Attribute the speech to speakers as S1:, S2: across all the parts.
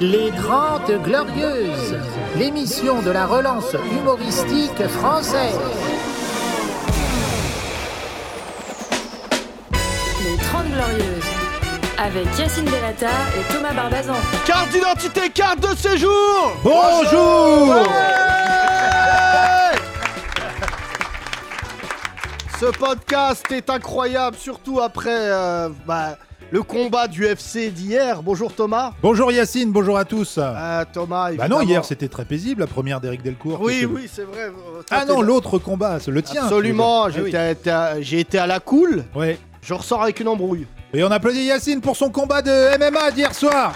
S1: Les Grandes Glorieuses, l'émission de la relance humoristique française.
S2: Les 30 Glorieuses, avec Yacine Delata et Thomas Barbazan.
S3: Carte d'identité, carte de séjour
S4: Bonjour
S3: Ce podcast est incroyable, surtout après euh, bah, le combat du FC d'hier. Bonjour Thomas.
S4: Bonjour Yacine, bonjour à tous.
S3: Euh, Thomas,
S4: bah non, hier c'était très paisible, la première d'Éric Delcourt.
S3: Oui,
S4: C'était-
S3: oui, c'est vrai. Oh,
S4: Ah non, l'autre combat, c'est le tien.
S3: Absolument,
S4: tu veux
S3: j'étais
S4: dire.
S3: à- j'ai été à la cool,
S4: Ah oui. Ouais.
S3: je ressors avec une embrouille.
S4: Et on applaudit Yacine pour son combat de MMA d'hier soir.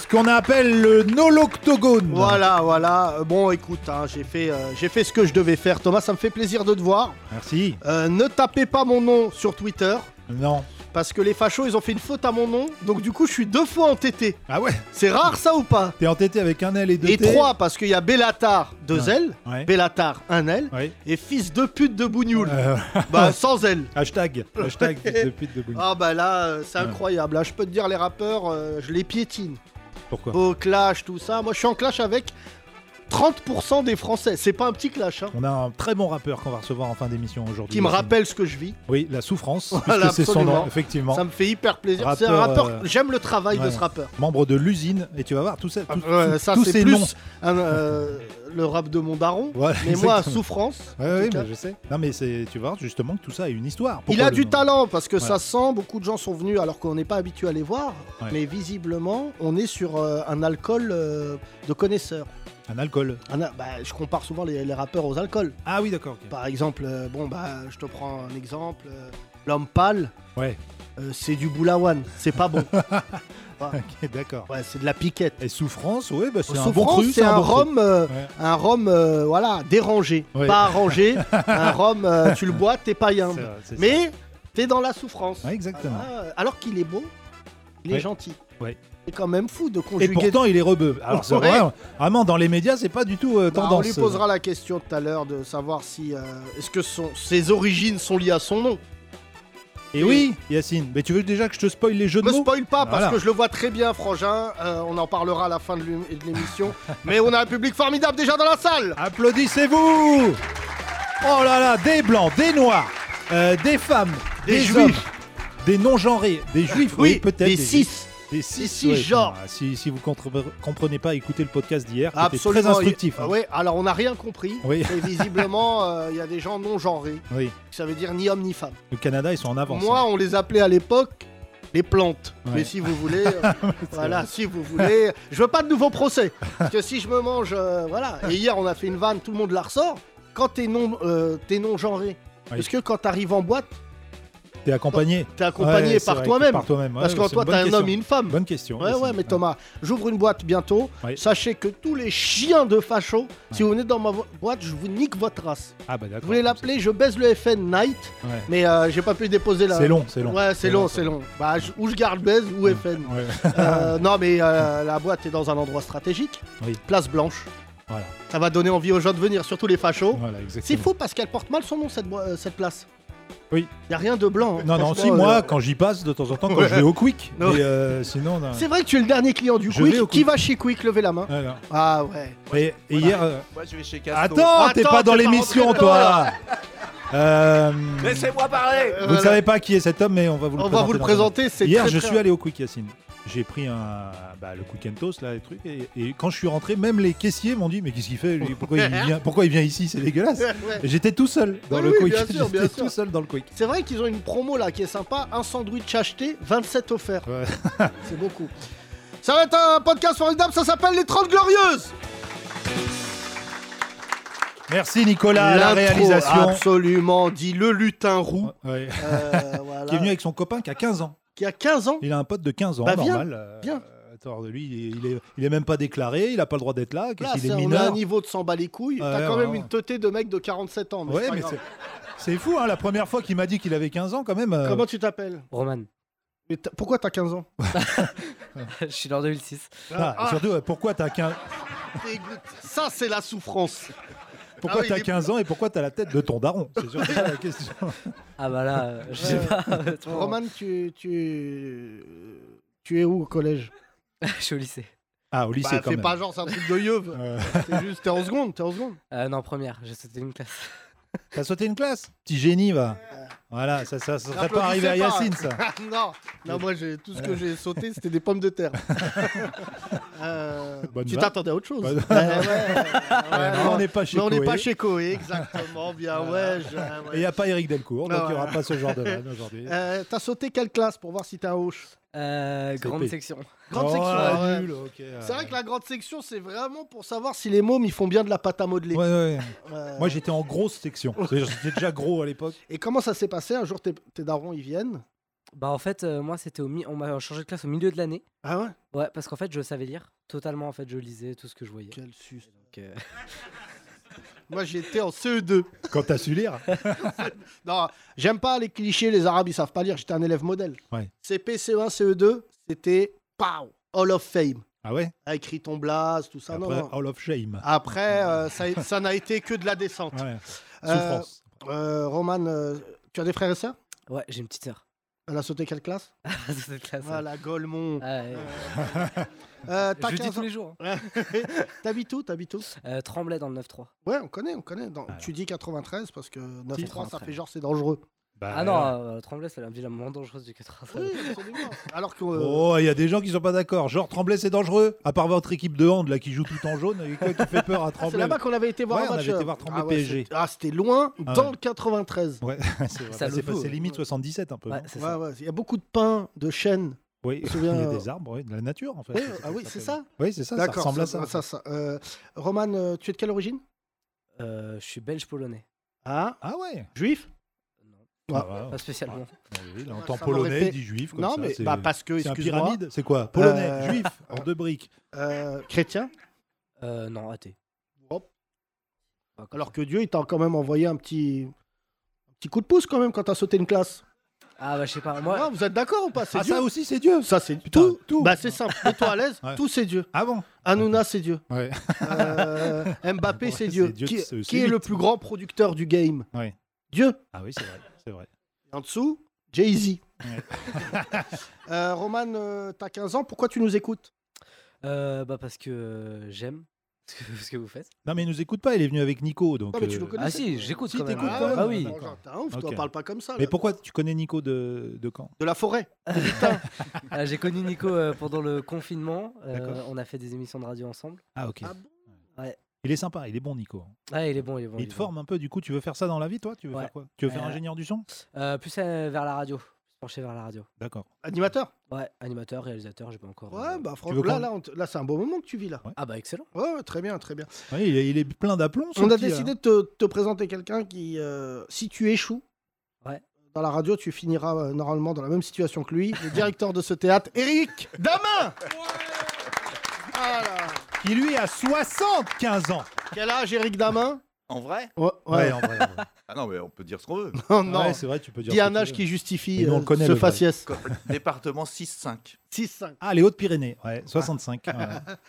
S4: Ce qu'on appelle le no-l'octogone.
S3: Voilà, voilà. Euh, Bon, écoute, hein, j'ai fait, euh, j'ai fait ce que je devais faire. Thomas, ça me fait plaisir de te voir.
S4: Merci.
S3: Euh, ne tapez pas mon nom sur Twitter,
S4: Non.
S3: parce que les fachos, ils ont fait une faute à mon nom. Donc du coup, je suis deux fois entêté.
S4: Ah ouais,
S3: C'est rare ça ou pas
S4: t'es entêté avec un L et deux
S3: Et
S4: T.
S3: trois, parce qu'il y a Bellatar, deux
S4: Ouais.
S3: L,
S4: Ouais.
S3: Bellatar, un L,
S4: Oui.
S3: et fils de pute de Bougnoul.
S4: Euh,
S3: Bah, sans L.
S4: hashtag. Hashtag fils de pute de Boulogne.
S3: Ah bah là, euh, c'est
S4: Ouais.
S3: incroyable. Là, je peux te dire, les rappeurs, euh, je les piétine.
S4: Pourquoi
S3: Au clash, tout ça. Moi, je suis en clash avec 30% des Français. C'est pas un petit clash, hein.
S4: On a un très bon rappeur qu'on va recevoir en fin d'émission aujourd'hui.
S3: Qui me
S4: Yacine.
S3: rappelle ce que je vis.
S4: Oui, la souffrance.
S3: Voilà,
S4: puisque c'est son
S3: absolument.
S4: nom, effectivement.
S3: Ça me fait hyper plaisir. c'est un
S4: Rappeur,
S3: rappeur.
S4: euh,
S3: J'aime le travail de
S4: ouais.
S3: ce rappeur.
S4: membre de l'usine, et tu vas voir, tout ça, tout-
S3: Euh,
S4: tout-
S3: ça,
S4: tous
S3: c'est
S4: ces noms.
S3: plus un, euh, le rap de mon daron.
S4: Voilà,
S3: mais moi,
S4: exactement.
S3: souffrance.
S4: Ouais,
S3: en
S4: ouais,
S3: tout cas,
S4: mais je sais. Non, mais c'est, tu vois, justement, que tout ça a une histoire.
S3: Il
S4: Pourquoi
S3: a
S4: le
S3: du
S4: nom
S3: talent parce que ça
S4: Voilà.
S3: sent, beaucoup de gens sont venus alors qu'on n'est pas habitué à les voir,
S4: Ouais.
S3: mais visiblement on est sur euh, un alcool euh, de connaisseur.
S4: Un alcool.
S3: Un a- bah, je compare souvent les, les rappeurs aux alcools.
S4: Ah oui, d'accord. ok.
S3: Par exemple, euh, bon bah je te prends un exemple, euh, l'homme pâle,
S4: Ouais,
S3: euh, c'est du boulawan, c'est pas bon.
S4: ok, d'accord.
S3: Ouais, c'est de la piquette.
S4: Et souffrance, oui, bah, c'est un bon
S3: Souffrance,
S4: cru.
S3: c'est un,
S4: bon cru.
S3: rhum, euh,
S4: Ouais.
S3: un rhum, euh, voilà, dérangé,
S4: Ouais.
S3: pas arrangé. un rhum, euh, tu le bois, t'es païen.
S4: C'est- euh, c'est-
S3: Mais t'es dans la souffrance.
S4: Ouais, exactement.
S3: Voilà, euh, alors qu'il est beau, il est
S4: Ouais.
S3: gentil.
S4: Ouais.
S3: C'est quand même fou de
S4: Et
S3: conjuguer.
S4: pourtant, il est rebeu. Alors, c'est
S3: Ouais.
S4: vrai, vraiment, dans les médias, c'est pas du tout euh,
S3: Bah,
S4: tendance.
S3: Ah, on lui posera la question tout à l'heure de savoir si euh, est-ce que son- ses origines sont liées à son nom.
S4: Et oui, Yacine, mais tu veux déjà que je te spoil les jeux de
S3: Ne
S4: mots
S3: spoil pas parce
S4: Voilà.
S3: que je le vois très bien, Frangin. Euh, on en parlera à la fin de l'é- de l'émission. Mais on a un public formidable déjà dans la salle.
S4: Ah Applaudissez-vous Oh là là, des blancs, des noirs, euh, des femmes,
S3: Des
S4: des,
S3: juifs.
S4: hommes, des non-genrés, des juifs, oui, peut-être.
S3: Des
S4: des juifs.
S3: six.
S4: Des
S3: Des
S4: six,
S3: six
S4: ouais,
S3: genres.
S4: enfin, si, si vous compre- comprenez pas, écoutez le podcast d'hier, qui était
S3: Absolument.
S4: très instructif.
S3: Il- Ah
S4: hein.
S3: Oui, alors on n'a rien compris.
S4: Oui.
S3: Et visiblement, euh, il y a des gens non genrés.
S4: Oui.
S3: Ça veut dire ni homme ni femme.
S4: Le Canada, ils sont en avance.
S3: Moi,
S4: hein.
S3: on les appelait à l'époque les plantes.
S4: Ouais.
S3: Mais si vous voulez, euh, voilà, si vous voulez, je veux pas de nouveau procès. Parce que si je me mange, euh, voilà. Et hier, on a fait une vanne, tout le monde la ressort. Quand t'es non, euh, t'es non genré,
S4: Oui.
S3: est-ce que quand t'arrives en boîte,
S4: hein. T'es accompagné.
S3: t'es accompagné
S4: Ouais, c'est
S3: par
S4: vrai,
S3: toi-même
S4: Par toi-même. ouais,
S3: Parce qu'en
S4: c'est
S3: toi,
S4: une bonne
S3: t'as un
S4: question.
S3: homme et une femme.
S4: Bonne question.
S3: Ouais, ouais,
S4: Yacine.
S3: mais Thomas, j'ouvre une boîte bientôt.
S4: Ouais.
S3: Sachez que tous les chiens de facho, si vous venez dans ma vo- boîte, je vous nique votre race.
S4: Ah bah d'accord.
S3: Vous voulez l'appeler Je baise le FN Night,
S4: Ouais.
S3: mais euh, j'ai pas pu déposer la.
S4: C'est long, c'est long. Mm.
S3: Ouais, c'est long, c'est long. Bah, je- ou je garde baise ou FN.
S4: Ouais.
S3: Euh, non, mais euh, la boîte est dans un endroit stratégique.
S4: Oui.
S3: Place Blanche.
S4: Voilà.
S3: Ça va donner envie aux gens de venir, surtout les fachos.
S4: Voilà,
S3: C'est
S4: exactement.
S3: fou parce qu'elle porte mal son nom, cette, boi- euh, cette place.
S4: Oui.
S3: Y a rien de blanc. hein.
S4: Non, non, si
S3: Franchement,
S4: moi,
S3: euh,
S4: quand j'y passe, de temps en temps, quand je vais au Quick. Mais
S3: Non.
S4: euh, sinon. non.
S3: C'est vrai que tu es le dernier client du
S4: Je vais
S3: Quick.
S4: au
S3: Qui
S4: Quick.
S3: va chez Quick Levez la main.
S4: Voilà.
S3: Ah ouais.
S4: Et, et hier. euh,
S5: Moi je vais chez Casto.
S4: Attends, t'es
S3: Attends,
S4: pas dans
S3: t'es pas
S4: l'émission,
S3: rentré
S4: toi Euh,
S5: Laissez-moi parler
S4: Vous ne
S3: Voilà.
S4: savez pas qui est cet homme, mais on va vous le
S3: On
S4: présenter.
S3: va vous le
S4: dans un instant.
S3: présenter. C'est
S4: Hier,
S3: très,
S4: je
S3: très-
S4: suis allé au Quick Yacine. J'ai pris un, bah, le Quick and Toast, là, les trucs. Et, et quand je suis rentré, même les caissiers m'ont dit Mais qu'est-ce qu'il fait lui pourquoi il, vient, pourquoi il vient ici C'est dégueulasse.
S3: Ouais.
S4: Et J'étais tout seul dans
S3: Oui,
S4: le
S3: oui,
S4: Quick.
S3: bien sûr, bien
S4: J'étais
S3: sûr.
S4: tout seul dans le Quick.
S3: C'est vrai qu'ils ont une promo là qui est sympa. Un sandwich acheté, 27 offerts.
S4: Ouais.
S3: C'est beaucoup. Ça va être un podcast formidable. Ça s'appelle Les 30 Glorieuses.
S4: Merci, Nicolas, à la
S3: L'intro,
S4: réalisation.
S3: Absolument. Dit le lutin roux.
S4: Ouais.
S3: Euh, voilà.
S4: Qui est venu avec son copain qui a 15 ans.
S3: Qui a 15 ans.
S4: Il a un pote de 15 ans,
S3: Bah, viens,
S4: normal. euh,
S3: viens.
S4: à tort de lui, il est, il est- il est même pas déclaré, il a pas le droit d'être là.
S3: Là,
S4: Qu'est-ce qu'il
S3: ça,
S4: est
S3: on a un
S4: mineur
S3: niveau de s'en bat les couilles.
S4: Ouais,
S3: T'as quand
S4: ouais,
S3: même
S4: ouais.
S3: une teuté de mec de 47 ans. Mais c'est
S4: Ouais,
S3: pas
S4: mais
S3: grave.
S4: c'est. C'est fou, hein, la première fois qu'il m'a dit qu'il avait 15 ans, quand même. euh,
S3: Comment tu t'appelles
S6: Roman,
S3: Mais t'as- Pourquoi t'as 15 ans
S6: je suis dans 2006.
S4: ah,
S3: Ah.
S4: Surtout, euh, pourquoi t'as 15,
S3: Écoute, Ça, c'est la souffrance.
S4: Pourquoi
S3: Ah oui,
S4: t'as
S3: les-
S4: 15 ans et pourquoi t'as la tête de ton daron C'est surtout ça la question.
S6: Ah bah là, euh, je sais
S4: Oh.
S6: pas.
S3: Ouais.
S6: euh, trop.
S3: Roman, tu, tu, tu es où au collège
S6: Je suis au lycée.
S4: Ah, au lycée
S3: Bah,
S4: quand
S3: fais
S4: même.
S3: pas genre, c'est un truc de yeuve.
S4: Euh,
S3: c'est juste, t'es en seconde, t'es en seconde.
S6: Euh, non, première, j'ai sauté une classe.
S4: T'as sauté une classe Petit génie, va. Voilà, ça, ça, ça serait pas
S3: Applaudissez
S4: arrivé à
S3: pas.
S4: Yacine, ça.
S3: non, non, moi, j'ai, tout ce que j'ai sauté, c'était des pommes de terre. Euh,
S4: Bonne
S3: tu
S4: vanne.
S3: t'attendais à autre chose.
S4: Bonne-
S3: Ouais, ouais, ouais,
S4: Mais
S3: non.
S4: on n'est pas chez
S3: Mais on n'est
S4: Coé.
S3: pas chez Coé, exactement. Bien, ouais. je- ouais,
S4: Et il
S3: ouais.
S4: n'y a pas Eric Delcourt, donc
S3: Non,
S4: il n'y aura
S3: Ah ouais.
S4: pas ce genre de vanne aujourd'hui.
S3: Euh, t'as sauté quelle classe pour voir si t'es un hoche
S6: Euh, grande
S4: CP.
S6: section.
S3: Grande
S4: Oh,
S3: section.
S4: ah,
S3: ouais.
S4: nul, ok, euh,
S3: C'est vrai que la grande section, c'est vraiment pour savoir si les mômes ils font bien de la pâte à modeler.
S4: ouais, ouais.
S3: Euh,
S4: Moi, j'étais en grosse section. C'est-à-dire, J'étais déjà gros à l'époque.
S3: Et comment ça s'est passé Un jour, tes, tes darons ils viennent.
S6: Bah, en fait, euh, moi, c'était au mi- on m'a changé de classe au milieu de l'année.
S3: Ah ouais
S6: Ouais, parce qu'en fait, je savais lire totalement. En fait, je lisais tout ce que je voyais.
S3: Quel suce.
S6: Donc, euh,
S3: Moi, j'étais en E CE2.
S4: Quand t'as su lire.
S3: Non, j'aime pas les clichés, les arabes ils savent pas lire. J'étais un élève modèle.
S4: Ouais.
S3: CP, CE1, CE2, E c'était pow, Hall of Fame.
S4: Ah ouais
S3: Ah, écrit ton blaze, tout ça. non,
S4: Après,
S3: Ah, non.
S4: Hall of Shame.
S3: Après, euh, ça ça n'a été que de la descente.
S4: Ouais.
S3: Euh,
S4: Souffrance.
S3: euh, Roman, euh, tu as des frères et sœurs
S6: ouais, j'ai une petite sœur.
S3: Elle a sauté quelle classe
S6: cette classe. ouais.
S3: Voilà, Golemont.
S6: Ah, ouais.
S3: Euh,
S6: Je
S3: t'as
S6: le dis
S3: 15
S6: tous
S3: ans.
S6: les jours. hein.
S3: T'habites où T'habites où
S6: Euh, Tremblay dans le 9-3.
S3: Ouais, on connaît, on connaît. Dans-
S4: Alors.
S3: Tu dis 93 parce que 93, ça
S6: 93.
S3: fait genre c'est dangereux.
S4: Bah,
S6: Ah non, euh, Tremblay, c'est la ville la moins dangereuse du 93.
S3: absolument. Alors que. euh,
S4: Oh, il y a des gens qui sont pas d'accord. Genre Tremblay, c'est dangereux. À part votre équipe de hand là qui joue tout en jaune, et quoi, tu fais peur à
S3: Ah, C'est
S4: Tremblay.
S3: là-bas qu'on avait été voir
S4: Oh, Ouais,
S3: un
S4: on
S3: match.
S4: avait été
S3: euh,
S4: voir Tremblay
S3: ah ouais,
S4: PSG.
S3: c'est- Ah, c'était loin,
S4: Ah
S3: dans
S4: ouais.
S3: le 93.
S4: Ouais, c'est vrai,
S6: C'est à
S4: c'est
S6: l'autre
S4: pas-
S6: bout,
S4: c'est
S6: ouais.
S4: limite 77 un peu.
S6: Ouais,
S4: non
S6: c'est
S3: Ouais,
S6: ça.
S3: ouais, Il y a beaucoup de pins, de chênes. Je me
S4: oui, il y
S3: Bah, souviens,
S4: a
S3: euh,
S4: des arbres, ouais, de la nature en fait.
S3: Oui,
S4: c'est
S3: ah
S4: ça que
S3: oui, c'est ça.
S4: s'appelle. Oui, c'est ça, ça
S3: D'accord.
S4: ressemble à ça.
S3: ça. Euh, Roman, euh, tu es de quelle origine
S6: Euh, je suis belge-polonais.
S3: Ah,
S4: Ah ouais
S3: juif
S4: Ah ouais.
S6: Pas spécialement.
S4: Ah oui, Il
S3: Ça
S4: entend
S3: m'aurait
S4: polonais,
S3: fait-
S4: il dit juif. Comme
S3: Non,
S4: ça,
S3: mais
S4: c'est-
S3: bah, parce que,
S4: c'est un
S3: excuse-moi,
S4: pyramide, c'est quoi Polonais,
S3: Euh,
S4: juif, en deux briques.
S3: euh, chrétien,
S6: Euh, non, athée.
S3: Hop.
S6: Pas comme
S3: alors que Dieu, il t'a quand même envoyé un petit, un petit coup de pouce quand même quand t'as sauté une classe.
S6: ça. Ah bah je sais pas, moi,
S3: Ah, vous êtes d'accord ou pas C'est
S4: Ah,
S3: Dieu
S4: ça aussi, c'est Dieu
S3: Ça, c'est
S4: Putain,
S3: tout.
S4: tout.
S3: Bah, c'est simple. Mets-toi à l'aise.
S4: Ouais.
S3: Tout, c'est Dieu.
S4: Ah bon
S3: Hanouna, c'est Dieu.
S4: Ouais.
S3: Euh, Mbappé,
S4: Ouais,
S3: c'est Dieu.
S4: c'est Dieu,
S3: qui
S4: c'est-
S3: qui
S4: c'est
S3: est le
S4: vite.
S3: plus grand producteur du game
S4: Ouais.
S3: Dieu.
S4: Ah oui, c'est vrai. C'est vrai.
S3: Et En dessous, Jay-Z.
S4: Ouais.
S3: Euh, Roman, euh, t'as 15 ans. Pourquoi tu nous écoutes
S6: euh, bah parce que euh, j'aime ce que, ce que vous faites.
S4: Non, mais il nous écoute pas, il est venu avec Nico. Donc,
S3: Non, mais tu
S4: euh,
S3: le connais.
S6: Ah
S3: c'est-
S6: si, j'écoute
S4: Si,
S6: quand même.
S4: t'écoutes
S6: Ah,
S4: quand même,
S6: bah oui.
S4: d'accord.
S3: hein. Genre, T'es un ouf,
S4: Ok.
S3: t'en parles pas comme ça.
S4: mais
S3: là.
S4: pourquoi tu connais Nico de, de quand
S3: De la forêt.
S6: Ah, J'ai connu Nico euh, pendant le confinement. Euh,
S4: D'accord.
S6: on a fait des émissions de radio ensemble.
S4: Ah, ok.
S3: Ah
S6: Ouais.
S4: Il est sympa, il est bon, Nico.
S6: Ah il est bon, il est bon.
S4: il
S6: est
S4: te
S6: bon.
S4: forme un peu, du coup, tu veux faire ça dans la vie, toi Tu veux
S6: Ouais.
S4: faire quoi Tu veux faire
S6: Euh,
S4: ingénieur du son
S6: Euh, plus euh, vers la radio. Plus penché vers la radio.
S4: D'accord.
S3: Animateur.
S6: Ouais, animateur, réalisateur, j'ai pas encore.
S3: Ouais,
S6: euh,
S3: bah
S4: veux
S3: franchement, là,
S4: qu'on-
S3: là, on te- là, c'est un beau moment que tu vis là.
S6: Ah bah excellent.
S3: Ouais, ouais, très bien, très bien.
S4: Ouais, il, est, il est plein d'aplomb. ce
S3: On a
S4: petit, euh, là.
S3: décidé de te, te présenter quelqu'un qui, euh, si tu échoues
S6: Ouais.
S3: dans la radio, tu finiras euh, normalement dans la même situation que lui, le directeur de ce théâtre, Eric Damin Voilà.
S4: Qui, lui, a 75 ans.
S3: Quel âge, Eric Damin
S5: En vrai
S3: Ouais, ouais.
S4: Ouais, en vrai. en vrai.
S5: Ah non, mais on peut dire ce qu'on veut.
S3: Non, non.
S4: Ouais, c'est vrai, tu peux dire.
S3: Dis
S4: ce
S3: un
S4: que tu
S3: âge
S4: veux.
S3: qui justifie
S4: Mais nous, on
S3: euh,
S4: le connaît,
S3: ce
S4: le vrai.
S3: faciès.
S5: Comme Département 6-5.
S3: 6-5.
S4: Ah, les Hautes-Pyrénées, ouais, 65. ouais.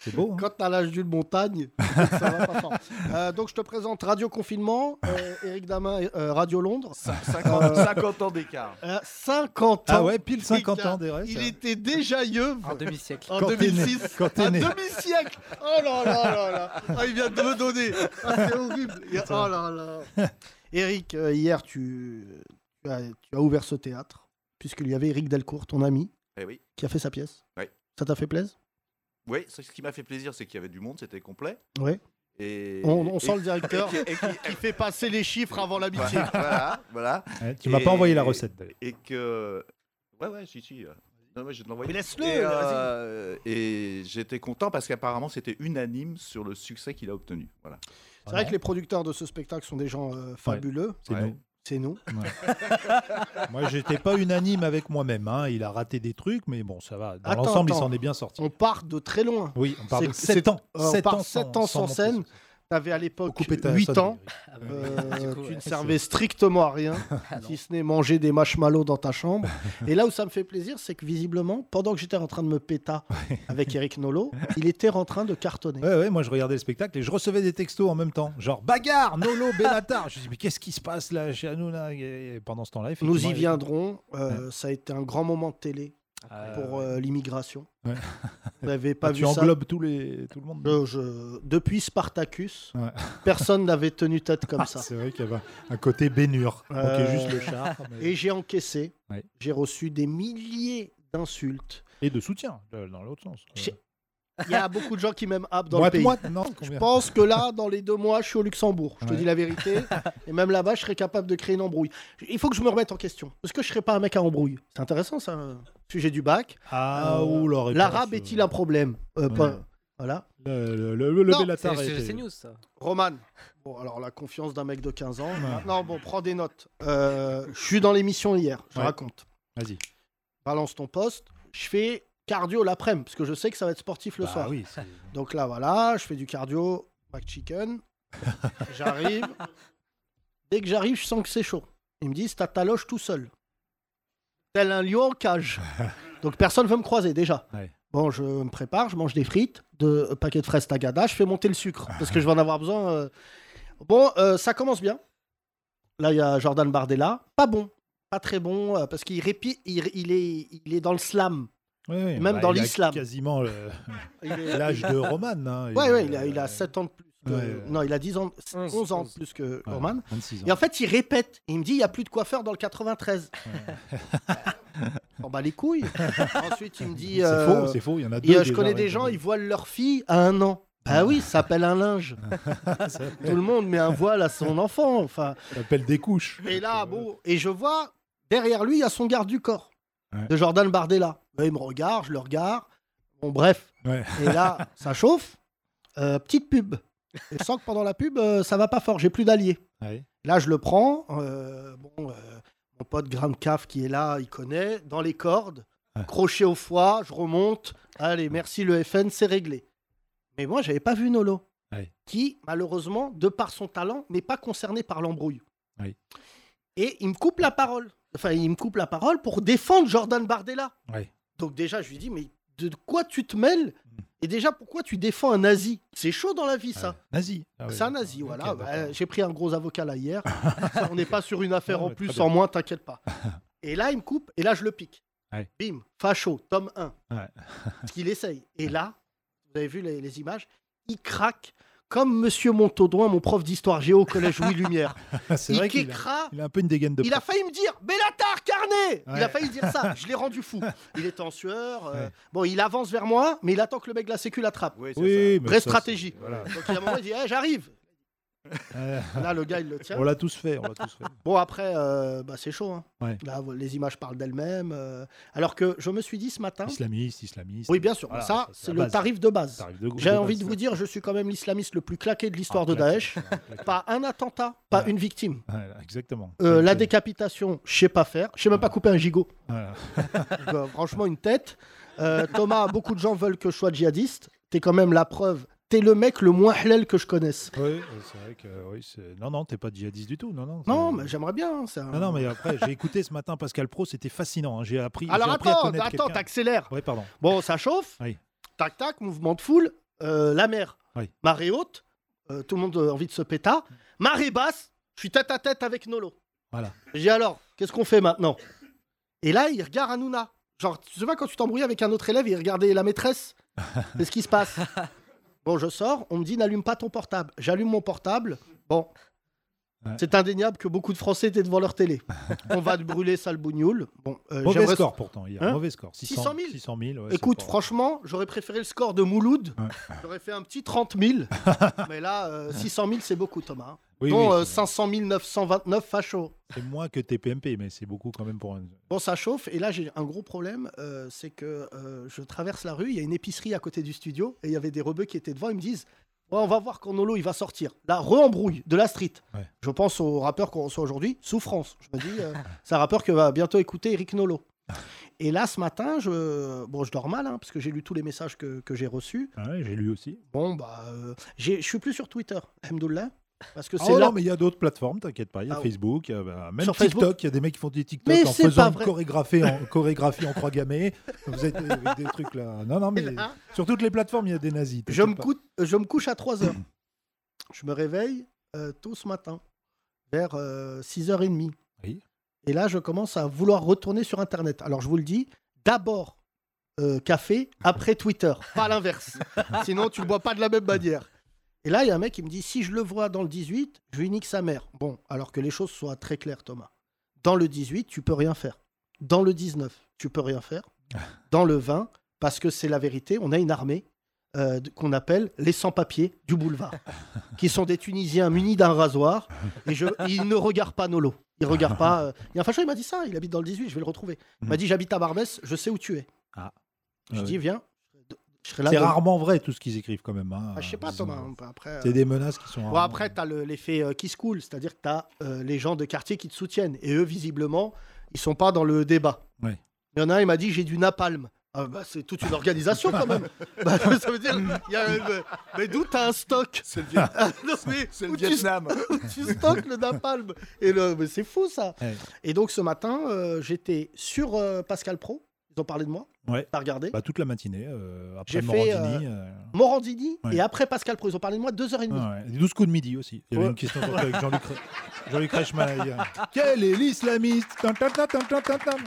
S4: C'est beau. hein.
S3: Quand t'as l'âge d'une montagne, ça va pas fort. Euh, donc je te présente Radio Confinement, euh, Eric Damin, euh, Radio Londres.
S5: 50, 50 ans d'écart.
S3: Euh, 50 ans.
S4: Ah ouais, pile 50 ans des hein.
S3: Il était déjà yeuve.
S6: Un demi-siècle.
S3: En
S4: Quand t'es né-
S3: 2006,
S4: quand t'es
S3: un
S4: né.
S3: demi-siècle. Oh là là là là. Ah, il vient de me donner. Ah, c'est horrible. Il y a- Oh là là. Eric, euh, hier, tu, tu as, tu as ouvert ce théâtre, puisqu'il y avait Eric Delcourt, ton ami,
S5: Eh oui.
S3: qui a fait sa pièce.
S5: Oui.
S3: Ça t'a fait plaisir
S5: Oui, ce ce qui m'a fait plaisir, c'est qu'il y avait du monde, c'était complet.
S3: Oui.
S5: Et,
S3: on, on
S5: et-
S3: sent le directeur
S5: et- et- et-
S3: qui fait passer les chiffres avant l'amitié.
S5: voilà, voilà.
S4: Ouais, tu m'as pas
S5: Et-
S4: envoyé la recette d'ailleurs.
S5: Et que. Ouais, ouais, si, si. euh, Non, mais je vais te l'envoyer.
S3: Mais laisse-le,
S5: Et, euh, et j'étais content parce qu'apparemment, c'était unanime sur le succès qu'il a obtenu. Voilà.
S3: C'est vrai que les producteurs de ce spectacle sont des gens euh, fabuleux.
S4: C'est
S5: Ouais.
S4: nous.
S3: C'est nous.
S4: Moi, j'étais pas unanime avec moi-même. hein. Il a raté des trucs, mais bon, ça va. Dans
S3: Attends,
S4: l'ensemble, il
S3: attends.
S4: s'en est bien sorti.
S3: On part de très loin.
S4: Oui, on parle
S3: C'est-
S4: de
S3: c'est-
S4: 7 ans.
S3: on
S4: 7
S3: part
S4: ans,
S3: sept ans sans
S4: monter
S3: scène.
S4: sur-
S3: T'avais à
S4: Faut
S3: l'époque
S4: couper ta
S3: 8
S4: sonnerie,
S3: ans.
S4: Eric.
S6: Ah bah,
S3: Euh,
S6: du coup,
S3: tu
S6: ouais.
S3: ne servais strictement à rien,
S6: Ah non.
S3: si ce n'est manger des marshmallows dans ta chambre. Et là où ça me fait plaisir, c'est que visiblement, pendant que j'étais en train de me péter avec Eric Nolo, il était en train de cartonner.
S4: Ouais, ouais, moi je regardais le spectacle et je recevais des textos en même temps. Genre bagarre, Nolo, Bellatar. Je me dis, mais qu'est-ce qui se passe là chez Hanouna Et Pendant ce temps-là,
S3: Nous
S4: effectivement,
S3: y
S4: il-
S3: viendrons. euh, Ça a été un grand moment de télé.
S4: Euh,
S3: pour euh, l'immigration.
S4: Ouais.
S3: Vous n'avez pas
S4: ah, tu
S3: vu ça Euh,
S4: englobes tous les, tout le monde.
S3: Je- je- Depuis Spartacus,
S4: Ouais. Ah,
S3: personne n'avait tenu tête comme ça.
S4: C'est vrai qu'il y avait un côté bénur.
S3: Euh,
S4: Ok, juste le char. mais-
S3: Et j'ai encaissé.
S4: Ouais.
S3: J'ai reçu des milliers d'insultes.
S4: Et de soutien, euh, dans l'autre sens.
S3: Chez- Il y a beaucoup de gens qui m'aiment Ab dans le
S4: Moite,
S3: pays.
S4: moite, non
S3: Je
S4: combien
S3: pense que là, dans les deux mois, je suis au Luxembourg. Je te
S4: Ouais.
S3: dis la vérité. Et même là-bas, je serais capable de créer une embrouille. Il faut que je me remette en question. Est-ce que je serais pas un mec à embrouille C'est intéressant, ça. euh, Sujet du bac.
S4: Ah,
S3: Euh,
S4: ou la réponse,
S3: L'arabe
S4: euh,
S3: est-il un problème Euh, pas-
S4: Ouais.
S3: Voilà.
S4: Le, le, le, le
S3: Non,
S4: Bellatar a
S6: C'est
S4: été-
S6: c'est news ça.
S3: Roman. Bon, alors la confiance d'un mec de 15 ans. Non, bon, prends des notes. Euh, je suis dans l'émission hier. Je
S4: Ouais.
S3: raconte.
S4: Vas-y.
S3: Balance ton poste. Je fais cardio l'après-midi parce que je sais que ça va être sportif le
S4: Bah
S3: soir.
S4: oui, c'est-
S3: Donc là, voilà, je fais du cardio, McChicken. J'arrive. Dès que j'arrive, je sens que c'est chaud. Ils me disent, t'as ta loge tout seul. Tel un lion en cage. Donc personne veut me croiser déjà.
S4: Ouais.
S3: Bon, je me prépare, je mange des frites, deux paquets de fraises tagada, je fais monter le sucre parce que je vais en avoir besoin. euh. Bon, euh, ça commence bien. Là, il y a Jordan Bardella. Pas bon, pas très bon euh, parce qu'il répit, il, il est, il est dans le slam.
S4: Oui, oui,
S3: Même dans
S4: Bah, il a
S3: l'islam.
S4: Quasiment le-
S3: Il est-
S4: l'âge de Roman. Hein,
S3: Ouais, ouais, il a, il a 7 ans de plus. que-
S4: Ouais, ouais.
S3: Non, il a 10 ans, 11,
S6: Onze,
S3: ans de
S6: onze.
S3: plus que
S4: ouais,
S3: Norman.
S4: 26 ans.
S3: Et en fait, il répète. Il me dit, il n'y a plus de coiffeur dans le 93. On bat les couilles. Ensuite, il me dit,
S4: C'est
S3: euh,
S4: faux, c'est faux. Il y en a
S3: il-
S4: deux.
S3: je connais des gens, ils voilent leur fille à un an. Ah oui, ça s'appelle un linge. Tout le monde met un voile à son enfant. Enfin,
S4: s'appellent des couches.
S3: et là, bon, et je vois derrière lui, il y a son garde du corps
S4: Ouais.
S3: de Jordan Bardella. Là, il me regarde, je le regarde. Bon, bref.
S4: Ouais.
S3: Et là, ça chauffe. Euh, petite pub. Et je sens que pendant la pub, euh, ça va pas fort. J'ai plus d'alliés.
S4: Ouais.
S3: Là, je le prends. euh, bon, euh, mon pote Grande Caf qui est là, il connaît. Dans les cordes,
S4: Ouais.
S3: crochet au foie, je remonte. Allez, merci le FN, c'est réglé. Mais moi, j'avais pas vu Nolo,
S4: Ouais.
S3: qui, malheureusement, de par son talent, n'est pas concerné par l'embrouille.
S4: Ouais.
S3: Et il me coupe la parole. Enfin, il me coupe la parole pour défendre Jordan Bardella.
S4: Ouais.
S3: Donc déjà, je lui dis, mais de quoi tu te mêles Et déjà, pourquoi tu défends un nazi C'est chaud dans la vie, ça.
S4: Ouais. Nazi. Ah ouais,
S3: C'est un nazi,
S4: d'accord.
S3: voilà.
S4: Ok,
S3: Bah,
S4: d'accord.
S3: J'ai pris un gros avocat là hier. Ça, On n'est pas sur une affaire
S4: Non,
S3: en
S4: mais très
S3: plus,
S4: bien.
S3: en moins, t'inquiète pas. Et là, il me coupe, et là, je le pique.
S4: Ouais.
S3: Bim, facho, tome 1.
S4: Ouais.
S3: Parce qu'il essaye. Et là, vous avez vu les, les images, il craque comme Monsieur Montaudoin, mon prof d'histoire géo au collège Louis Lumière.
S4: Ah, C'est
S3: il
S4: vrai qu'il a,
S3: craque.
S4: il a un peu une dégaine de
S3: Il a failli me dire Bellatar, carnet Il a
S4: Ouais.
S3: failli dire ça. Je l'ai rendu fou. Il était en sueur. euh,
S4: Ouais.
S3: Bon, il avance vers moi, mais il attend que le mec de la Sécu l'attrape.
S5: Oui, c'est
S4: Oui, mais
S3: Vraie
S4: ça, c'est-
S3: stratégie.
S4: voilà.
S3: Donc, il y a un moment, il dit Eh, J'arrive.
S4: Euh,
S3: Là, le gars, il le tient.
S4: On l'a tous fait. On l'a tous fait.
S3: Bon, après, euh, bah, c'est chaud. hein.
S4: Ouais.
S3: Là, vo- les images parlent d'elles-mêmes. euh, alors que je me suis dit ce matin.
S4: Islamiste, islamiste.
S3: Hein Oui, bien sûr.
S4: Voilà,
S3: ça, c'est
S4: la
S3: le
S4: base.
S3: tarif de base.
S4: Ça arrive de-
S3: J'ai
S4: de
S3: envie
S4: base,
S3: de vous
S4: ça.
S3: dire, je suis quand même l'islamiste le plus claqué de l'histoire
S4: Ah,
S3: de Daesh.
S4: claqué, claqué.
S3: Pas un attentat, pas une victime.
S4: Ouais, Exactement.
S3: Euh, la
S4: C'est-
S3: décapitation, je sais pas faire. Je sais même pas couper un gigot.
S4: voilà.
S3: Donc, euh, franchement, une tête. Euh, Thomas, beaucoup de gens veulent que je sois djihadiste. T'es quand même la preuve. T'es le mec le moins halal que je connaisse.
S4: Oui, euh, c'est vrai que euh, oui, c'est- non, non, t'es pas djihadiste du tout, non, non.
S3: Non,
S4: c'est-
S3: mais j'aimerais bien. hein, ça.
S4: Ah non, non, mais après, j'ai écouté ce matin Pascal Pro, c'était fascinant. hein, J'ai appris. j'ai
S3: Alors
S4: appris à
S3: attends,
S4: connaître
S3: attends,
S4: quelqu'un.
S3: t'accélères.
S4: Ouais, pardon.
S3: Bon, ça chauffe.
S4: Oui.
S3: Tac, tac, mouvement de foule. Euh, la mer.
S4: Oui.
S3: Marée haute. euh, tout le monde a envie de se péta. Marée basse. Je suis tête à tête avec Nolo.
S4: Voilà.
S3: J'ai dit alors, qu'est-ce qu'on fait maintenant Et là, il regarde Hanouna. Genre, tu sais pas, quand tu t'embrouilles avec un autre élève, il regardait la maîtresse. C'est ce qui se passe. Bon, je sors. On me dit, n'allume pas ton portable. J'allume mon portable. Bon.
S4: Ouais.
S3: C'est indéniable que beaucoup de Français étaient devant leur télé. On va te brûler, sale bougnoule. Bon, euh,
S4: Mauvais
S3: j'aimerais-
S4: score pourtant hier.
S3: Hein
S4: mauvais score. 600
S3: 600 000.
S4: 600 000. ouais,
S3: Écoute,
S4: c'est pas-
S3: franchement, j'aurais préféré le score de Mouloud.
S4: Ouais.
S3: J'aurais fait un petit 30 000. mais là, euh, 600 000, c'est beaucoup, Thomas.
S4: Oui,
S3: Dont
S4: oui,
S3: euh,
S4: c'est-
S3: 500 929 fachos.
S4: c'est moins que TPMP, mais c'est beaucoup quand même pour un.
S3: Bon, ça chauffe. Et là, j'ai un gros problème. euh, c'est que euh, je traverse la rue. Il y a une épicerie à côté du studio. Et il y avait des rebeux qui étaient devant. Ils me disent Ouais, On va voir quand Nolo il va sortir. La re-embrouille de la street.
S4: Ouais.
S3: Je pense au rappeur qu'on reçoit aujourd'hui, Souffrance. Je me dis euh, C'est un rappeur que va bientôt écouter Eric Nolo. Et là, ce matin, je, bon, je dors mal, hein, parce que j'ai lu tous les messages que, que j'ai reçus.
S4: Ah ouais, j'ai lu aussi.
S3: Bon, bah, euh, j'ai- je suis plus sur Twitter, Alhamdoulilah, parce que
S4: Ah
S3: c'est
S4: ouais,
S3: là.
S4: non, mais il y a d'autres plateformes, t'inquiète pas. Il y a
S3: Ah ouais.
S4: Facebook, euh, bah, même
S3: Sur
S4: TikTok.
S3: Facebook
S4: Il y a des mecs qui font des TikTok
S3: Mais
S4: en
S3: c'est pas
S4: faisant
S3: vrai.
S4: chorégraphie en, chorégraphie en croix gammée. Vous êtes avec des trucs là. Non, non, mais
S3: Et là,
S4: sur toutes les plateformes, il y a des nazis.
S3: je,
S4: t'inquiète
S3: me
S4: pas.
S3: couche, je me couche à 3 heures. je me réveille euh, tôt ce matin, vers euh, 6h30.
S4: Oui.
S3: Et là, je commence à vouloir retourner sur Internet. Alors, je vous le dis, d'abord euh, café, après Twitter. Pas l'inverse. Sinon, tu ne bois pas de la même manière. Et là, il y a un mec qui me dit si je le vois dans le 18, je lui nique sa mère. Bon, alors que les choses soient très claires, Thomas. Dans le 18, tu peux rien faire. Dans le 19, tu peux rien faire. Dans le 20, parce que c'est la vérité, on a une armée euh, d- qu'on appelle les sans-papiers du boulevard, qui sont des Tunisiens munis d'un rasoir. Et je, ils ne regardent pas Nolo. Ils regardent pas. euh, Il y a un facho, il m'a dit ça. Il habite dans le 18, je vais le retrouver. Il m'a dit j'habite à Barbès, je sais où tu es.
S4: Ah.
S3: Je
S4: Mm. Ah
S3: dis
S4: oui.
S3: viens, je serai là.
S4: C'est
S3: demain.
S4: rarement vrai tout ce qu'ils écrivent quand même. hein.
S3: Ah, je sais pas,
S4: Ils ont-
S3: Thomas. Après,
S4: C'est
S3: euh,
S4: des menaces qui sont.
S3: Bon,
S4: rarement-
S3: après, tu as l'effet euh, Kiss Cool, c'est-à-dire que tu as les gens de quartier qui te soutiennent. Et eux, visiblement, ils sont pas dans le débat.
S4: Ouais.
S3: Il y en a un, il m'a dit j'ai du napalm. Ah, bah, c'est toute une organisation quand même. Bah, ça veut dire, il y a, euh, mais d'où tu un stock
S5: C'est le, Viet-
S3: Ah, non, mais
S5: c'est le
S3: où tu
S5: Vietnam.
S3: tu stockes le napalm. Et le... mais c'est fou ça.
S4: Ouais.
S3: Et donc ce matin, euh, j'étais sur euh, Pascal Pro. Ils ont parlé de moi.
S4: Ouais.
S3: T'as regardé
S4: Bah, toute la matinée, euh,
S3: J'ai
S4: après
S3: fait,
S4: Morandini. euh,
S3: Morandini
S4: Ouais.
S3: et après Pascal Pro. Ils ont parlé de moi deux heures et demie.
S4: ah ouais, les 12 coups de midi aussi. Il y avait
S3: Ouais.
S4: une question sur- avec Jean-Luc Re- Jean-Luc Reichmann. hier. Quel est l'islamiste Tam, tam, tam, tam, tam, tam, tam.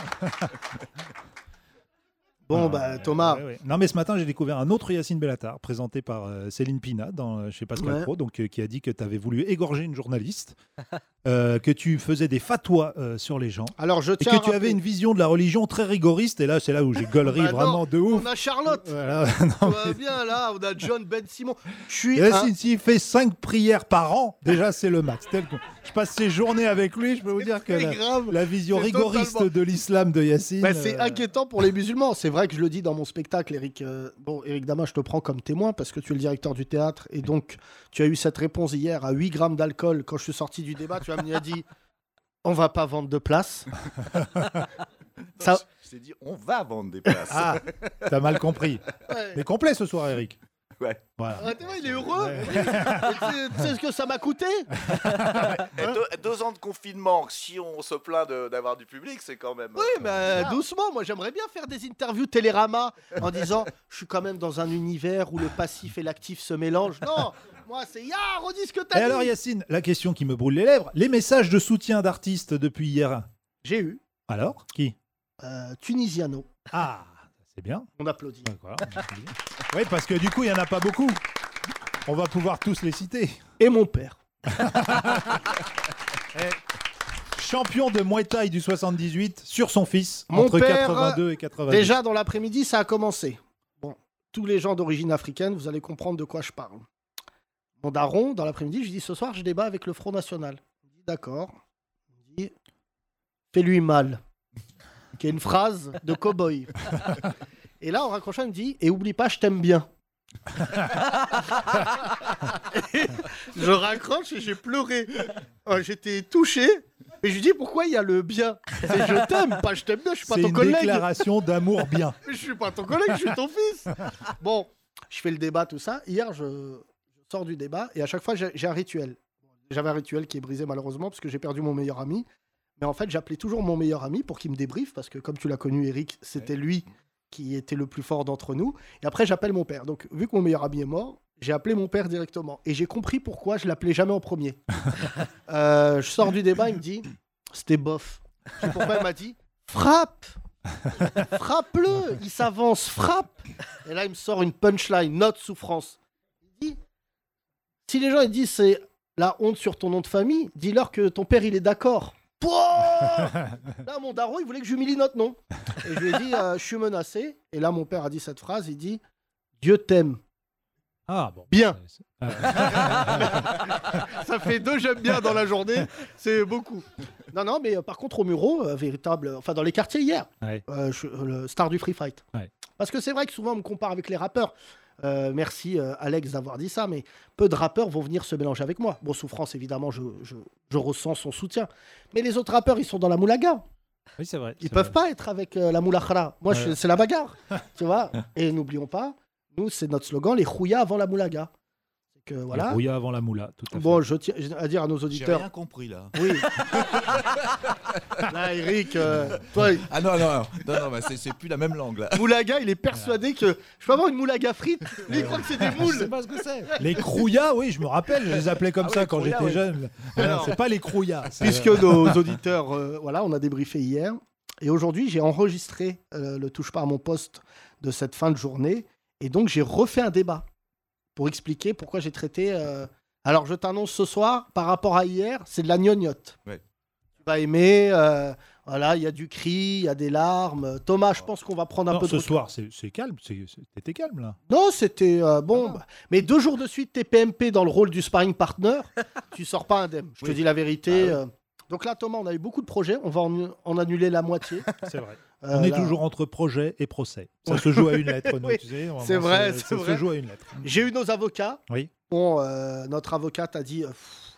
S3: Bon,
S4: Ah,
S3: bah,
S4: ouais,
S3: Thomas,
S4: ouais, ouais. Non, mais ce matin, j'ai découvert un autre Yacine Bellatar, présenté par euh, Céline Pina dans, euh, chez Pascal
S3: Ouais.
S4: Pro, donc, euh, qui a dit que tu avais voulu égorger une journaliste, euh, que tu faisais des fatwas euh, sur les gens.
S3: alors je
S4: Et
S3: tiens. à
S4: que tu
S3: rappeler-
S4: avais une vision de la religion très rigoriste, et là c'est là où j'ai gueulerie
S3: Bah non,
S4: vraiment de ouf.
S3: On a Charlotte.
S4: Voilà.
S3: Tout va bien là, on a John Ben Simon. Je suis
S4: Et là,
S3: un-
S4: s'il- s'il fait 5 prières par an, déjà c'est le max. Tel que- Je passe ces journées avec lui, je peux vous dire que
S3: très
S4: la,
S3: grave.
S4: la vision
S3: C'est
S4: rigoriste
S3: totalement-
S4: de l'islam de Yacine.
S3: Bah, c'est
S4: euh,
S3: inquiétant pour les musulmans. C'est vrai que je le dis dans mon spectacle, Eric. euh, Bon, Eric Dama, je te prends comme témoin parce que tu es le directeur du théâtre et donc tu as eu cette réponse hier à 8 grammes d'alcool. Quand je suis sorti du débat, tu as m'as dit on va pas vendre de place. Ça-
S5: Je t'ai dit, on va vendre des places.
S4: Ah, t'as mal compris.
S3: Ouais.
S4: Mais complet ce soir, Eric.
S5: Ouais.
S4: Voilà.
S3: Ah, t'es vrai, il est heureux.
S4: Ouais.
S3: Tu sais- tu sais ce que ça m'a coûté
S5: Et Eh,
S7: hein
S5: deux, deux ans de confinement, si on se plaint de- d'avoir du public, c'est quand même.
S3: Oui, mais euh, doucement, moi j'aimerais bien faire des interviews Télérama en disant je suis quand même dans un univers où le passif et l'actif se mélangent. Non, moi c'est ya, redis ce que
S4: Et
S3: t'as
S4: alors,
S3: dit.
S4: Yacine, la question qui me brûle les lèvres les messages de soutien d'artistes depuis hier.
S3: J'ai eu
S4: Alors Qui
S3: euh, Tunisiano,
S4: Ah, c'est bien.
S3: on applaudit.
S4: Ouais, voilà. oui, parce que du coup, il n'y en a pas beaucoup. On va pouvoir tous les citer.
S3: Et mon père.
S4: Champion de Muay Thai du 78 sur son fils
S3: Mon
S4: entre
S3: père,
S4: 82 et 90.
S3: Déjà dans l'après-midi, ça a commencé. Bon, tous les gens d'origine africaine, vous allez comprendre de quoi je parle. Mon daron, dans l'après-midi, je dis ce soir, je débat avec le Front National. Il me dit d'accord. Il me dit fais-lui mal. Qui est une phrase de cow-boy. Et là, en raccrochant, il me dit et oublie pas, je t'aime bien. je raccroche et j'ai pleuré. Oh, J'étais touché. Et je lui dis pourquoi il y a le bien C'est je t'aime, pas je t'aime bien, je suis pas
S4: c'est
S3: ton
S4: une
S3: collègue.
S4: déclaration d'amour bien.
S3: Mais je suis pas ton collègue, je suis ton fils. Bon, je fais le débat, tout ça. Hier, je, je sors du débat et à chaque fois, j'ai j'ai un rituel. J'avais un rituel qui est brisé malheureusement parce que j'ai perdu mon meilleur ami. Mais en fait, j'appelais toujours mon meilleur ami pour qu'il me débriefe parce que, comme tu l'as connu, Eric, c'était lui qui était le plus fort d'entre nous. Et après, j'appelle mon père. Donc, vu que mon meilleur ami est mort, j'ai appelé mon père directement. Et j'ai compris pourquoi je l'appelais jamais en premier. Euh, je sors du débat, il me dit c'était bof. Je sais pourquoi il m'a dit frappe Frappe-le Il s'avance, frappe Et là, il me sort une punchline, note souffrance. Il dit Si les gens ils disent c'est la honte sur ton nom de famille, dis-leur que ton père il est d'accord. Pouah là, mon daron, il voulait que j'humilie notre nom. Et je lui ai dit euh, Je suis menacé. Et là, mon père a dit cette phrase il dit Dieu t'aime.
S4: Ah bon.
S3: Bien. Ça fait deux j'aime bien dans la journée, c'est beaucoup. Non, non, mais euh, par contre, au Muro, euh, véritable, euh, enfin dans les quartiers hier,
S4: Ouais.
S3: euh, je- euh, le star du free fight.
S4: Ouais.
S3: Parce que c'est vrai que souvent on me compare avec les rappeurs. Euh, merci euh, Alex d'avoir dit ça, mais peu de rappeurs vont venir se mélanger avec moi. Bon, Souffrance, évidemment, je, je- je ressens son soutien. Mais les autres rappeurs, ils sont dans la moulaga.
S4: Oui, c'est vrai.
S3: Ils peuvent pas être avec euh, la moulakhra. Moi, je-
S4: Ouais.
S3: c'est la bagarre. tu vois Et n'oublions pas, nous, c'est notre slogan les rouillas avant la moulaga. Que, voilà.
S4: Rouilla avant la moula, tout à fait.
S3: Bon, je tiens à dire à nos
S5: J'ai
S3: auditeurs
S5: rien compris là.
S3: oui. Là, Eric, euh, toi,
S7: Ah non, non, non, non, non, bah, c'est- c'est plus la même langue là.
S3: Moulaga, il est persuadé que je peux avoir une moulaga frite. Lui, il croit que c'est des
S7: Je sais
S3: moules.
S7: pas ce que c'est.
S4: Les crouillas, oui, je me rappelle, je les appelais comme
S7: Ah
S4: ça
S7: ouais,
S4: quand
S7: Crouillas,
S4: j'étais
S7: ouais.
S4: jeune. Ah non, c'est pas les crouillas. c'est-
S3: Puisque nos auditeurs, euh, voilà, on a débriefé hier. Et aujourd'hui, j'ai enregistré euh, le Touche pas à mon poste de cette fin de journée. Et donc, j'ai refait un débat pour expliquer pourquoi j'ai traité. euh, Alors, je t'annonce ce soir, par rapport à hier, c'est de la gnognotte.
S7: Ouais.
S3: Tu vas aimer. euh, Voilà, il y a du cri, il y a des larmes. Thomas, je pense qu'on va prendre un
S4: Non,
S3: peu de
S4: ce
S3: recul.
S4: soir, c'est c'est calme. c'est- c'est- T'étais calme, là.
S3: Non, c'était euh, bon.
S4: Ah
S3: bah, mais deux jours de suite, t'es PMP dans le rôle du sparring partner. tu sors pas indemne. Je te
S7: Oui.
S3: dis la vérité.
S7: Ah
S4: Bah
S3: euh. Donc là, Thomas, on a eu beaucoup de projets. On va en, en annuler la moitié.
S4: C'est vrai.
S3: Euh,
S4: On est
S3: là.
S4: toujours entre projet et procès. Ça se joue à une lettre, nous,
S3: Oui,
S4: tu sais, vraiment,
S3: c'est vrai, c'est
S4: Ça
S3: vrai.
S4: se joue à une lettre.
S3: J'ai eu nos avocats.
S4: Oui.
S3: Bon, euh, notre avocat a dit. euh, pff,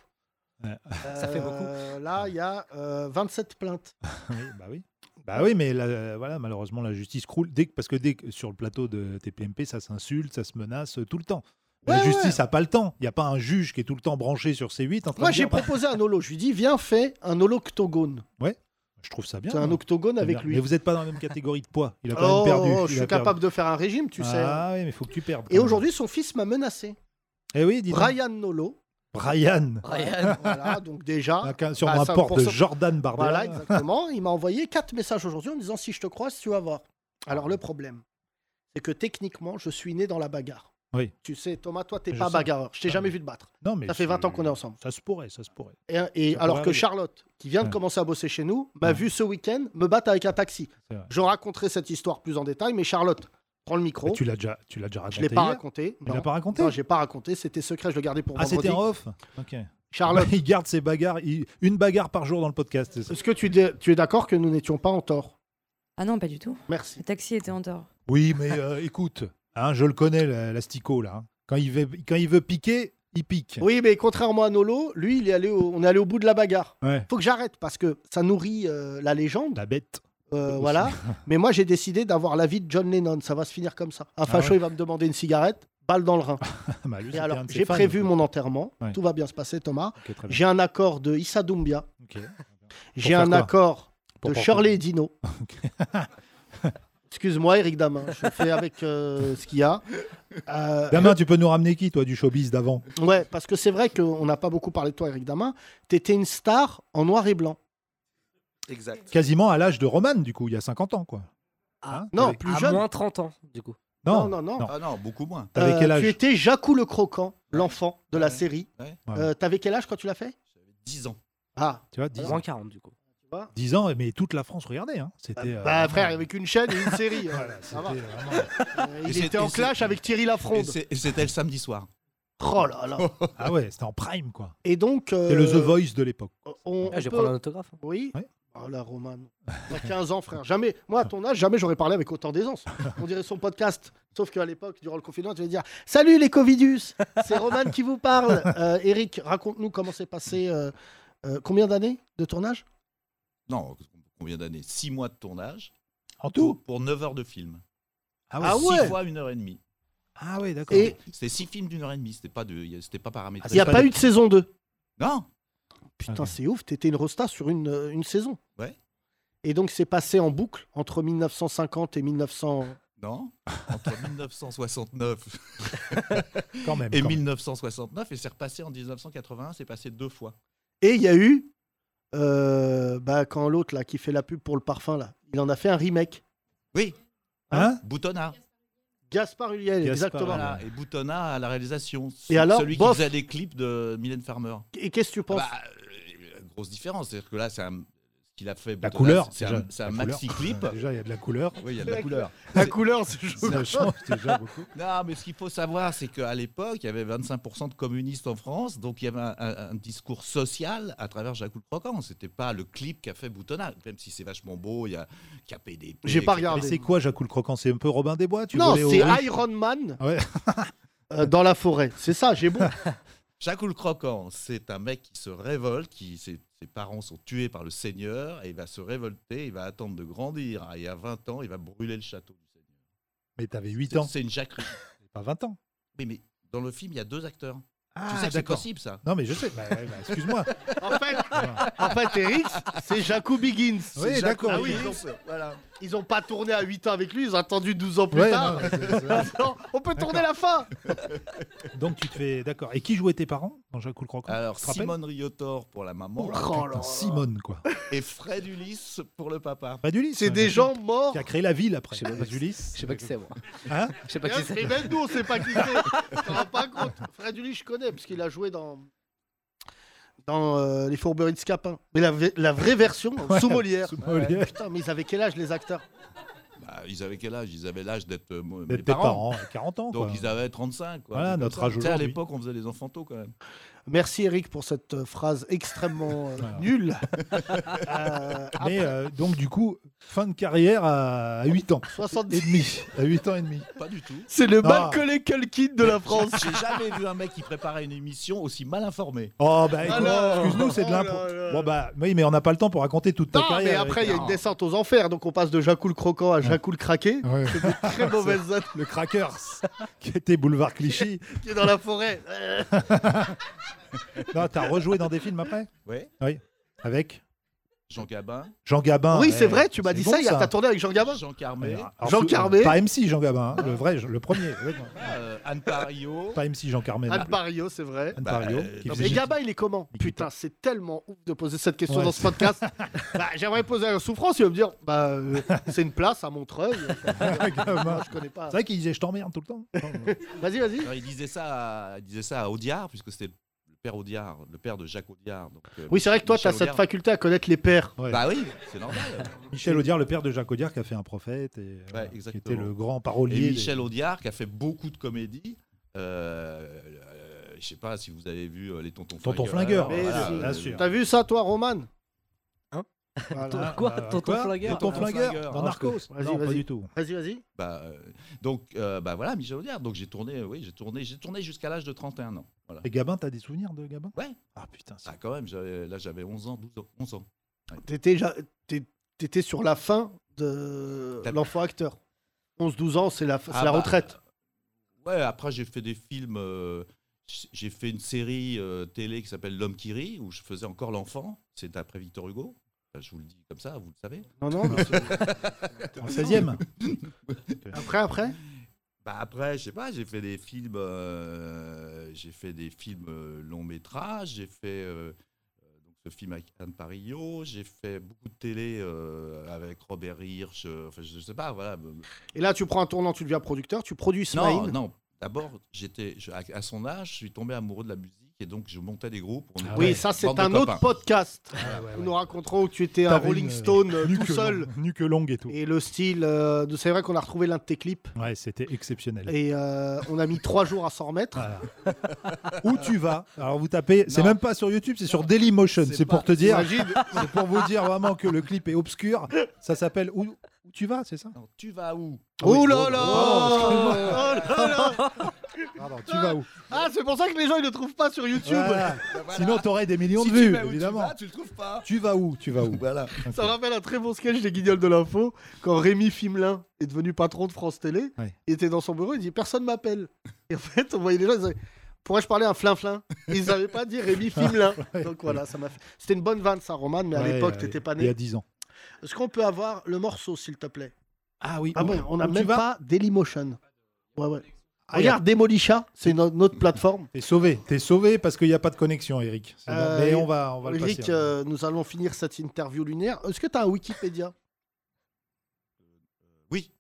S4: Ouais.
S6: Ça fait beaucoup.
S3: euh, Là, il y a euh, 27 plaintes.
S4: Oui, bah oui. Bah oui, mais la- voilà, malheureusement, la justice croule. Dès que, parce que dès que sur le plateau de TPMP, ça s'insulte, ça se menace euh, tout le temps. La
S3: Ouais,
S4: justice n'a pas le temps. Il n'y a pas un juge qui est tout le temps branché sur C8 en train
S3: Moi,
S4: de
S3: j'ai
S4: dire, bah,
S3: proposé un holo. Je lui ai dit, viens, fais un holo octogone.
S4: Je trouve ça bien.
S3: C'est un
S4: moi.
S3: octogone
S4: Ça me
S3: avec
S4: vient.
S3: lui.
S4: Ah. Mais vous n'êtes pas dans la même catégorie de poids. Il a quand
S3: Oh,
S4: même perdu.
S3: oh,
S4: Il
S3: je
S4: a
S3: suis
S4: perdu.
S3: capable de faire un régime, tu sais.
S4: Ah oui, mais il faut que tu perdes.
S3: Et aujourd'hui, son fils m'a menacé.
S4: Et oui, dis donc.
S3: Brian Nolo.
S4: Brian.
S6: Ah,
S3: voilà, donc déjà.
S4: Ah, qu'un- Sur
S3: à
S4: un port de
S3: 5%.
S4: Jordan Bardella.
S3: Voilà, exactement. Il m'a envoyé quatre messages aujourd'hui en me disant si je te croise, tu vas voir. Alors le problème, c'est que techniquement, je suis né dans la bagarre.
S4: Oui.
S3: Tu sais, Thomas, toi, t'es
S4: Je
S3: pas
S4: sais.
S3: bagarreur. Je t'ai
S4: Ah,
S3: jamais
S4: mais-
S3: vu te battre.
S4: Non, mais
S3: Ça fait
S4: c'est-
S3: 20 ans qu'on est ensemble.
S4: Ça se pourrait, ça se pourrait.
S3: Et, et
S4: Ça
S3: alors
S4: pourrait
S3: que
S4: arriver.
S3: Charlotte, qui vient de
S4: Ouais.
S3: commencer à bosser chez nous, m'a
S4: Ouais.
S3: vu ce week-end me battre avec un taxi.
S4: C'est vrai.
S3: Je raconterai cette histoire plus en détail, mais Charlotte, prends le micro.
S4: Mais Tu l'as déjà, tu l'as déjà raconté.
S3: Oh. Je l'ai pas
S4: hier.
S3: raconté.
S4: Tu l'as
S3: Non,
S4: pas raconté
S3: Non, j'ai pas raconté. C'était secret. Je le gardais pour
S4: Ah,
S3: vendredi.
S4: c'était en off Ok.
S3: Charlotte,
S4: Bah, il garde ses bagarres, il- une bagarre par jour dans le podcast. c'est ça
S3: est-ce que tu, dé- tu es d'accord que nous n'étions pas en tort
S8: Ah non, pas du tout.
S3: Merci.
S8: Le taxi était en tort.
S4: Oui, mais euh, écoute, hein, je le connais, la- l'astico, là. hein. Quand il, veut, quand il veut piquer, il pique.
S3: Oui, mais contrairement à Nolo, lui, il est allé au- on est allé au bout de la bagarre.
S4: Ouais.
S3: Faut que j'arrête parce que ça nourrit euh, la légende,
S4: La bête.
S3: euh,
S4: aussi.
S3: voilà. Mais moi, j'ai décidé d'avoir l'avis de John Lennon. Ça va se finir comme ça. Un facho,
S4: Ah ouais.
S3: il va me demander une cigarette, balle dans le rein.
S4: Bah, lui,
S3: Et
S4: c'était
S3: alors,
S4: un de ses
S3: j'ai
S4: fans,
S3: prévu
S4: quoi.
S3: mon enterrement.
S4: Ouais.
S3: Tout va bien se passer, Thomas.
S4: Ok, très bien.
S3: J'ai un accord de Issa Doumbia.
S4: Ok.
S3: J'ai
S4: faire
S3: un
S4: quoi
S3: accord
S4: Pour
S3: de
S4: porter-
S3: Shirley et Dino. Excuse-moi, Eric Damin. Je fais avec euh, ce qu'il y a. Euh,
S4: Damin, tu peux nous ramener qui, toi, du showbiz d'avant
S3: Ouais, parce que c'est vrai qu'on n'a pas beaucoup parlé de toi, Eric Damin. T'étais une star en noir et blanc.
S5: Exact.
S4: Quasiment à l'âge de Roman, du coup, il y a 50 ans, quoi. Hein
S3: Ah, Non,
S4: T'avais-
S3: plus
S6: à
S3: jeune.
S6: moins 30 ans, du coup.
S4: Non,
S3: non, non. non.
S7: Ah non, beaucoup moins.
S4: T'avais
S3: Euh,
S4: quel
S3: Tu
S4: âge
S3: étais Jacou le Croquant, l'enfant de la
S7: Ouais.
S3: série.
S7: Ouais.
S4: Ouais.
S3: Euh, T'avais quel âge quand tu l'as fait
S7: J'avais 10 ans.
S3: Ah,
S4: Tu vois, 10
S6: Moins
S4: ans.
S6: 40, du coup.
S4: 10 ans, mais toute la France regardait. Hein. C'était. euh,
S3: bah
S4: vraiment-
S3: frère, avec une chaîne et une série. euh,
S4: Voilà,
S3: ça
S4: c'était
S3: va.
S4: vraiment-
S7: Et
S3: Euh, Il
S7: c'est-
S3: était
S7: et
S3: en
S7: c'est-
S3: clash avec Thierry
S7: Et
S3: Lafronde.
S7: c'est- et c'était le samedi soir.
S3: Oh là là.
S4: Ah ouais, c'était en prime, quoi.
S3: Et donc. euh,
S4: C'était le The Voice de l'époque.
S3: on-
S6: Ah, je vais
S3: on peut-
S6: prendre un autographe. hein.
S3: Oui.
S4: Ouais.
S3: Oh là, Roman. T'as 15 ans, frère. Jamais. Moi, à ton âge, jamais j'aurais parlé avec autant d'aisance. On dirait son podcast. Sauf qu'à l'époque, durant le confinement, tu vas dire Salut les Covidus C'est Roman qui vous parle. Euh, Eric, raconte-nous comment s'est passé. euh, euh, combien d'années de tournage
S7: Non, combien d'années 6 mois de tournage.
S4: En
S7: Pour,
S4: tout
S7: 9 heures de film.
S3: Ah ouais
S7: 6 fois 1 heure et demie.
S4: Ah ouais, d'accord.
S3: Et
S7: C'était 6 films d'une heure et demie. C'était pas, de- c'était Ah, pas paramétré.
S3: il n'y a
S4: pas
S3: pas,
S4: des-
S3: eu de saison 2.
S7: Non
S3: Putain,
S4: Ok.
S3: c'est ouf. T'étais une rosta sur une, euh, une saison.
S7: Ouais.
S3: Et donc, c'est passé en boucle entre 1950 et 1900.
S7: Non, entre 1969
S4: Quand même.
S7: et
S4: quand même.
S7: 1969, et c'est repassé en 1981, c'est passé deux fois.
S3: Et il y a eu. euh, bah, quand l'autre, là, qui fait la pub pour le parfum, là, il en a fait un remake.
S4: Hein
S7: Boutonnat,
S3: Gaspard Huliel,
S4: Gaspard,
S3: exactement.
S7: voilà, et Boutonnat à la réalisation.
S3: Et alors,
S7: celui
S3: bof.
S7: qui faisait les clips de Mylène Farmer.
S3: Et qu'est-ce que tu penses
S7: Bah, euh, grosse différence, c'est-à-dire que là, c'est un- ce qu'il a fait.
S4: La
S7: Boutonnat,
S4: couleur.
S7: c'est un,
S4: déjà.
S7: c'est un
S4: La couleur.
S7: maxi clip.
S4: Déjà, il y a de la couleur.
S7: oui, il y a de la couleur.
S3: La
S7: c'est-
S3: couleur, c'est
S4: Ça change déjà beaucoup.
S7: Non, mais ce qu'il faut savoir, c'est qu'à l'époque, il y avait 25% de communistes en France, donc il y avait un, un- un discours social à travers Jacques Croquant. C'était pas le clip qu'a fait Boutonnat, même si c'est vachement beau, il y a KPDP.
S3: J'ai pas
S7: etc.
S4: Mais
S3: regardé.
S4: c'est quoi, Jacques le Croquant C'est un peu Robin des Bois tu
S3: Non,
S4: volais aux
S3: c'est
S4: riches
S3: Iron Man
S4: Ah ouais.
S3: euh, dans la forêt. C'est ça, j'ai bon.
S7: Jacques le Croquant, c'est un mec qui se révolte, qui ses, ses parents sont tués par le Seigneur, et il va se révolter, il va attendre de grandir, Ah, et à 20 ans, il va brûler le château du Seigneur.
S4: Mais t'avais 8
S7: C'est-
S4: ans,
S7: C'est une jacquerie.
S4: pas 20 ans.
S7: Oui, mais dans le film, il y a deux acteurs.
S4: Ah,
S7: tu sais que c'est
S4: d'accord.
S7: possible, ça
S4: Non, mais je sais. Bah, bah, Excuse-moi.
S3: En fait, en fait Eric, c'est Jacob Higgins.
S4: Oui,
S7: C'est Jacques
S4: d'accord.
S7: Croquant. Voilà.
S3: Ils ont pas tourné à 8 ans avec lui, ils ont attendu 12 ans plus
S4: Ouais,
S3: tard.
S4: non, mais c'est- c'est-
S3: Non, on peut tourner la fin
S4: Donc tu te fais d'accord. Et qui jouait tes parents dans Jacques le Croquant
S7: Alors,
S4: Tu te rappelles
S7: Simone Riotor pour la maman
S3: Oh là là.
S4: Simone quoi.
S7: et Fred Ulysse pour le papa.
S4: Pas d'Ulysse.
S3: oh, C'est
S4: hein,
S3: des
S4: Jacques
S3: gens morts.
S4: qui a créé la ville après.
S6: Je sais même pas que-
S4: Ulysse.
S6: Je sais pas qui c'est, moi.
S4: Hein
S6: Je sais pas qui
S3: Et
S6: c'est.
S3: même nous, on sait pas qui c'est. T'en rends pas compte. Fred Ulysse, je connais, parce qu'il a joué dans. Dans euh, les fourberies de Scapin. Mais la, v- la vraie version, sous Molière.
S4: Sous Molière.
S3: Putain, mais ils avaient quel âge les acteurs
S7: Bah, ils avaient quel âge Ils avaient l'âge d'être euh, mo- mes
S4: D'être tes parents, à 40 ans.
S7: Donc
S4: quoi.
S7: ils avaient 35. Quoi, un
S4: Voilà,
S7: truc
S4: notre
S7: comme ça. Tu
S4: âge
S7: sais,
S4: aujourd'hui.
S7: À l'époque, on faisait les enfantaux quand même.
S3: Merci Eric pour cette euh, phrase extrêmement euh,
S4: Voilà.
S3: nulle. Euh,
S4: Mais euh, donc du coup, fin de carrière à à 8 ans
S3: 70.
S4: et demi. À 8 ans et demi.
S7: Pas du tout.
S3: C'est le
S4: Ah.
S3: Macaulay Culkin de la France.
S7: J'ai jamais vu un mec qui préparait une émission aussi mal informé.
S4: Oh bah écoute,
S3: là.
S4: excuse-nous, c'est de
S3: Ah, Oh là
S4: l'impro.
S3: là.
S4: Bon bah oui, mais on n'a pas le temps pour raconter toute ta
S3: Non,
S4: carrière.
S3: mais après, il y a
S4: Eric.
S3: une descente aux enfers. Donc, on passe de Jacou le croquant à Jacou le craqué.
S4: Ouais.
S3: Très mauvaise note
S4: Le Crackers, qui était boulevard Clichy.
S3: qui est dans la forêt. Euh,
S4: Non, t'as rejoué dans des films après
S7: Ouais.
S4: Avec
S7: Jean Gabin,
S4: Jean Gabin.
S3: oui,
S4: Ouais,
S3: Ah, c'est vrai, tu m'as
S4: c'est
S3: dit
S4: bon,
S3: ça. hier, T'as tourné avec Jean Gabin.
S7: Jean Carmé,
S4: Alors,
S3: Jean
S4: sous-
S3: Carmé.
S4: Pas MC Jean Gabin, hein, le vrai, le premier. ouais, non.
S7: euh, Anne Pario.
S4: Pas MC Jean Carmé.
S3: Anne Barrio, c'est vrai.
S4: Anne
S7: Bah,
S4: Pario.
S7: euh,
S4: qui
S7: non,
S3: Et
S4: faisait
S7: mais-
S4: Gigi-
S3: Gabin, Eh ben. il est comment Putain, c'est tellement ouf de poser cette question
S4: Ouais,
S3: dans ce podcast. Bah, J'aimerais poser à souffrance. Il va me dire bah, euh, c'est une place à Montreuil.
S4: Gabin.
S3: Moi, je connais pas.
S4: C'est vrai qu'il disait je t'emmerde tout le temps.
S3: Vas-y, vas-y.
S7: Alors, il, disait ça à, il disait ça à Audiard, puisque c'était le père Audiard, le père de Jacques Audiard. donc, euh,
S3: Oui, c'est vrai que toi,
S7: Michel
S3: t'as cette
S7: Audiard.
S3: faculté à connaître les pères.
S4: Ouais.
S7: Bah oui, c'est normal.
S4: Michel Audiard, le père de Jacques Audiard, qui a fait un prophète, et, euh, voilà, qui
S7: exactement.
S4: était le grand
S7: Et
S4: parolier. des-
S7: Michel Audiard, qui a fait beaucoup de comédies. Euh, euh, je sais pas si vous avez vu euh, les tontons
S4: Tonton
S7: flingueurs.
S4: Flingueur.
S3: Mais
S7: voilà,
S3: si,
S7: euh,
S4: bien sûr.
S3: T'as vu ça, toi, Roman
S6: Hein
S3: Voilà.
S6: Quoi Tonton Flingueur
S4: Le Tonton
S7: Tonton
S4: Flingueur
S7: Flingueur.
S4: Dans
S6: Ah, je
S4: Narcos
S3: connais.
S4: Non,
S3: Vas-y,
S4: pas
S3: vas-y.
S4: du tout.
S3: Vas-y, vas-y.
S7: Bah, euh, donc euh, bah voilà Michel Audiard. Donc j'ai tourné, oui, j'ai tourné, j'ai tourné jusqu'à l'âge de 31 ans. Voilà.
S4: Et Gabin, t'as des souvenirs de Gabin
S7: Ouais.
S4: Ah putain, c'est
S7: Ah quand même, j'avais- là j'avais 11 ans, 12 ans, 11 ans.
S3: T'étais, ja- t'é- t'étais sur la fin de
S7: T'as-
S3: l'enfant acteur. 11-12 ans, c'est la, c'est
S7: Ah
S3: la
S7: bah,
S3: retraite.
S7: Ouais, après j'ai fait des films. euh, j- j'ai fait une série euh, télé qui s'appelle L'homme qui rit, où je faisais encore l'enfant. C'est après Victor Hugo. Enfin, je vous le dis comme ça, vous le savez.
S3: Non, non. mais c'est-
S4: en 16e.
S3: après, après
S7: Bah après, je sais pas, j'ai fait des films, euh, j'ai fait des films long métrages, j'ai fait euh, euh, donc ce film avec Anne Parillo, j'ai fait beaucoup de télé euh, avec Robert Hirsch, euh, enfin je sais pas, voilà. me- me-
S3: Et là, tu prends un tournant, tu deviens producteur, tu produis
S7: Non,
S3: Smaïn.
S7: non. D'abord, j'étais je- à, à son âge, je suis tombé amoureux de la musique et donc je montais des groupes. on était
S3: Ah Oui,
S7: une
S3: ça, c'est
S7: Ah bande de
S3: un autre
S7: copains.
S3: podcast.
S4: ouais,
S3: Nous
S4: ouais.
S3: nous raconterons où tu étais un
S4: T'avais
S3: Rolling
S4: une, euh,
S3: Stone euh,
S4: Nuque
S3: tout seul.
S4: longue- Nuque longue et tout.
S3: Et le style. euh, de- c'est vrai qu'on a retrouvé l'un de tes clips.
S4: Ouais, c'était exceptionnel.
S3: Et euh, on a mis trois jours à s'en remettre.
S4: Voilà. Où tu vas Alors vous tapez, c'est
S7: Non.
S4: même pas sur YouTube, c'est sur Dailymotion.
S7: C'est
S4: C'est
S7: pas-
S4: pour te dire,
S3: Imagine.
S4: c'est pour vous dire vraiment que le clip est obscur. Ça s'appelle où, Où tu vas, c'est ça
S7: Non, tu vas où
S3: Oh là là
S4: Oh,
S3: Oh là là
S4: Pardon, tu vas où
S3: Ah, c'est pour ça que les gens, ils ne le trouvent pas sur YouTube.
S4: Voilà.
S7: Ben Voilà.
S4: Sinon t'aurais des millions
S7: Si
S4: de
S7: tu
S4: vues,
S7: vas où tu
S4: évidemment.
S7: vas, tu le trouves pas.
S4: Tu vas où Tu vas où
S7: Voilà.
S3: Ça me rappelle un très bon sketch des Guignols de l'info quand Rémi Fimelin est devenu patron de France Télé.
S4: Ouais.
S3: Il était dans son bureau, il dit personne m'appelle. Et en fait, on voyait les gens, ils disaient pourrais-je parler à un flin-flin Ils savaient pas dire Rémi Fimelin. Donc voilà, ça m'a fait. C'était une bonne vanne, ça, Roman, mais à
S4: Ouais,
S3: l'époque,
S4: euh,
S3: t'étais pas
S4: Il y a
S3: né.
S4: 10 ans.
S3: Est-ce qu'on peut avoir le morceau, s'il te plaît
S4: Ah oui.
S3: Ah bon, on n'a
S4: Où tu
S3: même
S4: vas
S3: pas Dailymotion. Ouais, ouais.
S4: Ah,
S3: Regarde, Demolisha, c'est no- notre plateforme.
S4: T'es sauvé, t'es sauvé parce qu'il n'y a pas de connexion, Eric. C'est
S3: Euh,
S4: bon. Mais on va, on va le passer. hein.
S3: Eric, euh, nous allons finir cette interview lunaire. Est-ce que tu as un Wikipédia
S7: Oui.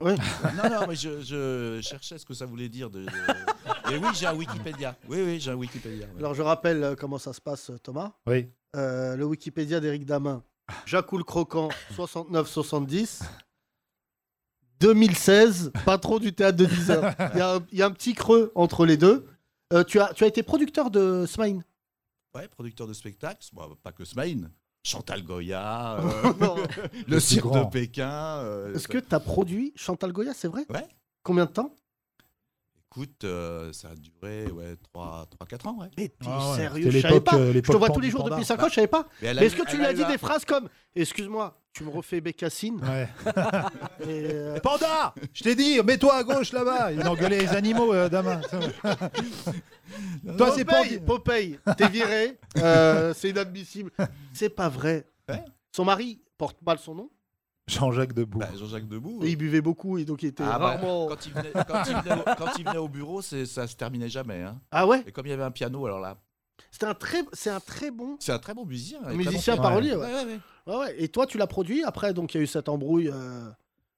S3: Ouais.
S7: non, non, mais je, je cherchais ce que ça voulait dire. De, de- Mais oui, j'ai un Wikipédia. Oui, oui, j'ai un Wikipédia. ouais.
S3: Alors, je rappelle euh, comment ça se passe, euh, Thomas.
S4: Oui.
S3: Euh, le Wikipédia d'Éric Damin. Jacou le Croquant, 69-70. 2016, patron du théâtre de 10 heures. Il y a un- il y, a un petit creux entre les deux. Euh, tu, as, tu as été producteur de Smine.
S7: Ouais, producteur de spectacles, bon, pas que Smaïn. Chantal Goya, euh,
S3: Non.
S7: le cirque
S4: grand.
S7: de Pékin. euh,
S3: Est-ce que tu as produit Chantal Goya, c'est vrai
S7: Ouais.
S3: Combien de temps
S7: Écoute, euh, ça a duré ouais, 3-4 ans. Ouais.
S3: Mais t'es
S4: Ah ouais,
S3: sérieux,
S4: c'était
S3: je savais
S4: l'époque,
S3: pas.
S4: euh,
S3: Je te
S4: l'époque
S3: vois tous
S4: Pan
S3: les
S4: du
S3: jours
S4: Panda.
S3: depuis 5 ans, je savais pas.
S7: Mais elle a
S3: Mais est-ce
S7: eu-
S3: que tu
S7: elle
S3: lui
S7: a
S3: as
S7: eu
S3: dit
S7: un-
S3: des phrases comme Excuse-moi, tu me refais Bécassine
S4: Ouais.
S3: et, euh,
S4: Panda Je t'ai dit, mets-toi à gauche là-bas. Il engueulait les animaux, euh, Damin. Toi, c'est pas.
S3: Popeye, Popeye, t'es viré, euh, c'est inadmissible. C'est pas vrai.
S7: Ouais.
S3: Son mari porte mal son nom.
S4: Jean-Jacques Debout.
S7: Bah, Jean-Jacques Debout.
S3: Et il buvait beaucoup et donc il était
S7: Ah, bah,
S3: rarement.
S7: quand, il venait, quand il venait au, quand il venait au bureau, c'est- ça se terminait jamais. hein.
S3: Ah ouais
S7: Et comme il y avait un piano, alors là,
S3: C'était un très, c'est un très bon
S7: c'est un très bon musicien. et très
S3: musicien
S7: bon-
S4: Ouais.
S3: parolier.
S7: Ouais,
S3: Ouais.
S7: ouais, ouais.
S3: Ouais, ouais. Et toi, tu l'as produit après, donc il y a eu cette embrouille euh,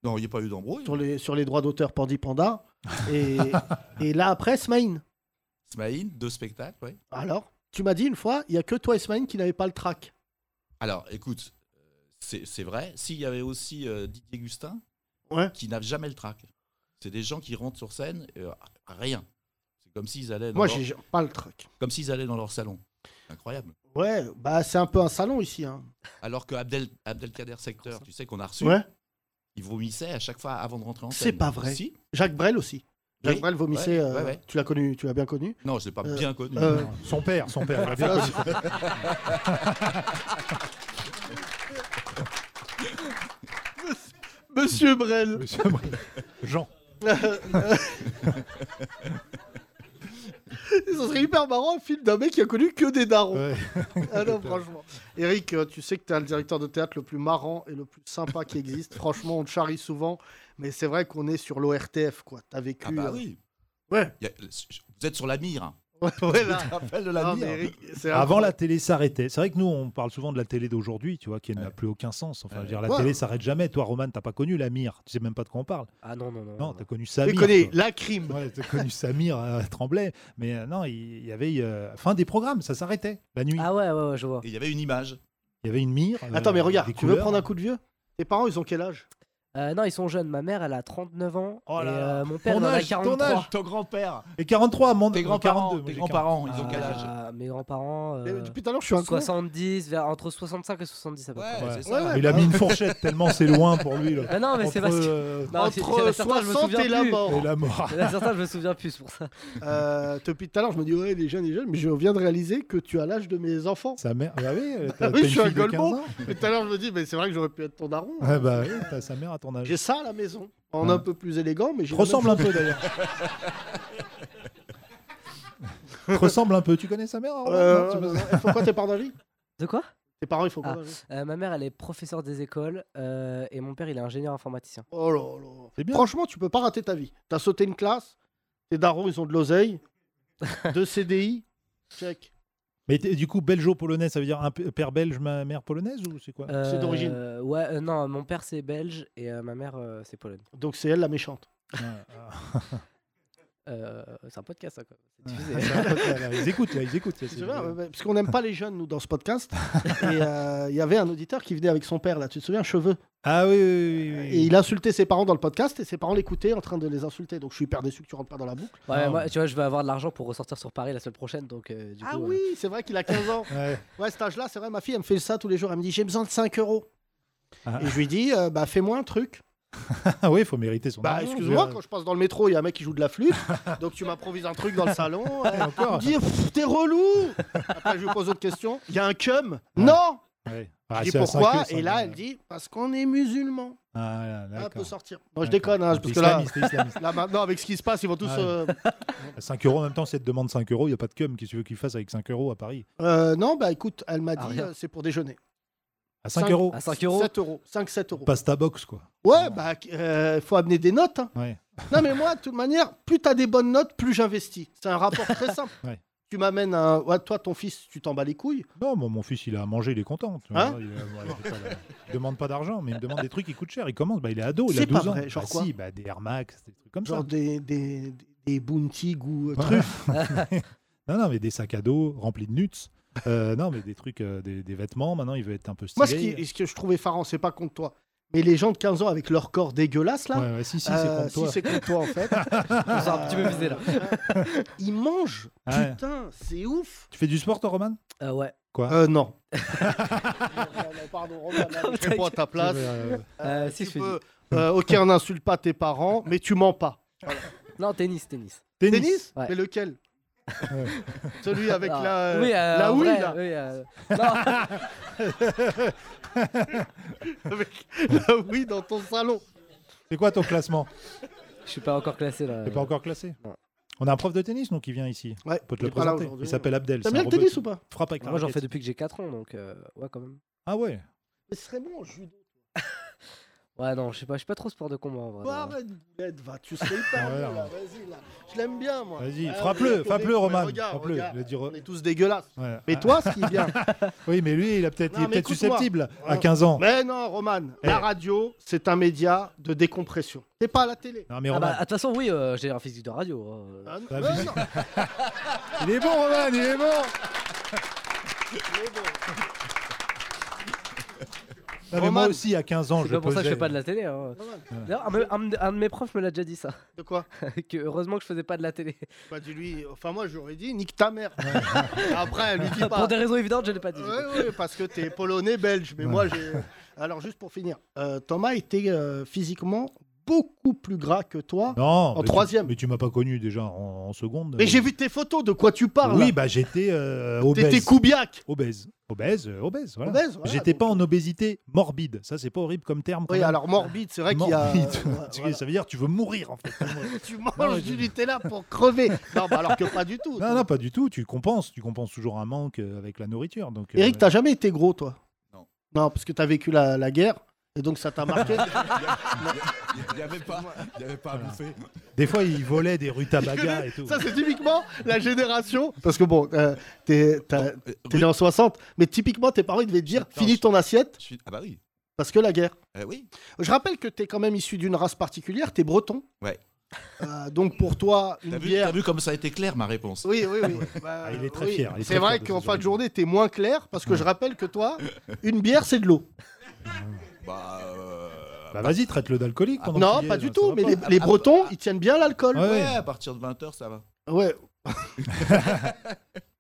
S7: Non, il n'y a pas eu d'embrouille.
S3: sur les sur les droits d'auteur Pandi Panda. Et, et là après, Smaïn.
S7: Smaïn, deux spectacles, ouais.
S3: Alors, tu m'as dit une fois, il y a que toi et Smaïn qui n'avaient pas le track.
S7: Alors, écoute, euh, c'est c'est vrai. S'il y avait aussi euh, Didier Gustin,
S3: Ouais.
S7: qui n'a jamais le trac. C'est des gens qui rentrent sur scène, et, euh, rien. C'est comme s'ils allaient, dans
S3: Moi,
S7: leur-
S3: j'ai j'ai pas le track.
S7: comme s'ils allaient dans leur salon. Incroyable.
S3: Ouais, bah c'est un peu un salon ici. Hein.
S7: Alors que Abdel, Abdelkader Secteur, tu sais qu'on a reçu,
S3: Ouais.
S7: il vomissait à chaque fois avant de rentrer en
S3: C'est
S7: scène.
S3: pas vrai.
S7: Si.
S3: Jacques Brel aussi. Jacques
S7: Oui.
S3: Brel vomissait.
S7: Ouais,
S3: euh,
S7: ouais, ouais.
S3: Tu l'as connu, tu l'as bien connu.
S7: Non, je l'ai pas
S3: Euh,
S7: bien connu.
S3: euh,
S4: Non, Son père, son père. il l'a bien
S3: Voilà.
S4: connu.
S3: Monsieur Brel.
S4: Monsieur Brel. Jean.
S3: Ça serait hyper marrant un film d'un mec qui a connu que des darons.
S4: Ouais.
S3: Ah non, franchement. Eric, euh, tu sais que tu es le directeur de théâtre le plus marrant et le plus sympa qui existe. Franchement, on te charrie souvent, mais c'est vrai qu'on est sur l'ORTF, quoi. T'as vécu.
S7: ah bah
S3: euh,
S7: oui.
S3: Ouais.
S7: Il y a- vous êtes sur la mire. hein. Ah.
S3: Ouais, ouais, là.
S7: Rappel de
S3: Non,
S7: la
S3: mais
S7: mire.
S3: Eric, c'est
S4: Avant, la
S3: incroyable.
S4: télé s'arrêtait. C'est vrai que nous, on parle souvent de la télé d'aujourd'hui, tu vois, qui n'a
S7: Ouais.
S4: plus aucun sens. Enfin, je veux dire, la
S3: Ouais.
S4: télé s'arrête jamais. Toi, Roman, t'as pas connu la mire. Tu sais même pas de quoi on parle.
S6: Ah non, non, non.
S4: Non,
S6: non.
S4: t'as connu Samir.
S3: Déconner,
S4: toi.
S3: la crime.
S4: Ouais, t'as connu Samir euh, Tremblay. Mais euh, non, il il y avait euh, fin des programmes, ça s'arrêtait la nuit.
S6: Ah ouais, ouais, ouais, je vois.
S7: Et il y avait une image.
S4: Il y avait une mire. euh,
S3: Attends, mais regarde,
S4: des
S3: tu veux
S4: couleurs.
S3: prendre un coup de vieux Tes parents, ils ont quel âge
S6: Euh, non, ils sont jeunes. Ma mère, elle a 39 ans.
S4: Oh là
S6: et
S4: là.
S6: euh, mon père,
S4: Ton
S6: il en a
S4: âge, ton
S6: 43.
S4: âge.
S7: Ton grand-père,
S4: Et 43, mon
S3: euh,
S7: tes
S4: non,
S7: grands-parents,
S4: 42, moi,
S7: tes
S4: j'ai
S7: grands-parents, ils ont quel âge
S6: Ah, Mes grands-parents. euh,
S3: Eh, Depuis tout à l'heure, je suis un con.
S6: 70, vers, entre 65 et 70 à peu près.
S7: Ouais,
S4: Ouais.
S7: c'est
S3: Ouais,
S7: ça.
S4: 40. Il a mis une fourchette tellement c'est loin pour lui. Là.
S6: Ah non, mais c'est parce que.
S4: euh,
S6: Non, c'est- il y en
S3: Entre
S6: a certains, je me
S3: 60
S6: souviens
S3: et la
S6: plus.
S4: et
S3: mort.
S4: la mort.
S6: Il y en a certains, je me souviens plus c'est pour ça.
S3: Euh, depuis tout à l'heure, je me dis, ouais, les jeunes, les jeunes, mais je viens de réaliser que tu as l'âge de mes enfants.
S4: Sa mère. Bah oui, euh,
S3: Ah
S4: t'as
S3: oui,
S4: t'as
S3: je
S4: une
S3: suis un
S4: fille de 15
S3: golemon.
S4: ans.
S3: Depuis tout à l'heure, je me dis, mais c'est vrai que j'aurais pu être ton daron.
S4: Ouais, bah oui, t'as sa mère à ton âge.
S3: J'ai ça à la maison. En
S4: Ouais.
S3: un peu plus élégant, mais j'ai. la
S4: Te
S3: même
S4: ressemble un peu d'ailleurs. Te ressemble un peu. Tu connais sa mère Arnaud
S3: Euh,
S4: Non, tu
S3: non,
S4: vois-
S3: non, il faut quoi tes parents d'avis
S6: De quoi
S3: Tes parents, il faut quoi
S6: Ah.
S3: d'avis
S6: Euh, Ma mère, elle est professeure des écoles euh, et mon père, il est ingénieur informaticien.
S3: Oh là là.
S4: C'est bien.
S3: Franchement, tu peux pas rater ta vie. T'as sauté une classe, tes darons, ils ont de l'oseille, deux CDI, check.
S4: Mais t'es- du coup, belgeo-polonais, ça veut dire un p- père belge, ma mère polonaise ou c'est quoi
S6: Euh,
S3: d'origine.
S6: Ouais, euh, non, mon père, c'est belge et euh, ma mère, euh, c'est pologne.
S3: Donc c'est elle la méchante.
S4: Ouais, ah. ah,
S6: Euh, c'est un podcast, ça, quoi. C'est diffusé.
S4: C'est un peu- là, Ils écoutent, là, ils écoutent. ça,
S3: Tu
S4: c'est-
S3: vois, ouais, ouais, parce qu'on n'aime pas les jeunes, nous, dans ce podcast. Et euh, il y avait un auditeur qui venait avec son père, là, tu te souviens, cheveux.
S4: Ah oui, oui, oui, oui,
S3: Et il insultait ses parents dans le podcast et ses parents l'écoutaient en train de les insulter. Donc je suis hyper déçu que tu rentres pas dans la boucle.
S6: Ouais,
S4: Non,
S6: moi,
S4: mais-
S6: tu vois, je vais avoir de l'argent pour ressortir sur Paris la semaine prochaine, donc euh, du
S3: Ah
S6: coup, euh,
S3: oui, c'est vrai qu'il a 15 ans.
S4: Ouais.
S3: Ouais, cet âge-là, c'est vrai, ma fille, elle me fait ça tous les jours. Elle me dit, j'ai besoin de 5 euros.
S4: Ah.
S3: Et je lui dis, euh, bah fais-moi un truc.
S4: Ah oui, il faut mériter son
S3: Bah,
S4: argent,
S3: excuse-moi,
S4: je veux
S3: quand je passe dans le métro, il y a un mec qui joue de la flûte, donc tu m'improvises un truc dans le salon. euh,
S4: dire.
S3: il me
S4: Encore
S3: dit, Pff, t'es relou Après, je lui pose autre question. Il y a un cum Non
S4: Ouais.
S3: Je
S4: Ah,
S3: dis
S4: c'est à
S3: pourquoi
S4: cinq euros,
S3: Et là,
S4: cinq
S3: elle dit, parce qu'on est musulmans.
S4: euros. Ah, là,
S3: Elle peut
S4: d'accord.
S3: sortir. Moi, je
S4: D'accord. Bah,
S3: déconne, hein, parce que là,
S4: Islamiste, islamiste.
S3: là, maintenant, avec ce qui se passe, ils vont tous.
S4: Ah ouais.
S3: euh,
S4: 5 euros en même temps, si elle te demande 5 euros, il n'y a pas de cum. Qu'est-ce que tu veux qu'il fasse avec 5 euros à Paris
S3: euh, non, bah écoute, elle m'a
S6: Ah,
S3: dit,
S6: rien.
S3: euh, c'est pour déjeuner.
S4: À 5
S3: Cinq- Ah,
S4: euros,
S6: à 5 euros.
S3: 7 euros. 5-7 euros.
S4: passe ta box, quoi.
S3: Ouais, bah, euh, faut amener des notes. hein.
S4: Ouais.
S3: Non, mais moi, de toute manière, plus t'as des bonnes notes, plus j'investis. C'est un rapport très simple.
S4: Ouais.
S3: Tu m'amènes un. ouais, toi, ton fils, tu t'en bats les couilles.
S4: Non, moi, mon fils, il a à manger, il est content. tu
S3: Hein
S4: vois, il, a- voilà, j'ai pas la- il demande pas d'argent, mais il me demande des trucs qui coûtent cher. Il commence, bah, il est ado, il a
S3: C'est
S4: 12
S3: pas
S4: ans.
S3: vrai, genre
S4: Bah
S3: quoi
S4: si, bah, des Air Max, des trucs comme
S3: Genre
S4: ça.
S3: des, des, des bounty goût euh,
S4: Ouais.
S3: truffes.
S4: Non, non, mais des sacs à dos remplis de nuts. Euh, non, mais des trucs, euh, des, des vêtements. Maintenant, il veut être un peu stylé.
S3: Moi, ce, qui- ce que je trouve effarant, c'est pas contre toi. Mais les gens de 15 ans avec leur corps dégueulasse, là.
S4: Ouais, ouais, si, si,
S3: euh,
S4: c'est pour
S3: Si,
S4: toi.
S3: c'est contre toi, en fait.
S6: On s'est un petit peu visé, là.
S3: Ils mangent.
S4: Ouais.
S3: Putain, c'est ouf.
S4: Tu fais du sport, toi, Roman
S6: Euh, ouais.
S3: Euh, non. Non, non, Pardon, Romain, là, je prends ta place.
S4: Euh,
S6: Euh, si,
S3: Tu
S6: je fais
S3: peux- euh, ok, on n'insulte pas tes parents, mais tu mens pas.
S6: du- Non, tennis, tennis.
S4: Tennis,
S3: Tennis
S6: Ouais.
S3: Mais lequel
S4: Ouais.
S3: Celui avec
S6: Ah,
S3: la,
S6: oui, euh,
S3: la
S6: en
S3: Wii,
S6: vrai,
S3: là.
S6: oui, euh, non,
S3: Avec
S6: euh,
S3: la Wii dans ton salon.
S4: C'est quoi ton classement
S6: je suis pas encore classé là.
S4: T'es
S3: Euh,
S4: pas encore classé
S6: Non.
S4: On a un prof de tennis, donc, qui vient ici.
S3: Ouais,
S4: On peut te le
S3: il est pas là
S4: présenter.
S3: aujourd'hui.
S4: Il s'appelle Abdel.
S3: T'aimes
S4: c'est un
S3: bien le
S4: robot
S3: tennis
S4: qui
S3: ou pas
S4: Frappe avec la
S6: Moi, j'en fais
S4: raquette.
S6: depuis que j'ai 4 ans, donc euh, ouais, quand même.
S4: Ah ouais
S3: Mais ce serait bon en judo.
S6: Ouais, non, je sais pas, je suis pas trop sport de combat en vrai.
S3: Bah,
S6: non.
S3: arrête, boulette, va, tu sais pas.
S4: Ouais,
S3: là,
S4: non.
S3: Vas-y, là. Je l'aime bien, moi.
S4: Vas-y,
S3: Ah,
S4: frappe-le,
S3: on est-
S4: frappe-le,
S3: on est-
S4: Roman.
S3: regarde,
S4: Frappe-le.
S3: regarde,
S4: il a dit re-
S3: On est tous dégueulasses.
S4: Voilà.
S3: Mais toi, ce qui est bien.
S4: Ah, oui, mais lui, il a peut-être,
S3: Non,
S4: il est
S3: mais
S4: peut-être
S3: écoute-moi.
S4: susceptible à
S3: Ouais.
S4: 15 ans.
S3: Mais non, Roman,
S4: Eh.
S3: la radio, c'est un média de décompression. T'es pas à la télé.
S4: Non, mais
S6: Ah
S4: Roman,
S6: bah, de toute façon, oui, euh, j'ai un physique de radio. hein.
S3: Ah, non,
S4: Ah,
S3: non,
S4: mais-
S3: non,
S4: il est bon, Roman, il est bon.
S3: mais bon.
S4: Non, mais moi
S3: Roman.
S4: aussi, à 15 ans,
S6: C'est
S4: je
S6: pas pour ça que je
S4: pesais.
S6: fais pas de la télé. hein.
S3: Roman,
S6: D'ailleurs, un, me- un de- un de mes profs me l'a déjà dit ça.
S3: De quoi
S6: que heureusement que je faisais pas de la télé.
S3: Bah, dis-lui. Enfin, moi, j'aurais dit, nique ta mère. Après, lui dis
S6: Pour
S3: pas.
S6: des raisons évidentes, je l'ai pas dit.
S3: Oui, oui, parce que t'es polonais belge, mais
S4: Ouais.
S3: moi j'ai. Alors juste pour finir, euh, Thomas était euh, physiquement beaucoup plus gras que toi.
S4: Non,
S3: En
S4: mais tu-
S3: troisième.
S4: Mais tu m'as pas connu déjà en, en seconde.
S3: Mais
S4: Bah, euh,
S3: j'ai vu tes photos, de quoi tu parles
S4: Oui,
S3: là
S4: bah j'étais euh, obèse.
S3: T'étais Koubiak.
S4: Obèse, obèse, euh, obèse. Voilà.
S3: Obèse, voilà,
S4: J'étais
S3: donc- euh,
S4: pas en obésité morbide. Ça, c'est pas horrible comme terme. quand
S3: Oui,
S4: même.
S3: alors morbide, c'est vrai qu'il y a. euh,
S4: Morbide.
S3: Voilà.
S4: Tu- Ça veut dire tu veux mourir en fait.
S3: Tu
S4: Non,
S3: manges
S4: je-
S3: du Nutella pour crever. Non, bah, alors que pas du tout.
S4: non, non, pas du tout. Tu compenses. Tu compenses toujours un manque euh, avec la nourriture. Donc, euh,
S3: Eric, t'as jamais été gros, toi
S7: Non.
S3: Non, parce que t'as vécu la, la guerre et donc ça t'a marqué.
S7: Il n'y avait pas, il y avait pas à bouffer.
S4: des fois, il volait des rutabagas et tout. Bah,
S3: ça, c'est typiquement la génération. Parce que bon, euh, t'es t'as-
S7: Euh,
S3: t'es
S7: Ruth,
S3: né en 60, mais typiquement, tes parents ils devaient te dire
S7: Attends,
S3: finis
S7: je-
S3: ton assiette
S7: je suis- Ah bah oui.
S3: parce que la guerre.
S7: Euh, oui.
S3: Je rappelle que t'es quand même issu d'une race particulière, t'es breton.
S7: Ouais.
S3: Euh, donc pour toi, une
S7: T'as vu,
S3: bière.
S7: t'as vu comme ça a été clair ma réponse.
S3: Oui, oui, oui. Bah,
S4: Ah, il est très
S3: oui.
S4: fier, il est
S3: C'est
S4: très
S3: vrai
S4: fier de
S3: qu'en
S4: ce
S3: fin de
S4: jeu.
S3: journée, t'es moins clair parce que je rappelle que toi, une bière, c'est de l'eau.
S7: Bah, euh,
S4: Bah, vas-y, traite-le d'alcoolique. pendant
S3: non,
S4: qu'il y
S3: pas
S4: est,
S3: du
S4: ça
S3: tout.
S4: va
S3: Mais
S4: pas.
S3: les,
S7: Ah,
S3: les
S7: ah,
S3: Bretons,
S7: ah,
S3: ils tiennent bien l'alcool.
S4: Ah ouais.
S7: ouais, à partir de 20h, ça va.
S3: Ouais.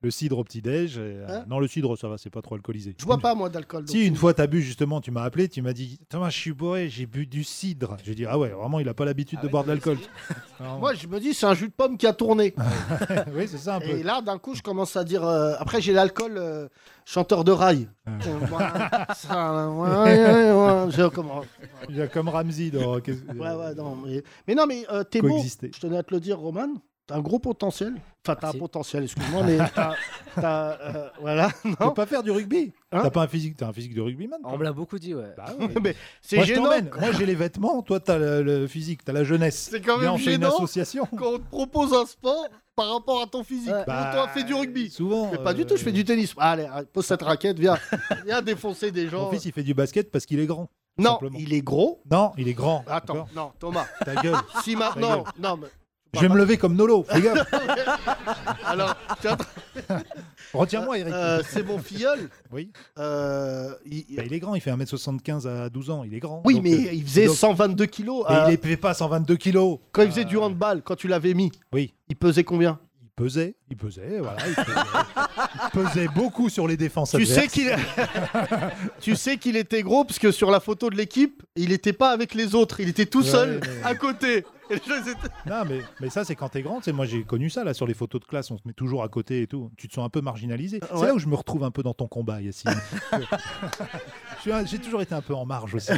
S4: Le cidre au petit-déj. euh,
S3: Hein
S4: non, le cidre, ça va, c'est pas trop alcoolisé.
S3: Je bois
S4: Une-
S3: pas moi d'alcool. donc-
S4: Si une fois t'as bu justement, tu m'as appelé, tu m'as dit Thomas, je suis bourré, j'ai bu du cidre. J'ai dit ah ouais, vraiment il a pas l'habitude de boire de l'alcool. Alors,
S3: Moi, je me dis, c'est un jus de pomme qui a tourné.
S4: oui, c'est ça un peu.
S3: Et là, d'un coup, je commence à dire. euh, Après, j'ai l'alcool euh, chanteur de rail. Euh, ouais, ça, ouais, ouais, ouais, je commence.
S4: Il y a comme Ramsey dans Rock-
S3: Ouais, ouais, non. Mais, mais non, mais euh, t'es beau.
S4: coexister.
S3: Je tenais à te le dire, Roman. T'as un gros potentiel. Enfin, t'as un
S6: Merci.
S3: potentiel, excuse-moi, mais t'as. t'as, euh, voilà.
S4: Tu peux pas faire du rugby.
S3: Hein
S4: t'as pas un physique, t'as un physique de rugbyman.
S6: On
S4: toi.
S6: me l'a beaucoup dit, ouais.
S4: Bah ouais.
S3: Mais c'est
S4: Moi je
S3: gênant.
S4: t'emmène. Moi j'ai les vêtements, toi t'as le, le physique, t'as la jeunesse.
S3: C'est quand même
S4: Viens, on fait une
S3: gênant
S4: association.
S3: quand on te propose un sport par rapport à ton physique.
S6: Ouais.
S4: Bah,
S3: toi, fais du rugby.
S4: Souvent.
S3: Bah,
S4: euh,
S3: Mais pas du tout, je fais du tennis. Allez, arrête, pose cette raquette, viens. viens défoncer des
S4: Mon
S3: gens.
S4: fils il fait du basket parce qu'il est grand.
S3: non,
S4: simplement.
S3: il est gros.
S4: Non, il est grand.
S3: Attends,
S4: d'accord
S3: non, Thomas.
S4: Ta gueule.
S3: Si maintenant. Non, mais.
S4: Je vais me lever comme Nolo. Fais gaffe.
S3: Alors, tu es en train-
S4: Retiens-moi, Eric.
S3: Euh, c'est mon filleul.
S4: Oui.
S3: Euh, il-
S4: Bah, il est grand, il fait 1m75 à 12 ans, il est grand.
S3: Oui,
S4: Donc,
S3: mais
S4: euh,
S3: il faisait
S4: donc-
S3: 122 kilos.
S4: Mais
S3: euh,
S4: il est- fait pas 122 kilos.
S3: Quand il faisait
S4: Euh,
S3: du handball, quand tu l'avais mis,
S4: Oui.
S3: il pesait combien
S4: Il pesait, il pesait, voilà. Il pesait, Il pesait beaucoup sur les défenses
S3: Tu
S4: adverses.
S3: sais qu'il Tu sais qu'il était gros parce que sur la photo de l'équipe, il n'était pas avec les autres, il était tout
S4: Ouais,
S3: seul
S4: ouais, ouais.
S3: à côté. Et les gens étaient-
S4: Non, mais, mais ça, c'est quand t'es grande. Tu sais, Moi, j'ai connu ça, là, sur les photos de classe. On se met toujours à côté et tout. Tu te sens un peu marginalisé. C'est
S3: ouais.
S4: là où je me retrouve un peu dans ton combat, Yacine. Je suis un- J'ai toujours été un peu en marge aussi.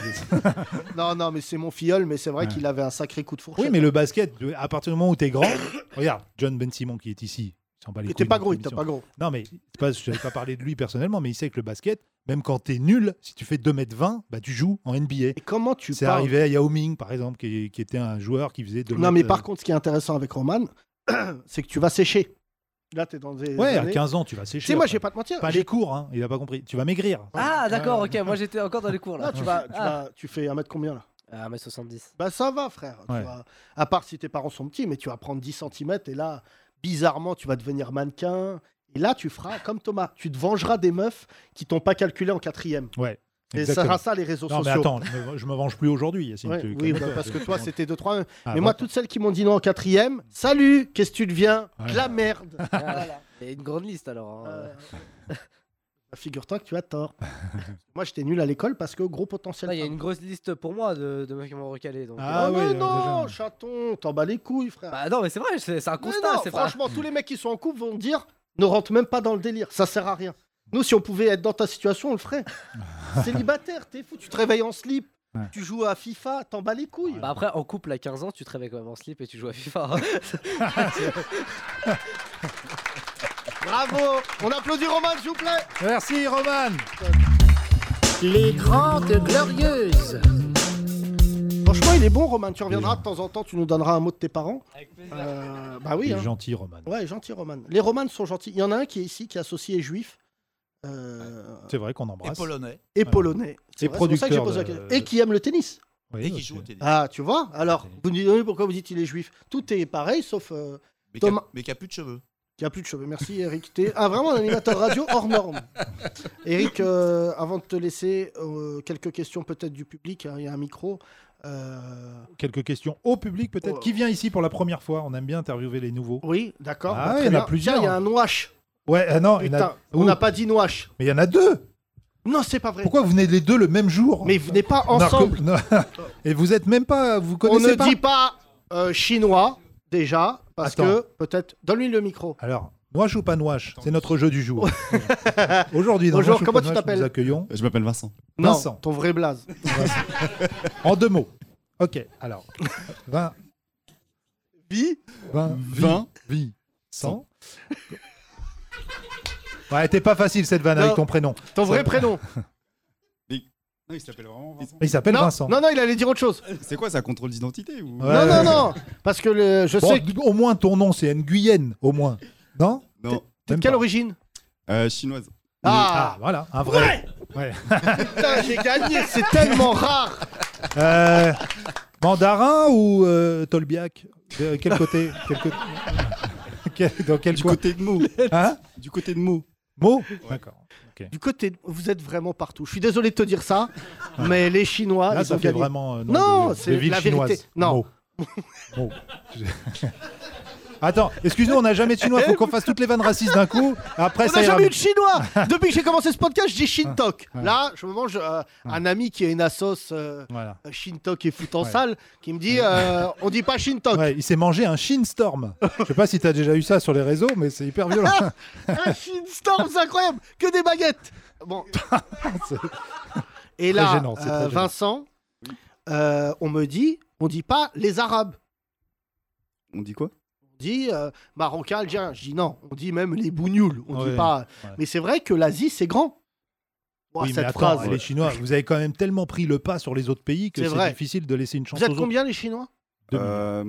S3: Non, non, mais c'est mon filleul, mais c'est vrai qu'il avait un sacré coup de fourchette.
S4: Oui, mais le basket, à partir du moment où t'es grand, regarde, John Ben Simon qui est ici. Il s'en bat les
S3: Il
S4: couilles
S3: était pas
S4: de
S3: gros, il
S4: l'émission.
S3: était pas gros.
S4: Non, mais c'est pas, je n'avais pas parlé de lui personnellement, mais il sait que le basket, même quand t'es nul, si tu fais 2m20, bah, tu joues en NBA.
S3: Et comment tu
S4: C'est
S3: parles
S4: arrivé à Yao Ming, par exemple, qui, qui était un joueur qui faisait euh, 2
S3: Non, mais par contre, ce qui est intéressant avec Roman, c'est que tu vas sécher. Là, t'es dans des.
S4: Ouais, à
S3: années-
S4: 15 ans, tu vas
S3: Tu
S4: sécher.
S3: sais, moi,
S4: après.
S3: je vais pas te mentir.
S4: Pas
S3: j'ai-
S4: les cours, hein, il a pas compris. Tu vas maigrir.
S6: Ah, d'accord, ok. Moi, j'étais encore dans les cours
S3: Non,
S6: là.
S3: tu vas, tu,
S6: Ah.
S3: vas- tu fais un mètre combien là
S6: Ah, mais 70.
S3: Bah ça va frère. Tu
S4: Ouais.
S3: vas- à part si tes parents sont petits, mais tu vas prendre 10 cm et là, bizarrement, tu vas devenir mannequin. Et là, tu feras comme Thomas. Tu te vengeras des meufs qui t'ont pas calculé en quatrième.
S4: Ouais.
S3: Et ça
S4: exactement.
S3: sera ça les réseaux
S4: Non, mais
S3: sociaux.
S4: attends, je me, je me venge plus aujourd'hui, Yacine.
S3: Ouais,
S4: tu
S3: oui,
S4: connais
S3: bah,
S4: pas,
S3: parce que
S4: je-
S3: toi, c'était 2-3. mais
S4: Ah, bon.
S3: moi, toutes celles qui m'ont dit non en quatrième, salut, qu'est-ce que tu deviens
S4: Ouais.
S3: De la merde.
S6: Voilà. Et une grande liste alors. hein.
S3: Euh, bah, Figure-toi que tu as tort. moi, j'étais nul à l'école parce que gros potentiel.
S6: Là, il y a une grosse liste pour moi de, de mecs qui m'ont recalé. Donc...
S4: Ah.
S3: Ah,
S4: oui,
S3: mais
S4: euh,
S3: non,
S4: déjà.
S3: chaton, t'en bats les couilles, frère.
S6: Bah non, mais c'est vrai, c'est c'est un
S3: Mais
S6: constat.
S3: non,
S6: c'est pas...
S3: franchement, tous les mecs qui sont en couple vont dire ne rentre même pas dans le délire, ça sert à rien. Nous, si on pouvait être dans ta situation, on le ferait. Célibataire, t'es fou, tu te réveilles en slip,
S4: Ouais.
S3: tu joues à FIFA, t'en bats les couilles.
S6: Bah après, en couple à 15 ans, tu te réveilles quand même en slip et tu joues à FIFA. hein.
S3: Bravo On applaudit Roman, s'il vous plaît
S4: Merci, Roman.
S1: Les Grandes Glorieuses.
S3: Franchement, il est bon, Roman. Tu reviendras de temps en temps, tu nous donneras un mot de tes parents. Euh, bah oui.
S4: Il est
S3: hein.
S4: gentil, Roman.
S3: Ouais, gentil, Roman. Les Romanes sont gentils. Il y en a un qui est ici, qui est associé juif. euh,
S4: C'est vrai qu'on
S7: Et
S4: embrasse.
S7: polonais.
S3: et
S4: Ouais.
S3: polonais. C'est
S4: Et
S3: vrai, c'est pour ça que j'ai
S4: producteur
S3: posé la
S4: de-
S3: question. Et qui aime le tennis.
S4: Oui, euh,
S7: Et qui
S4: parce
S7: joue au
S4: que-
S7: tennis.
S3: Ah, tu vois Alors, vous nous donnez pourquoi vous dites il est juif. Tout est pareil, sauf euh,
S7: mais qui
S3: Thomas-
S7: a, mais qui a plus de cheveux.
S3: qu'il n'y a plus de cheveux. Merci, Eric. T'es ah, vraiment un animateur radio hors norme. Eric, euh, avant de te laisser, euh, quelques questions peut-être du public. hein, Il y a un micro. Euh,
S4: Quelques questions au public, peut-être.
S3: Oh.
S4: Qui vient ici pour la première fois On aime bien interviewer les nouveaux.
S3: Oui, d'accord. Bah,
S4: Ah,
S3: très
S4: il y en a
S3: bien.
S4: plusieurs.
S3: Tiens, Il y a un Nouache.
S4: Ouais, ah non, il y en a-
S3: Putain, on n'a
S4: Ouh,
S3: pas dit Nouache.
S4: Mais il y en a deux
S3: Non, c'est pas vrai.
S4: Pourquoi vous venez les deux le même jour
S3: Mais vous n'êtes pas
S4: Non,
S3: ensemble.
S4: que- non. Et vous êtes même pas. Vous
S3: on
S4: connaissez
S3: ne
S4: pas
S3: dit pas euh, chinois, déjà, parce
S4: Attends.
S3: que peut-être. Donne-lui le micro.
S4: Alors, Noache ou pas Noache C'est notre jeu du jour. Aujourd'hui, dans
S3: Bonjour,
S4: Noache ou
S3: comment
S4: pas
S3: tu
S4: Noache,
S3: t'appelles
S4: Nous accueillons
S9: Je m'appelle Vincent.
S4: Vincent.
S3: Non, ton vrai blaze.
S4: en deux mots. Ok, alors. 20,
S3: Bi
S4: 20,
S9: 20,
S4: 100. Ouais, t'es pas facile cette vanne
S3: Non.
S4: avec ton prénom.
S3: Ton vrai prénom.
S9: Non, il s'appelle vraiment Vincent.
S4: Il s'appelle
S3: non,
S4: Vincent.
S3: non, non, il allait dire autre chose.
S9: C'est quoi, ça contrôle d'identité ou...
S4: Ouais.
S3: non, non, non. Parce que le- je
S4: Bon,
S3: sais.
S4: au moins ton nom, c'est Nguyen, au moins. Non
S9: Non,
S3: De
S4: Même
S3: quelle
S4: pas.
S3: origine
S9: euh, chinoise.
S4: Ah,
S3: Ah,
S4: voilà, un vrai. Ouais.
S3: putain, j'ai gagné. C'est tellement rare.
S4: Euh, mandarin ou euh, Tolbiac De quel côté, quel côté- Quel- Dans quel
S9: Du
S4: coin
S9: côté de mots.
S4: Hein
S9: Du côté de mots.
S4: Mot D'accord.
S3: Du côté, de- vous êtes vraiment partout. Je suis désolé de te dire ça, mais les Chinois,
S4: Là,
S3: Ah, ils
S4: ça
S3: ont
S4: fait
S3: gagné.
S4: vraiment. euh, nom
S3: Non,
S4: de- de
S3: c'est
S4: ville
S3: la
S4: chinoise.
S3: vérité. Non.
S4: Mot. Mot. Attends, excuse-nous, on n'a jamais de chinois. Faut qu'on fasse toutes les vannes racistes d'un coup. Après,
S3: On
S4: ça
S3: n'a
S4: ira
S3: jamais eu
S4: mieux.
S3: de chinois Depuis que j'ai commencé ce podcast, je dis Shintok. Là, je me mange euh, un ami qui a une assos euh,
S4: Voilà.
S3: Shintok et foot en
S4: Ouais.
S3: salle qui me dit euh, on dit pas Shintok.
S4: Ouais, il s'est mangé un shinstorm. Je sais pas si t'as déjà eu ça sur les réseaux, mais c'est hyper violent.
S3: Un Shinstorm, c'est incroyable Que des baguettes Bon.
S4: C'est-
S3: et
S4: Très
S3: là,
S4: gênant, c'est très
S3: euh,
S4: gênant.
S3: Vincent, euh, on me dit on dit pas les Arabes.
S9: On dit quoi
S3: On dit euh, Marocains, Algériens. Je dis non, on dit même les Bougnoules. On
S4: Ouais,
S3: dit pas.
S4: ouais.
S3: Mais c'est vrai que l'Asie, c'est grand. Ouah,
S4: oui, mais
S3: cette
S4: attends,
S3: phrase.
S4: les Chinois, vous avez quand même tellement pris le pas sur les autres pays que
S3: C'est
S4: c'est
S3: vrai.
S4: difficile de laisser une chance
S3: Vous
S4: aux
S3: êtes
S4: autres.
S3: combien les Chinois
S4: Deux
S9: Euh,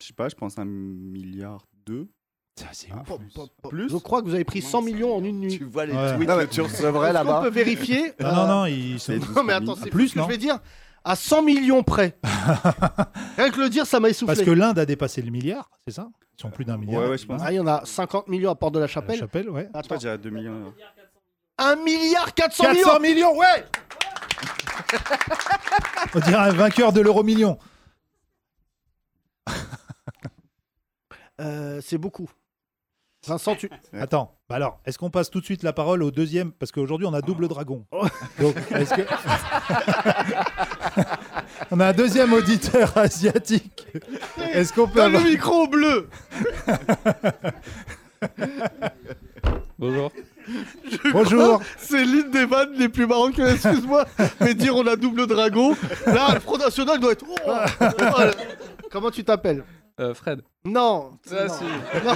S9: Je sais pas, je pense un milliard deux.
S4: Ça, c'est
S9: Ah,
S4: ouf.
S3: Pop, pop, pop.
S9: Plus
S3: Je crois que vous avez pris 100 millions en une nuit.
S5: Tu vois les
S4: Ouais.
S5: tweets
S9: Non,
S5: que
S9: mais-
S5: tu recevrais
S3: On peut
S5: là-bas.
S3: vérifier.
S4: Non,
S3: euh,
S4: non, non, ils sont-
S9: c'est-
S3: non, mais attends,
S9: Ah,
S3: c'est
S4: plus,
S3: plus, ce que
S4: non
S3: je vais dire. À 100 millions près. Rien que le dire, ça m'a essoufflé.
S4: Parce que l'Inde a dépassé le milliard, c'est ça Ils sont plus d'un milliard.
S9: ouais, je pense.
S4: À
S3: Ah, il y en a 50 millions à Porte de la
S4: La
S3: Ah, Chapelle.
S4: chapelle,
S9: Euh,
S4: ouais.
S9: Je sais pas,
S3: Attends.
S9: j'ai à 2 millions.
S3: 1 milliard 400,
S4: 400
S3: millions
S4: millions, ouais On dirait un vainqueur de l'euro million.
S3: Euh, C'est beaucoup. Vincent, tu...
S4: Attends, bah alors, est-ce qu'on passe tout de suite la parole au deuxième Parce qu'aujourd'hui, on a double dragon. Donc, est-ce que. on a un deuxième auditeur asiatique. Est-ce qu'on peut
S3: Donne
S4: avoir.
S3: le micro au bleu
S10: Bonjour.
S4: Bonjour
S3: C'est l'une des vannes les plus marrantes que excuse-moi, mais dire on a double dragon, là, le Front National doit être... Oh, oh. Comment tu t'appelles
S10: Euh, Fred.
S3: Non non.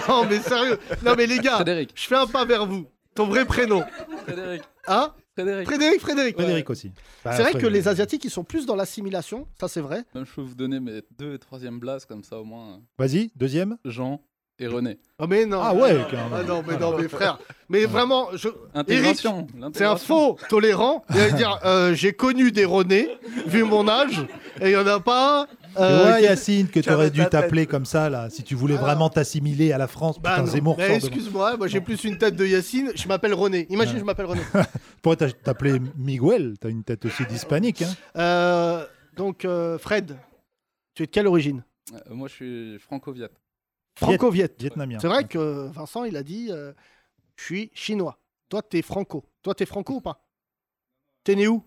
S3: non, mais sérieux Non, mais les gars,
S10: Frédéric.
S3: je fais un pas vers vous. Ton vrai prénom,
S10: Frédéric.
S3: hein
S10: Frédéric.
S3: Frédéric, Frédéric
S4: Frédéric aussi. Bah,
S3: C'est vrai que
S4: Frédéric.
S3: les Asiatiques, ils sont plus dans l'assimilation, ça c'est vrai.
S10: Même, je peux vous donner mes deux et troisième blases, comme ça au moins.
S4: Vas-y, deuxième.
S10: Jean et René.
S3: Ah mais non
S4: Ah ouais, quand même.
S3: Ah non, mais non, mais frère Mais vraiment, je...
S10: Intégration.
S3: c'est un
S10: l'intégration.
S3: faux tolérant. Il va dire euh, j'ai connu des René, vu mon âge, et il n'y en a pas un.
S4: Tu
S3: euh,
S4: vois,
S3: qui-
S4: Yacine, que tu
S5: avais
S4: aurais dû
S5: ta tête.
S4: t'appeler comme ça, là, si tu voulais
S3: Alors-
S4: vraiment t'assimiler à la France.
S3: Ah. Bah
S4: Putain,
S3: non.
S4: Zemmour
S3: Mais
S4: sort de-
S3: excuse-moi, moi j'ai plus une tête de Yacine, je m'appelle René. Imagine,
S4: Ouais.
S3: je m'appelle René.
S4: Pourquoi t'as- t'appeler Miguel T'as une tête aussi d'hispanique. Hein
S3: Euh, donc, euh, Fred, tu es de quelle origine
S10: Euh, Moi, je suis franco-viet.
S3: Franco-viet.
S4: Vietnamien.
S3: C'est vrai que Vincent, il a dit euh, je suis chinois. Toi, t'es franco. Toi, t'es franco ou pas T'es né où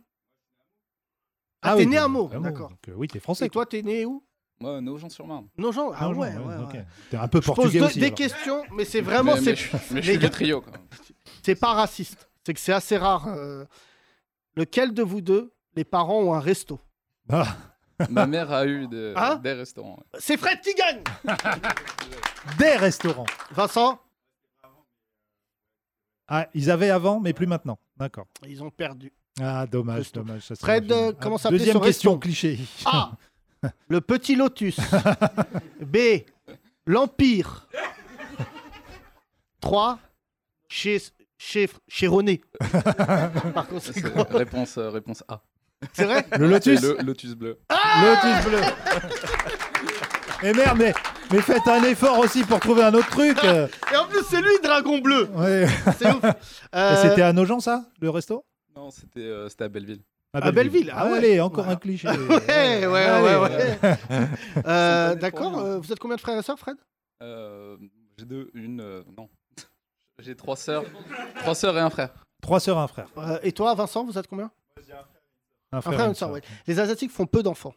S3: Ah, t'es
S4: oui,
S3: né à Meaux,
S4: à Meaux,
S3: d'accord.
S4: donc, euh, oui, t'es français.
S3: Et toi, t'es né où
S10: Moi, euh, Nogent-sur-Marne.
S3: Nogent Ah ouais,
S4: quoi. Ah,
S3: ouais,
S4: genre,
S3: ouais.
S4: ok. T'es un peu
S3: Je pose
S4: portugais
S3: deux-
S4: aussi.
S3: des
S4: alors.
S3: questions, mais c'est vraiment,
S10: mais,
S3: c'est
S10: mais je mais je suis
S3: les
S10: du
S3: gars-
S10: trio. quoi.
S3: c'est pas raciste. C'est que c'est assez rare. euh. Lequel de vous deux, les parents ont un resto
S4: Ah,
S10: Ma mère a eu des,
S3: Hein
S10: des restaurants. ouais.
S3: C'est Fred qui gagne
S4: des restaurants.
S3: Vincent
S4: Ah, ils avaient avant, mais plus maintenant. D'accord.
S3: Ils ont perdu.
S4: Ah, dommage,
S3: Resto.
S4: dommage. ça serait
S3: Fred,
S4: dommage.
S3: euh, comment
S4: Ah,
S3: s'appelait
S4: Deuxième
S3: ce
S4: question
S3: resto
S4: cliché.
S3: Ah Le Petit Lotus. B. L'Empire. 3. Chez, chez, chez René. Par conséquent.
S10: Réponse, euh, réponse A.
S3: C'est vrai
S4: Le Lotus
S10: C'est Le lotus bleu.
S4: Lotus bleu. Et Eh merde, mais, mais faites un effort aussi pour trouver un autre truc. euh.
S3: Et en plus, c'est lui, Dragon Bleu.
S4: Ouais.
S3: C'est ouf.
S4: Et
S3: Euh,
S4: C'était à Nogent, ça, le resto
S10: Non, c'était euh, c'était à Belleville.
S3: À Belleville, ah
S4: Ah,
S3: ouais.
S4: Allez, encore
S3: Voilà.
S4: un cliché. Ah,
S3: Eh, Ouais, ouais, ouais,
S4: Allez,
S3: ouais.
S10: Ça me
S3: Euh,
S10: donnait
S3: D'accord.
S10: pour rien.
S3: euh, Vous êtes combien de frères et sœurs, Fred
S10: Euh, J'ai deux, une, euh, non. J'ai trois sœurs. Trois sœurs et un frère.
S4: Trois sœurs, un frère.
S3: Euh, Et toi, Vincent, vous êtes combien
S4: Un
S3: Un
S4: frère,
S3: frère et une sœur, ouais. Les Asiatiques font peu d'enfants.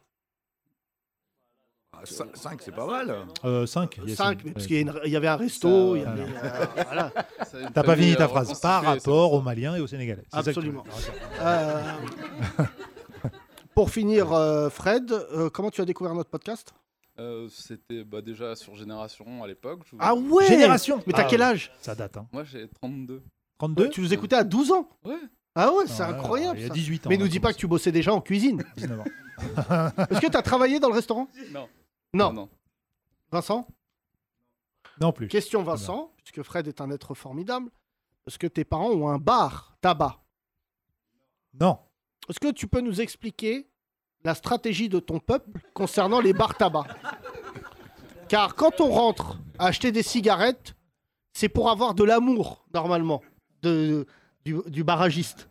S5: 5, c'est pas mal.
S4: Euh, cinq. Yacine.
S3: 5, parce
S4: Ouais.
S3: qu'il y, a une- il y avait un resto, il y
S10: Ça,
S3: avait. euh, voilà,
S10: Ça, une
S4: T'as pas fini
S10: famille, euh,
S4: ta phrase. Par
S10: reconstituée, ça-
S4: rapport aux Maliens et aux Sénégalais. C'est ça que tu
S3: absolument.
S4: veux dire.
S3: Euh, pour finir, euh, Fred, euh, comment tu as découvert notre podcast
S10: Euh, C'était bah, déjà sur Génération à l'époque. je-
S3: Ah ouais
S4: Génération.
S3: Mais t'as
S4: Ah,
S3: quel
S4: ouais.
S3: âge
S4: Ça date, hein.
S10: Moi j'ai 32.
S4: 32
S3: Tu nous écoutais à 12 ans
S10: Ouais.
S3: Ah ouais, c'est
S4: Ouais,
S3: incroyable
S4: Il y a
S3: ça.
S4: 18 ans.
S3: Mais nous dis pas que tu bossais déjà en cuisine.
S4: tu. 19 ans.
S3: Est-ce que t'as travaillé dans le restaurant
S10: Non.
S3: Non. Vincent
S4: Non plus.
S3: Question Vincent, puisque Fred est un être formidable. Est-ce que tes parents ont un bar tabac
S4: Non.
S3: Est-ce que tu peux nous expliquer la stratégie de ton peuple concernant les bars tabac Car quand on rentre à acheter des cigarettes, c'est pour avoir de l'amour, normalement, de, du, du barragiste.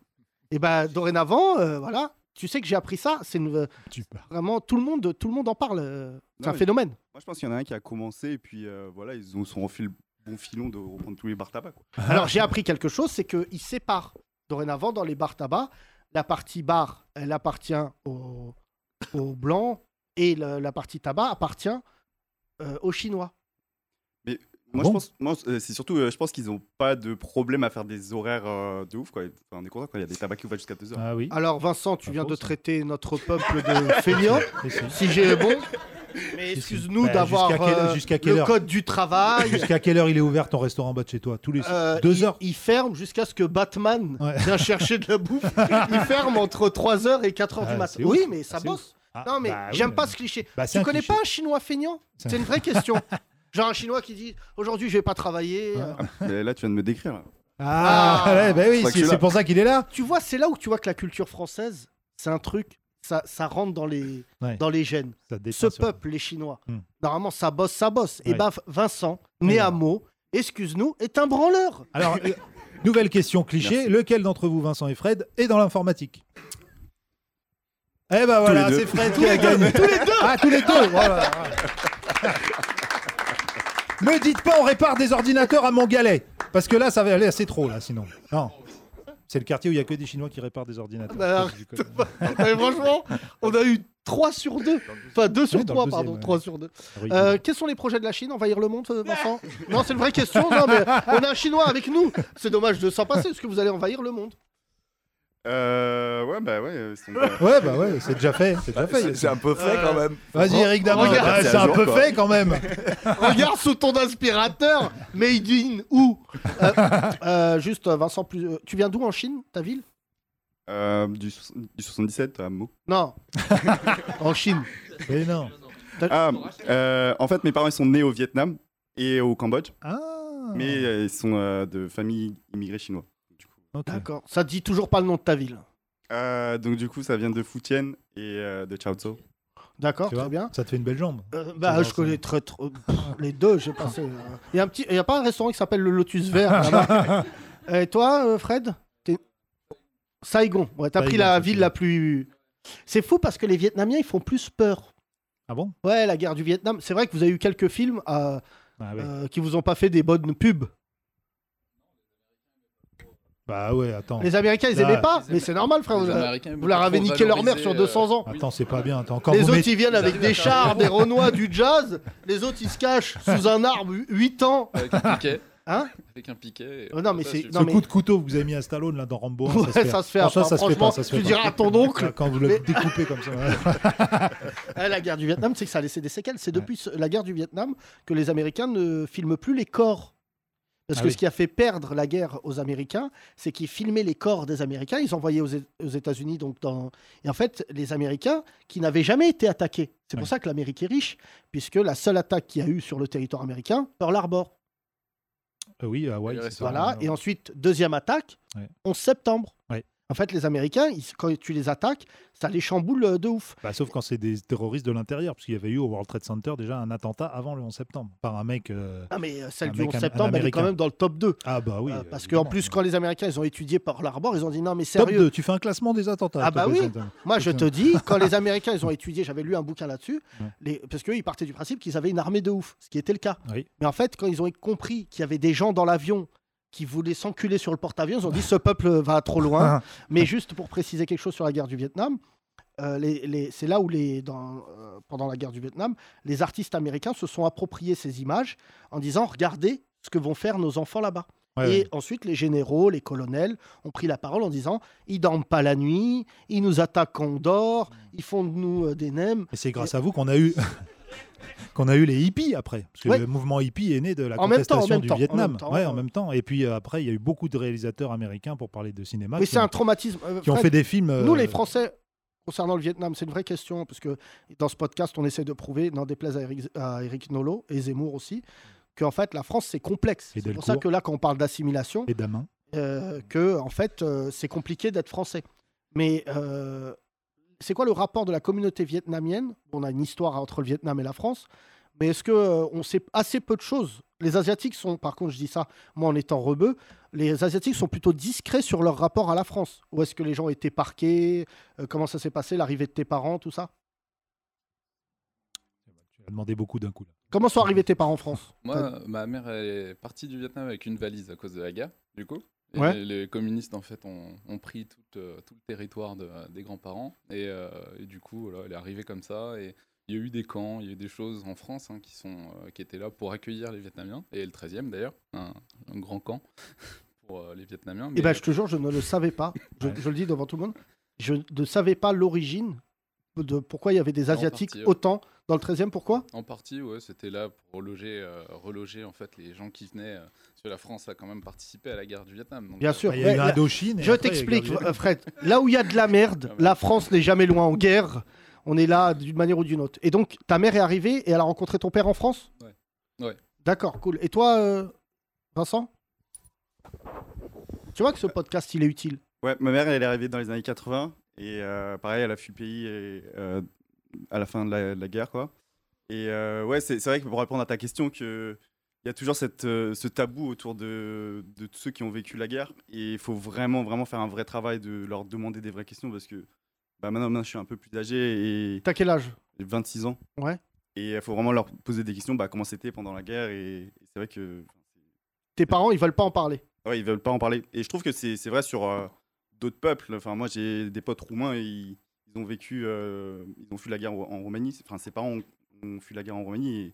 S3: Et ben dorénavant, euh, voilà, tu sais que j'ai appris ça, c'est une- euh,
S4: Tu pars.
S3: vraiment tout le monde, tout le monde en parle. euh, C'est
S9: Non,
S3: un
S9: mais-
S3: phénomène.
S9: Moi, je pense qu'il y en a un qui a commencé et puis euh, voilà, ils ont, sont enfilé le bon filon de reprendre tous les bars tabac. quoi.
S3: Alors j'ai appris quelque chose, c'est qu'ils séparent dorénavant dans les bars tabac, la partie bar, elle appartient aux au blancs et le- la partie tabac appartient euh, aux Chinois.
S9: Moi,
S4: bon
S9: je pense, moi, euh, c'est surtout, euh, je pense qu'ils n'ont pas de problème à faire des horaires euh, de ouf. Quoi. Enfin, on est content quand il y a des tabacs qui ouvrent jusqu'à 2h.
S4: Ah oui.
S3: Alors Vincent, tu
S4: Pas
S3: viens
S4: faux,
S3: de
S4: ça.
S3: traiter notre peuple de fainéant,
S4: Et si.
S3: si j'ai bon. Mais
S4: Si, si.
S3: excuse-nous
S4: Bah,
S3: d'avoir
S4: jusqu'à quelle-
S3: euh,
S4: jusqu'à quelle
S3: le
S4: heure
S3: code du travail.
S4: Jusqu'à quelle heure il est ouvert ton restaurant en bas de chez toi Tous les
S3: Euh,
S4: deux
S3: il-
S4: heures.
S3: Il, ferme jusqu'à ce que Batman
S4: Ouais.
S3: vienne chercher de la bouffe. il ferme entre 3h et 4h
S4: Ah,
S3: du matin.
S4: c'est ouf.
S3: Oui, mais ça
S4: C'est
S3: bosse.
S4: Ah,
S3: Non, mais
S4: bah oui,
S3: j'aime
S4: mais-
S3: pas ce cliché.
S4: Bah, c'est
S3: tu
S4: un
S3: connais
S4: cliché.
S3: pas un chinois feignant
S4: C'est un-
S3: C'est une vraie question. Genre un chinois qui dit aujourd'hui je vais pas travailler. euh.
S9: Mais là, tu viens de me décrire. là.
S4: Ah,
S3: Ah.
S4: ouais, bah oui,
S9: Je crois que je
S4: c'est
S9: suis
S4: c'est
S9: là.
S4: pour ça qu'il est là.
S3: Tu vois, c'est là où tu vois que la culture française, c'est un truc, ça, ça rentre dans les,
S4: Ouais.
S3: dans les gènes.
S4: Ça te
S3: Ce
S4: déteint sur-
S3: peuple, les Chinois,
S4: Hmm.
S3: normalement ça bosse, ça bosse. Et
S4: Ouais. Oh
S3: bah Vincent, né à Meaux, excuse-nous, est un branleur.
S4: Alors, euh, nouvelle question cliché.
S9: Merci.
S4: Lequel d'entre vous, Vincent et Fred, est dans l'informatique Eh ben voilà,
S9: les deux.
S4: c'est Fred qui a gagné. Tous les deux Ah, tous les deux voilà. Me dites pas, on répare des ordinateurs à Montgalet. Parce que là, ça va aller assez trop, là, sinon. Non. C'est le quartier où il n'y a que des Chinois qui réparent des ordinateurs.
S3: Bah,
S4: Je sais pas si tu connais.
S3: Mais ben, franchement, on a eu 3 sur 2. Enfin, 2 sur
S4: Oui, dans
S3: 3,
S4: le deuxième,
S3: pardon.
S4: ouais.
S3: 3 sur 2.
S4: Oui.
S3: quels sont les projets de la Chine Envahir le monde, euh, Vincent Non, c'est une vraie question. Non, mais on a un Chinois avec nous. C'est dommage de s'en passer, parce que vous allez envahir le monde.
S9: Euh, ouais, bah ouais. euh, ils sont pas-
S4: Ouais, bah ouais, c'est déjà fait. C'est déjà fait.
S5: C'est c'est un peu fait
S3: Euh,
S5: quand même.
S4: Vas-y, Eric Damon,
S3: Regarde,
S4: ouais,
S9: c'est
S4: c'est
S9: à
S4: un
S9: jour,
S4: peu
S9: quoi.
S4: fait quand même.
S3: Regarde sous ton aspirateur, made in où Euh, euh, Juste, euh, Vincent, plus... euh, tu viens d'où en Chine, ta ville
S9: Euh, du, so- du euh, 77 à Meaux.
S3: Non. en Chine.
S4: Mais non.
S9: Ah, euh, en fait, mes parents ils sont nés au Vietnam et au Cambodge,
S4: Ah.
S9: mais euh, ils sont euh, de famille immigrée chinoise. Du coup.
S4: Ok.
S3: D'accord. Ça te dit toujours pas le nom de ta ville.
S9: Euh, donc du coup, ça vient de Futien et euh, de Chaozhou.
S3: D'accord,
S4: Tu vois,
S3: très bien.
S4: ça te fait une belle jambe.
S3: Euh,
S4: Ça
S3: bah, je
S4: va,
S3: connais
S4: ça.
S3: très, trop- pff, les deux, j'ai passé. euh. Il y a un petit, y a pas un restaurant qui s'appelle le Lotus Vert
S4: Ah
S3: là-bas Et toi, euh, Fred T'es- Saigon. Ouais, t'as pris
S4: Saigon,
S3: la
S4: c'est
S3: ville
S4: sûr.
S3: la plus. C'est fou parce que les Vietnamiens, ils font plus peur.
S4: Ah bon
S3: Ouais, la guerre du Vietnam. C'est vrai que vous avez eu quelques films euh,
S4: Ah ouais.
S3: euh, qui vous ont pas fait des bonnes pubs.
S4: Bah ouais, attends.
S3: Les Américains, ils
S4: Ah,
S3: aimaient pas,
S10: les
S3: mais c'est normal, frère. Vous,
S10: Les Américains,
S3: vous leur avez
S10: trop
S3: niqué leur mère
S10: valorisé,
S3: sur
S10: euh,
S3: 200 ans.
S4: Attends, c'est pas bien. Attends, quand
S3: les
S4: vous
S3: autres,
S4: mettez...
S3: ils viennent avec
S10: Ils
S3: des
S10: arrivent à faire
S3: chars, des renois, du jazz. Les autres, ils se cachent sous un arbre 8 ans.
S10: Avec un piquet.
S3: Hein
S10: Avec un piquet. et-
S3: Oh non, mais
S10: Ça,
S3: c'est-
S10: je-
S4: Ce
S3: non, mais-
S4: coup de couteau que vous avez mis à Stallone là dans Rambo, un,
S3: Ouais, ça se fait
S4: Franchement,
S3: après.
S4: ça se fait pas,
S3: Franchement,
S4: ça se
S3: tu
S4: fait pas.
S3: diras à ton oncle.
S4: Quand vous
S3: Mais-
S4: le découpez comme ça. Euh, ouais.
S3: Eh, la guerre du Vietnam, c'est que ça a laissé des séquelles. C'est
S4: Ouais.
S3: depuis ce- la guerre du Vietnam que les Américains ne filment plus les corps. Parce
S4: Ah
S3: que
S4: oui.
S3: ce qui a fait perdre la guerre aux Américains, c'est qu'ils filmaient les corps des Américains, ils envoyaient aux, É- aux États-Unis. Donc dans... Et en fait, les Américains qui n'avaient jamais été attaqués. C'est pour ça que l'Amérique est riche, puisque la seule attaque qu'il y a eu sur le territoire américain, Pearl Harbor.
S4: Euh, oui, à Hawaï, c'est ça.
S3: Voilà. Et ensuite, deuxième attaque,
S4: Ouais.
S3: 11 septembre.
S4: Ouais.
S3: En fait, les Américains, ils- quand tu les attaques, ça les chamboule euh, de ouf.
S4: Bah, sauf quand c'est des terroristes de l'intérieur, parce qu'il y avait eu au World Trade Center déjà un attentat avant le 11 septembre par un mec. euh,
S3: Ah, mais euh, celle
S4: un
S3: du
S4: mec
S3: 11
S4: am- un
S3: septembre, elle est quand
S4: Américain.
S3: même dans le top 2.
S4: Ah bah oui.
S3: Euh, parce qu'en plus, quand les Américains, ils ont étudié Pearl Harbor, ils ont dit non, mais
S4: Top
S3: sérieux.
S4: 2, tu fais un classement des attentats.
S3: Ah
S4: toi,
S3: bah oui,
S4: Vincent.
S3: moi je te dis, quand les Américains ils ont étudié, j'avais lu un bouquin là-dessus,
S4: Ouais.
S3: les- parce qu'eux ils partaient du principe qu'ils avaient une armée de ouf, ce qui était le cas.
S4: Oui.
S3: Mais en fait, quand ils ont compris qu'il y avait des gens dans l'avion qui voulaient s'enculer sur le porte-avions, ils ont dit ce peuple va trop loin. Mais juste pour préciser quelque chose sur la guerre du Vietnam, euh, les- les- c'est là où, les, dans, euh, pendant la guerre du Vietnam, les artistes américains se sont appropriés ces images en disant regardez ce que vont faire nos enfants là-bas.
S4: Ouais,
S3: et
S4: ouais.
S3: ensuite, les généraux, les colonels ont pris la parole en disant ils dorment pas la nuit, ils nous attaquent quand on dort, ils font de nous euh, des nems.
S4: Et c'est grâce à vous qu'on a eu qu'on a eu les hippies après, parce que
S3: Ouais.
S4: le mouvement hippie est né de la
S3: En même temps, en
S4: contestation
S3: même
S4: du
S3: temps, en
S4: Vietnam.
S3: même temps,
S4: ouais,
S3: euh.
S4: en même temps. Et puis euh, après, il y a eu beaucoup de réalisateurs américains pour parler de cinéma.
S3: Mais
S4: qui
S3: c'est
S4: ont-
S3: un traumatisme. euh,
S4: qui ont
S3: Fred,
S4: fait des films, euh,
S3: Nous, les Français, concernant le Vietnam, c'est une vraie question, parce que dans ce podcast, on essaie de prouver, n'en déplaise à Eric, à Éric Nolot et Zemmour aussi, qu'en fait, la France, c'est complexe. C'est
S4: Et
S3: pour
S4: Delcourt.
S3: ça que là, quand on parle d'assimilation,
S4: Et Damin.
S3: euh, que en fait euh, c'est compliqué d'être français. Mais euh, c'est quoi le rapport de la communauté vietnamienne On a une histoire entre le Vietnam et la France, mais est-ce que euh, on sait assez peu de choses Les Asiatiques sont, par contre, je dis ça, moi en étant rebeu, les Asiatiques sont plutôt discrets sur leur rapport à la France. Où est-ce que les gens étaient parqués Euh, Comment ça s'est passé L'arrivée de tes parents, tout ça
S4: Tu as demandé beaucoup d'un coup. là.
S3: Comment sont arrivés tes parents en France
S10: Moi, ma mère elle est partie du Vietnam avec une valise à cause de la guerre, du coup. Et
S3: Ouais.
S10: les- Les communistes, en fait, ont, ont pris tout, euh, tout le territoire de- des grands-parents. Et, euh, et du coup, voilà, elle est arrivée comme ça. Et il y a eu des camps, il y a eu des choses en France hein, qui, sont, euh, qui étaient là pour accueillir les Vietnamiens. Et le 13e, d'ailleurs, un, un grand camp pour euh, les Vietnamiens.
S3: Eh
S10: mais-
S3: ben, je te jure, je ne le savais pas. Je,
S10: Ouais.
S3: je le dis devant tout le monde. Je ne savais pas l'origine de pourquoi il y avait des
S10: En
S3: Asiatiques
S10: partie, ouais.
S3: autant dans le 13e. Pourquoi
S10: En partie, ouais, c'était là pour loger, euh, reloger en fait les gens qui venaient. euh, parce que la France a quand même participé à la guerre du Vietnam. donc,
S3: Bien
S10: euh,
S3: sûr.
S4: Bah, Ah, Il y a eu
S3: Ouais,
S4: l'Indochine et
S3: Je
S4: après, il y a eu
S3: t'explique,
S4: la guerre.
S3: euh, Fred. Là où il y a de la
S10: Ah,
S3: merde, la France n'est jamais loin en guerre. On est là d'une manière ou d'une autre. Et donc, ta mère est arrivée et elle a rencontré ton père en France
S10: Ouais.
S3: D'accord, cool. Et toi, euh, Vincent Tu vois que ce podcast, il est utile.
S9: Ouais, ma mère, elle est arrivée dans les années 80. Et euh, pareil, elle a fui le pays et, euh, à la fin de la, de la guerre, quoi. Et euh, ouais, c'est c'est vrai que pour répondre à ta question, que il y a toujours cette, euh, ce tabou autour de, de tous ceux qui ont vécu la guerre. Et il faut vraiment, vraiment faire un vrai travail de leur demander des vraies questions parce que bah, maintenant, maintenant, je suis un peu plus âgé et
S3: T'as quel âge
S9: j'ai 26 ans.
S3: Ouais.
S9: Et il faut vraiment leur poser des questions, bah, comment c'était pendant la guerre. Et, et c'est vrai que
S3: Tes parents, ils veulent pas en parler.
S9: Ouais, ils veulent pas en parler. Et je trouve que c'est c'est vrai sur euh, d'autres peuples. Enfin, moi, j'ai des potes roumains, et ils, ils ont vécu, euh, ils ont fui la guerre en en Roumanie. Enfin, ses parents ont, ont fui la guerre en Roumanie et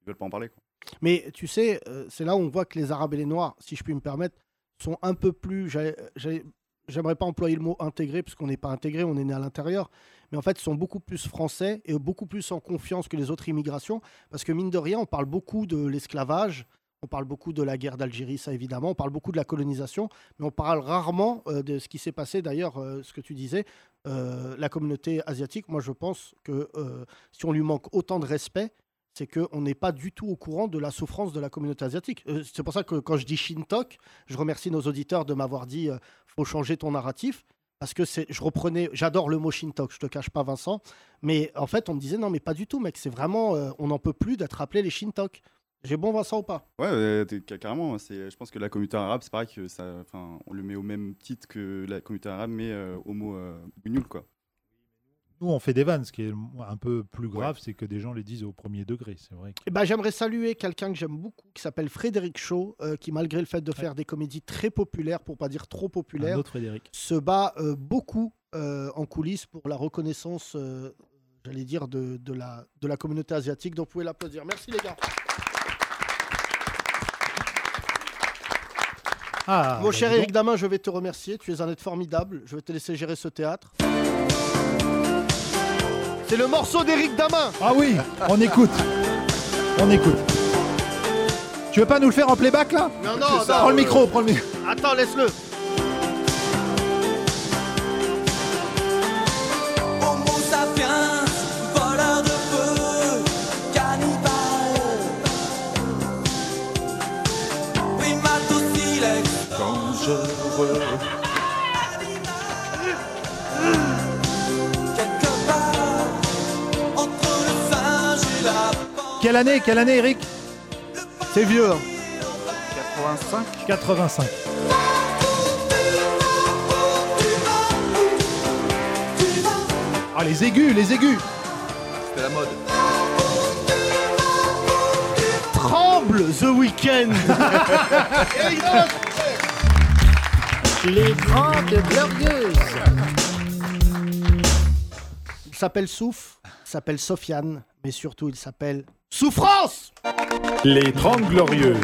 S9: ils veulent pas en parler. quoi.
S3: Mais tu sais, euh, c'est là où on voit que les Arabes et les Noirs, si je puis me permettre, sont un peu plus. j'allais- j'allais- J'aimerais pas employer le mot intégré, parce qu'on n'est pas intégré, on est né à l'intérieur. Mais en fait, ils sont beaucoup plus français et beaucoup plus en confiance que les autres immigrations. Parce que mine de rien, on parle beaucoup de l'esclavage, on parle beaucoup de la guerre d'Algérie, ça évidemment, on parle beaucoup de la colonisation, mais on parle rarement euh, de ce qui s'est passé. D'ailleurs, euh, ce que tu disais, euh, la communauté asiatique, moi je pense que euh, si on lui manque autant de respect, c'est qu'on n'est pas du tout au courant de la souffrance de la communauté asiatique. Euh, c'est pour ça que quand je dis Shintok, je remercie nos auditeurs de m'avoir dit euh, faut changer ton narratif. Parce que c'est, je reprenais, j'adore le mot Shintok, je te cache pas Vincent, mais en fait on me disait non mais pas du tout mec, c'est vraiment, euh, on n'en peut plus d'être appelé les Shintok. J'ai bon Vincent ou pas
S9: Ouais, euh, t'es- ca- carrément. C'est, je pense que la communauté arabe, c'est pareil que ça. Enfin, on le met au même titre que la communauté arabe, mais euh, homo euh, bougnoul, quoi.
S4: Nous, on fait des vannes, ce qui est un peu plus grave, c'est que des gens les disent au premier degré. C'est vrai. que-
S3: Eh ben, J'aimerais saluer quelqu'un que j'aime beaucoup, qui s'appelle Frédéric Shaw, euh, qui malgré le fait de faire des comédies très populaires, pour pas dire trop
S4: Un
S3: populaires,
S4: autre Frédéric.
S3: se bat euh, beaucoup euh, en coulisses pour la reconnaissance, euh, j'allais dire, de, de la, de la communauté asiatique. Donc vous pouvez l'applaudir. Merci les gars.
S4: Ah,
S3: Mon
S4: bah,
S3: cher
S4: dis donc.
S3: Eric Damin, je vais te remercier. Tu es un être formidable. Je vais te laisser gérer ce théâtre. C'est le morceau d'Eric Damin.
S4: Ah oui, on écoute. On écoute. Tu veux pas nous le faire en playback là
S3: Non, non, euh,
S4: C'est ça, Prends le micro, prends le micro.
S3: Attends, laisse-le.
S11: Homo sapiens,
S6: hein.
S11: voleur de feu, cannibale. Primato silex, dangereux. Quelque part, entre le singe et la
S4: Quelle année Quelle année, Eric hein.
S3: C'est vieux.
S5: 85
S4: 85. Ah, les aigus, les aigus
S5: C'était la mode.
S3: Tremble The Weeknd
S1: Les Grandes Glorieuses.
S3: Il s'appelle Souf, il s'appelle Sofiane, mais surtout il s'appelle Souffrance
S12: Les 30 Glorieuses.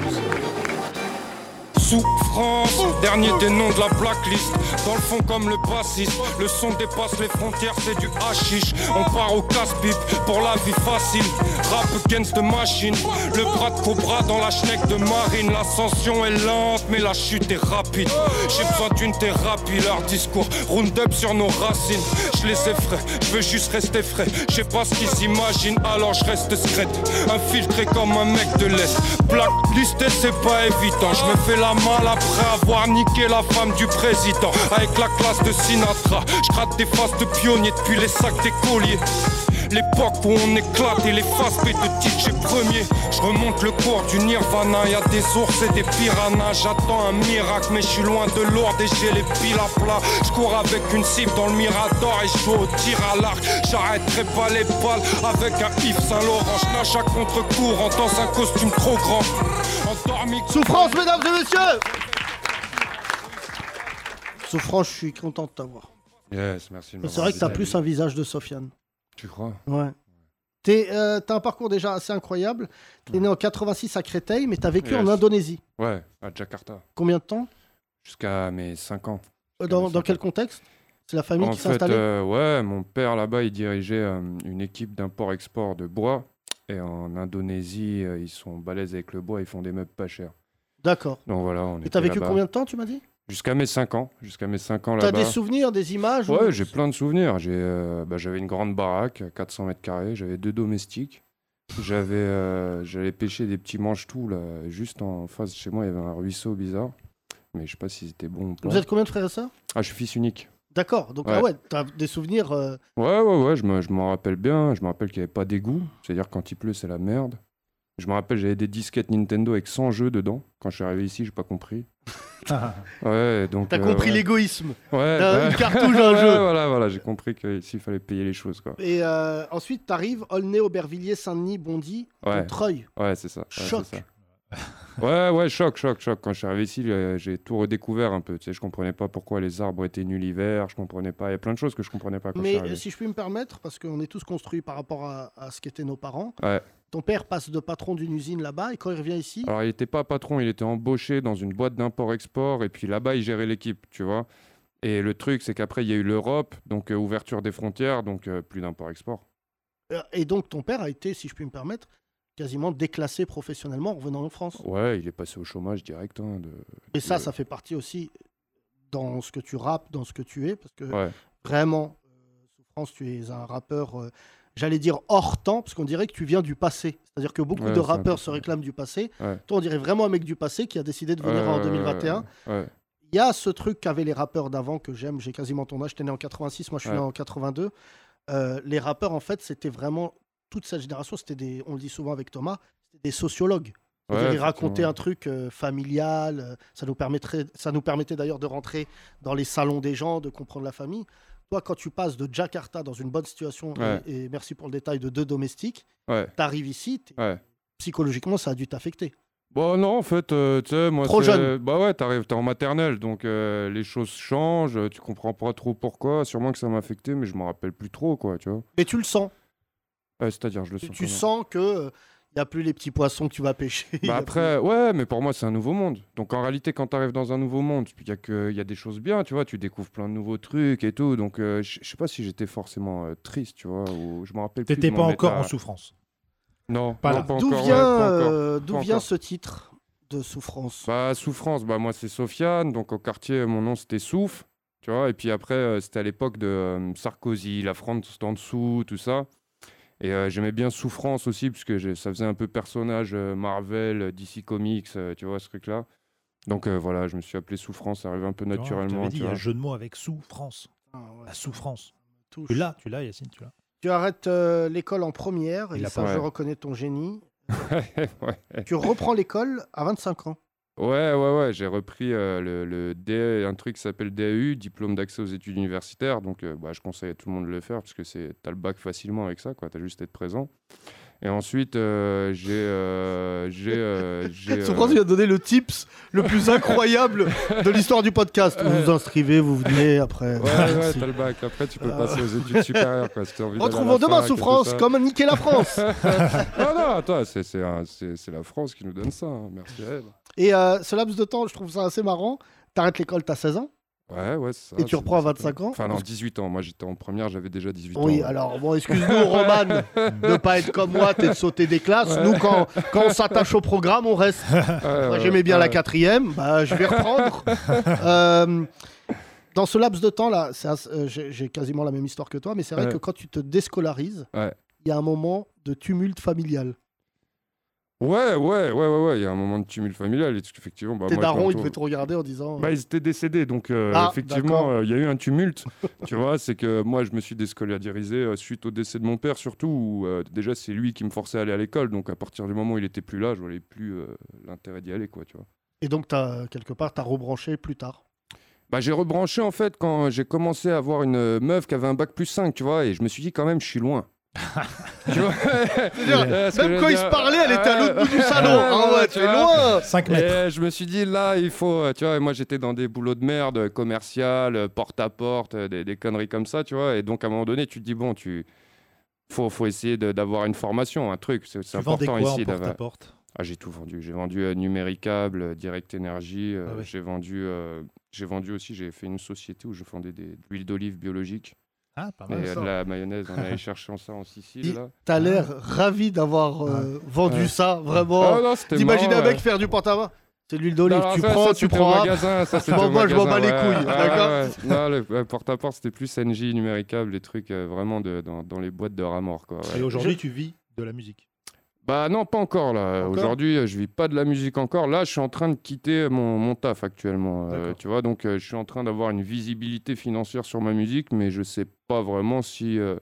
S13: Souffrance, dernier des noms de la blacklist. Dans le fond, comme le bassiste, le son dépasse les frontières, c'est du hashish. On part au casse-pipe pour la vie facile. Rap against the machine, le bras de cobra dans la schneck de marine. L'ascension est lente, mais la chute est rapide. J'ai besoin d'une thérapie, leur discours. Round-up sur nos racines, je les effraie, je veux juste rester frais. Je sais pas ce qu'ils imaginent, alors je reste discrète. Infiltré comme un mec de l'Est. Blacklisté, c'est pas évident. Je me fais la malle après avoir niqué la femme du président. Avec la classe de Sinatra, je gratte des faces de pionniers depuis les sacs des colliers. L'époque où on éclate et les faces B de DJ premier. Je remonte le corps du Nirvana, y a des ours et des piranhas. J'attends un miracle, mais je suis loin de l'ordre et j'ai les piles à plat. Je cours avec une cible dans le mirador et je joue au tir à l'arc. J'arrêterai pas les balles avec un Yves Saint Laurent. Je nage à contre-courant dans un costume trop grand. Endormi.
S3: Souffrance, mesdames et messieurs Souffrance, je suis content de t'avoir.
S14: Yes, merci. de
S3: Mais C'est
S14: m'avoir
S3: vrai que t'as
S14: invité.
S3: plus un visage de Sofiane.
S14: Tu crois
S3: Ouais. T'es, euh, T'as un parcours déjà assez incroyable. T'es né en 86 à Créteil, mais t'as vécu en
S14: Yes.
S3: Indonésie.
S14: Ouais, à Jakarta.
S3: Combien de temps
S14: Jusqu'à mes 5 ans.
S3: Euh, dans, dans quel contexte C'est la famille
S14: en
S3: qui s'est
S14: fait,
S3: installée
S14: euh, ouais, mon père là-bas, il dirigeait euh, une équipe d'import-export de bois. Et en Indonésie, euh, ils sont balèzes avec le bois, ils font des meubles pas chers.
S3: D'accord.
S14: Donc voilà, on
S3: Et t'as
S14: était
S3: vécu
S14: là-bas.
S3: combien de temps, tu m'as dit
S14: Jusqu'à mes 5 ans. Jusqu'à mes 5 ans
S3: T'as
S14: là-bas.
S3: des souvenirs, des images ou-
S14: Ouais, j'ai plein de souvenirs. J'ai, euh, bah, j'avais une grande baraque, 400 mètres carrés, j'avais deux domestiques. J'avais, euh, j'allais pêcher des petits manches-tout, là, juste en face de chez moi, il y avait un ruisseau bizarre. Mais je sais pas s'ils étaient bons ou pas.
S3: Vous êtes combien de frères et sœurs
S14: Ah, je suis fils unique.
S3: D'accord. Donc,
S14: Ouais.
S3: ah ouais, t'as des souvenirs. euh,
S14: Ouais, ouais, ouais, je me- je m'en rappelle bien. Je me rappelle qu'il n'y avait pas d'égout. C'est-à-dire, quand il pleut, c'est la merde. Je me rappelle, j'avais des disquettes Nintendo avec 100 jeux dedans. Quand je suis arrivé ici, j'ai pas compris. Ouais, donc.
S3: T'as
S14: euh,
S3: compris
S14: ouais.
S3: l'égoïsme.
S14: Ouais,
S3: D'un-
S14: ouais.
S3: Une cartouche, un
S14: Ouais,
S3: jeu.
S14: Voilà, voilà, j'ai compris qu'ici, il fallait payer les choses, quoi.
S3: Et euh, ensuite, t'arrives, Aulnay, Aubervilliers, Saint-Denis, Bondy,
S14: Ouais.
S3: Montreuil.
S14: Ouais, c'est ça. ouais, c'est
S3: Choc.
S14: ça. Ouais, Euh, ouais, choc, choc, choc. Quand je suis arrivé ici, euh, j'ai tout redécouvert un peu. Tu sais, je comprenais pas pourquoi les arbres étaient nuls l'hiver. Je comprenais pas. Il y a plein de choses que je comprenais pas quand je
S3: Mais
S14: suis
S3: euh,
S14: arrivé.
S3: si je puis me permettre, parce qu'on est tous construits par rapport à, à ce qu'étaient nos parents,
S14: Ouais.
S3: ton père passe de patron d'une usine là-bas et quand il revient ici,
S14: Alors, il n'était pas patron, il était embauché dans une boîte d'import-export et puis là-bas, il gérait l'équipe, tu vois. Et le truc, c'est qu'après, il y a eu l'Europe, donc euh, ouverture des frontières, donc euh, plus d'import-export.
S3: euh, et donc ton père a été, si je puis me permettre, quasiment déclassé professionnellement en revenant en France.
S14: Ouais, il est passé au chômage direct. hein, de...
S3: Et ça,
S14: de-
S3: ça fait partie aussi dans ce que tu rappes, dans ce que tu es, parce que
S14: Ouais.
S3: vraiment, euh, Souffrance, tu es un rappeur, euh, j'allais dire hors temps, parce qu'on dirait que tu viens du passé. C'est-à-dire que beaucoup
S14: Ouais,
S3: de
S14: c'est
S3: rappeurs
S14: important.
S3: se réclament du passé.
S14: Ouais.
S3: Toi, on dirait vraiment un mec du passé qui a décidé de venir
S14: Ouais,
S3: en
S14: ouais,
S3: 2021.
S14: ouais, ouais.
S3: Il y a ce truc qu'avaient les rappeurs d'avant que j'aime, j'ai quasiment ton âge, t'es né en 86, moi je suis
S14: Ouais.
S3: né en 82. Euh, les rappeurs, en fait, c'était vraiment toute cette génération, c'était des, on le dit souvent avec Thomas, c'était des sociologues.
S14: Ouais,
S3: C'est-à-dire, ils racontaient
S14: effectivement.
S3: un truc euh, familial, euh, ça nous, permettrait, ça nous permettait d'ailleurs de rentrer dans les salons des gens, de comprendre la famille. Toi, quand tu passes de Jakarta dans une bonne situation, et-
S14: Ouais.
S3: et, merci pour le détail de deux domestiques,
S14: Ouais.
S3: t'arrives ici, t'es-
S14: Ouais.
S3: psychologiquement, ça a dû t'affecter.
S14: Bon, non, en fait, euh, tu sais, moi.
S3: Trop
S14: c'est-
S3: jeune.
S14: Bah ouais, t'arrives, t'es en maternelle, donc euh, les choses changent, euh, tu comprends pas trop pourquoi. Sûrement que ça m'a affecté, mais je m'en rappelle plus trop, quoi, tu vois.
S3: Mais tu le sens.
S14: Euh, C'est-à-dire, je le
S3: Tu,
S14: sens.
S3: tu
S14: comment
S3: sens que euh, il n'y a plus les petits poissons que tu vas pêcher. y
S14: Bah
S3: a plus-
S14: après, ouais, mais pour moi, c'est un nouveau monde. Donc en réalité, quand tu arrives dans un nouveau monde, il y, a que- y a des choses bien, tu vois, tu découvres plein de nouveaux trucs et tout. Donc euh, je je sais pas si j'étais forcément euh, triste, tu vois, ou je me rappelle plus.
S4: T'étais
S14: de
S4: pas
S14: mon
S4: encore
S14: état.
S4: en souffrance.
S14: Non,
S4: Pas
S14: non,
S4: là.
S14: pas
S3: D'où
S14: encore, ouais,
S3: vient,
S14: pas encore,
S3: euh, d'où
S14: pas
S3: vient
S14: encore.
S3: ce titre de souffrance
S14: Bah, souffrance, bah, moi, c'est Sofiane. Donc, au quartier, mon nom, c'était Souf. Tu vois, et puis après, euh, c'était à l'époque de euh, Sarkozy, la France en dessous, tout ça. Et euh, j'aimais bien Souffrance aussi, parce que j'ai- ça faisait un peu personnage euh, Marvel, euh, DC Comics, euh, tu vois, ce truc-là. Donc euh, voilà, je me suis appelé Souffrance, ça arrive un peu
S4: Tu vois, je t'avais
S14: naturellement.
S4: dit,
S14: tu
S4: il y a
S14: vois.
S4: un jeu de mots avec souffrance. La souffrance.
S3: Touche.
S4: Tu l'as, tu l'as, Yacine, tu l'as.
S3: Ah, Tu arrêtes euh, l'école en première,
S4: Il
S3: et
S4: a
S3: ça,
S14: pas-
S3: je
S14: ouais.
S3: reconnais ton génie.
S14: Ouais.
S3: Tu reprends l'école à 25 ans.
S14: Ouais, ouais, ouais, j'ai repris euh, le, le DA, un truc qui s'appelle DAU, diplôme d'accès aux études universitaires. Donc, euh, bah, je conseille à tout le monde de le faire parce que c'est, t'as le bac facilement avec ça, quoi. T'as juste à être présent. Et ensuite, euh, j'ai, euh, j'ai, euh, j'ai,
S3: Souffrance
S14: euh,
S3: vient de donner le tips le plus incroyable de l'histoire du podcast. Vous vous inscrivez, vous venez après. Ah.
S14: Ouais, ouais, t'as le bac. Après, tu peux passer aux études supérieures, quoi. Si t'as envie d'aller à la
S3: Retrouvons demain
S14: fac et tout
S3: Souffrance,
S14: ça.
S3: comme niquer la France.
S14: non, non, attends, c'est, c'est, un- c'est- c'est la France qui nous donne ça. hein. Merci à elle.
S3: Et euh, ce laps de temps, je trouve ça assez marrant. T'arrêtes l'école, t'as 16 ans.
S14: Ouais, ouais, c'est ça.
S3: Et tu
S14: c'est-
S3: reprends à
S14: c'est-
S3: 25 ans
S14: Enfin, non, 18 ans. Moi, j'étais en première, j'avais déjà 18 ans.
S3: Oui,
S14: ouais.
S3: alors bon, excuse-nous, Roman, de pas être comme moi, t'es de sauter des classes.
S14: Ouais.
S3: Nous, quand, quand on s'attache au programme, on reste. Moi,
S14: ouais,
S3: j'aimais bien la
S14: ouais.
S3: quatrième, bah, je vais reprendre. Euh, dans ce laps de temps-là, c'est assez- euh, j'ai j'ai quasiment la même histoire que toi, mais c'est vrai
S14: Ouais.
S3: que quand tu te déscolarises,
S14: Ouais.
S3: il y a un moment de tumulte familial.
S14: Ouais, ouais, ouais, ouais, ouais. Il y a un moment de tumulte familial. et Effectivement, bah, moi,
S3: Tes
S14: je me
S3: darons, ils
S14: retrouve-
S3: devaient te regarder en disant.
S14: Bah, ils étaient décédés, donc euh,
S3: Ah,
S14: effectivement, euh, il y a eu un tumulte. tu vois, c'est que moi, je me suis déscolarisé euh, suite au décès de mon père, surtout. Où, euh, déjà, c'est lui qui me forçait à aller à l'école, donc à partir du moment où il était plus là, je voyais plus euh, l'intérêt d'y aller, quoi, tu vois.
S3: Et donc, t'as, quelque part, t'as rebranché plus tard.
S14: Bah, j'ai rebranché en fait quand j'ai commencé à avoir une euh, meuf qui avait un bac plus 5, tu vois, et je me suis dit quand même, je suis loin. tu vois Euh, ce que je
S3: même
S14: veux
S3: quand ils
S14: dire, euh,
S3: se parlaient, elle était à l'autre bout du salon.
S14: ouais,
S3: Ah ouais,
S14: ouais,
S3: tu es
S14: vois.
S3: loin.
S14: Et, euh, je me suis dit, là, il faut. euh, Tu vois, et moi, j'étais dans des boulots de merde, euh, commercial, euh, porte-à-porte, euh, des, des conneries comme ça, tu vois. Et donc, à un moment donné, tu te dis, bon, tu. Faut, faut essayer de- d'avoir une formation, un truc. C'est c'est
S4: Tu vendais
S14: important
S4: quoi en
S14: ici d'avoir.
S4: porte-à-porte
S14: Ah, j'ai tout vendu. J'ai vendu euh, Numéricable, euh, Direct Energy. euh,
S4: Ah ouais.
S14: J'ai vendu, euh, j'ai vendu aussi. J'ai fait une société où je vendais des, de l'huile d'olive biologique.
S4: Ah, pas mal,
S14: Et euh,
S4: ça.
S14: de la mayonnaise. On allait chercher ça en Sicile. Là.
S3: T'as l'air ravi d'avoir euh, vendu
S14: Ouais.
S3: ça, vraiment.
S14: Ah non, c'était
S3: T'imagines
S14: marrant,
S3: un mec
S14: ouais.
S3: faire du porte-à-main C'est de l'huile d'olive,
S14: Non, non,
S3: tu
S14: ça,
S3: prends,
S14: ça,
S3: tu
S14: c'était au
S3: prends.
S14: magasin, ça, c'était
S3: moi,
S14: au
S3: moi, je m'en bats
S14: magasin,
S3: les
S14: ouais,
S3: couilles,
S14: ouais, Ah,
S3: d'accord
S14: ouais, ouais. Non, le euh, porte-à-porte, c'était plus NJ, numéricable, les trucs euh, vraiment de, dans, dans les boîtes de ramor. Quoi, ouais.
S4: Et aujourd'hui, tu vis de la musique.
S14: Bah non, pas encore là. Aujourd'hui, euh, je vis pas de la musique encore. Là, je suis en train de quitter mon, mon taf actuellement. euh, tu vois, donc euh, je suis en train d'avoir une visibilité financière sur ma musique, mais je sais pas vraiment si euh,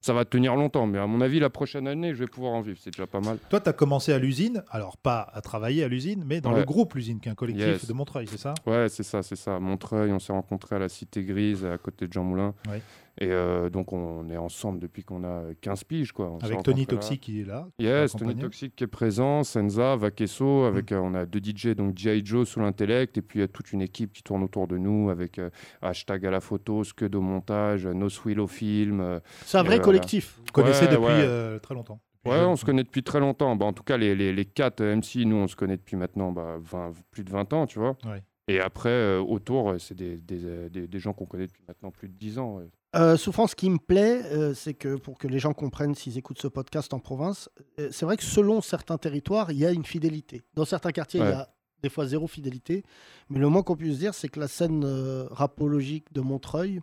S14: ça va tenir longtemps. Mais à mon avis, la prochaine année, je vais pouvoir en vivre. C'est déjà pas mal.
S4: Toi, tu as commencé à l'usine, alors pas à travailler à l'usine, mais dans
S14: Ouais.
S4: le groupe L'usine, qui est un collectif
S14: Yes.
S4: de Montreuil, c'est ça
S14: Ouais, c'est ça, c'est ça. À Montreuil, on s'est rencontrés à la Cité Grise, à côté de Jean Moulin.
S4: Ouais.
S14: Et euh, donc, on est ensemble depuis qu'on a 15 piges, quoi. On s'est
S4: Avec Tony
S14: rencontrés là.
S4: Toxic qui est là. qui t'a
S14: Yes,
S4: accompagné.
S14: Tony Toxic qui est présent, Senza, Vakesso, avec, euh, on a deux DJ, donc G.I. Joe sous l'intellect, et puis euh, toute une équipe qui tourne autour de nous, avec euh, hashtag à la photo, Scud au montage, euh, No Swill au film. euh,
S3: C'est un
S14: et
S3: vrai
S14: voilà.
S3: collectif.
S4: Vous connaissez
S14: Ouais,
S4: depuis
S14: ouais.
S4: euh, très longtemps.
S14: Ouais, on se connaît depuis très longtemps. Bah, en tout cas, les, les, les quatre euh, MC, nous, on se connaît depuis maintenant bah, 20 plus de 20 ans, tu vois.
S4: Ouais.
S14: Et après, euh, autour, euh, c'est des, des, euh, des- des gens qu'on connaît depuis maintenant plus de 10 ans. ouais.
S3: Euh, Souffrance, ce qui me plaît, euh, c'est que pour que les gens comprennent s'ils écoutent ce podcast en province, euh, c'est vrai que selon certains territoires, il y a une fidélité. Dans certains quartiers, il y
S14: Ouais.
S3: a des fois zéro fidélité. Mais le moins qu'on puisse dire, c'est que la scène euh, rapologique de Montreuil,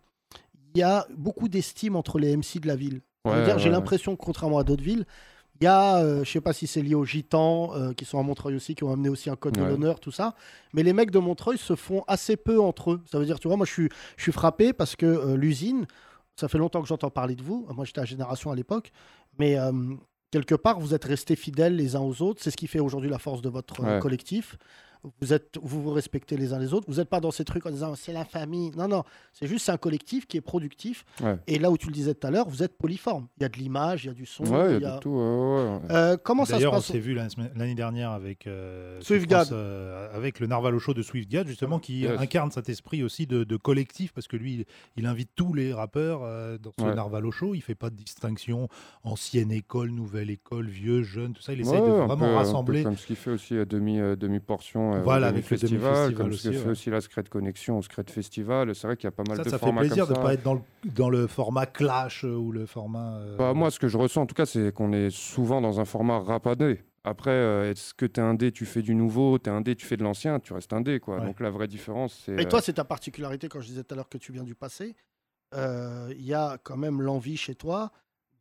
S3: il y a beaucoup d'estime entre les MC de la ville. Ça veut
S14: Ouais,
S3: dire, J'ai
S14: ouais,
S3: l'impression que contrairement à d'autres villes, il y a, euh, je sais pas si c'est lié aux gitans euh, qui sont à Montreuil aussi, qui ont amené aussi un code de
S14: Ouais.
S3: l'honneur l'honneur, tout ça. Mais les mecs de Montreuil se font assez peu entre eux. Ça veut dire, tu vois, moi je suis, je suis frappé parce que euh, l'usine, ça fait longtemps que j'entends parler de vous. Moi j'étais à Génération à l'époque. Mais euh, quelque part, vous êtes restés fidèles les uns aux autres. C'est ce qui fait aujourd'hui la force de votre euh,
S14: Ouais.
S3: collectif. Vous, êtes, vous vous respectez les uns les autres. Vous n'êtes pas dans ces trucs en disant c'est la famille. Non, non. C'est juste c'est un collectif qui est productif.
S14: Ouais.
S3: Et là où tu le disais tout à l'heure, vous êtes polyforme. Il y a de l'image, il y a du son.
S14: Ouais, il y a de tout. ouais, ouais, ouais.
S3: Euh, comment ça se
S4: D'ailleurs, on
S3: passe
S4: s'est vu la semaine- l'année dernière avec, euh,
S3: Swiftgad.
S4: Souffrance, euh, avec le narval au show de Swiftgad, justement, qui
S14: Yes.
S4: incarne cet esprit aussi de, de collectif, parce que lui, il, il invite tous les rappeurs euh, dans ce
S14: Ouais.
S4: narval au show. Il fait pas de distinction ancienne école, nouvelle école, vieux, jeune, tout ça. Il essaye
S14: Ouais,
S4: de
S14: un
S4: vraiment
S14: peu- un peu
S4: rassembler.
S14: Comme ce qu'il fait aussi à demi, euh, demi-portion euh,
S4: Voilà,
S14: au
S4: avec le
S14: demi-festival,
S4: demi-festival
S14: comme ce que
S4: aussi,
S14: fait
S4: ouais.
S14: aussi la Secret Connexion au Secret Festival. C'est vrai qu'il y a pas mal
S4: Ça,
S14: de
S4: ça fait
S14: formats comme
S4: plaisir de ne
S14: ça.
S4: pas être dans le, dans le format clash euh, ou le format. euh,
S14: Bah, moi, ce que je ressens, en tout cas, c'est qu'on est souvent dans un format rapadé. Après, euh, est-ce que t'es un dé, tu fais du nouveau, t'es un dé, tu fais de l'ancien, tu restes un dé, quoi.
S3: Ouais.
S14: Donc la vraie différence, c'est.
S3: Et toi,
S14: euh,
S3: c'est ta particularité quand je disais tout à l'heure que tu viens du passé. euh, Il y a quand même l'envie chez toi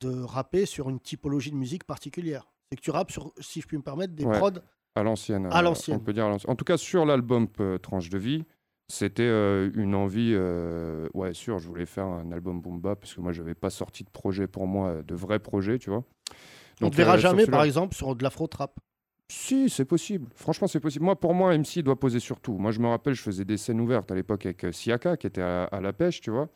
S3: de rapper sur une typologie de musique particulière. C'est que tu rappes sur, si je puis me permettre, des
S14: Ouais,
S3: prods.
S14: à l'ancienne.
S3: à
S14: euh,
S3: l'ancienne.
S14: On peut dire à l'ancienne. En tout cas, sur l'album euh, Tranche de vie, c'était euh, une envie. euh, ouais, sûr, je voulais faire un album boom bap parce que moi, j'avais pas sorti de projet pour moi, euh, de vrai projet, tu vois.
S3: on te verra
S14: euh, sur
S3: jamais,
S14: celui-là-
S3: par exemple, sur de l'afro trap.
S14: Si, c'est possible. Franchement, c'est possible. Moi, pour moi, MC doit poser sur tout. Moi, je me rappelle, je faisais des scènes ouvertes à l'époque avec euh, Siaka, qui était à, à la pêche, tu vois.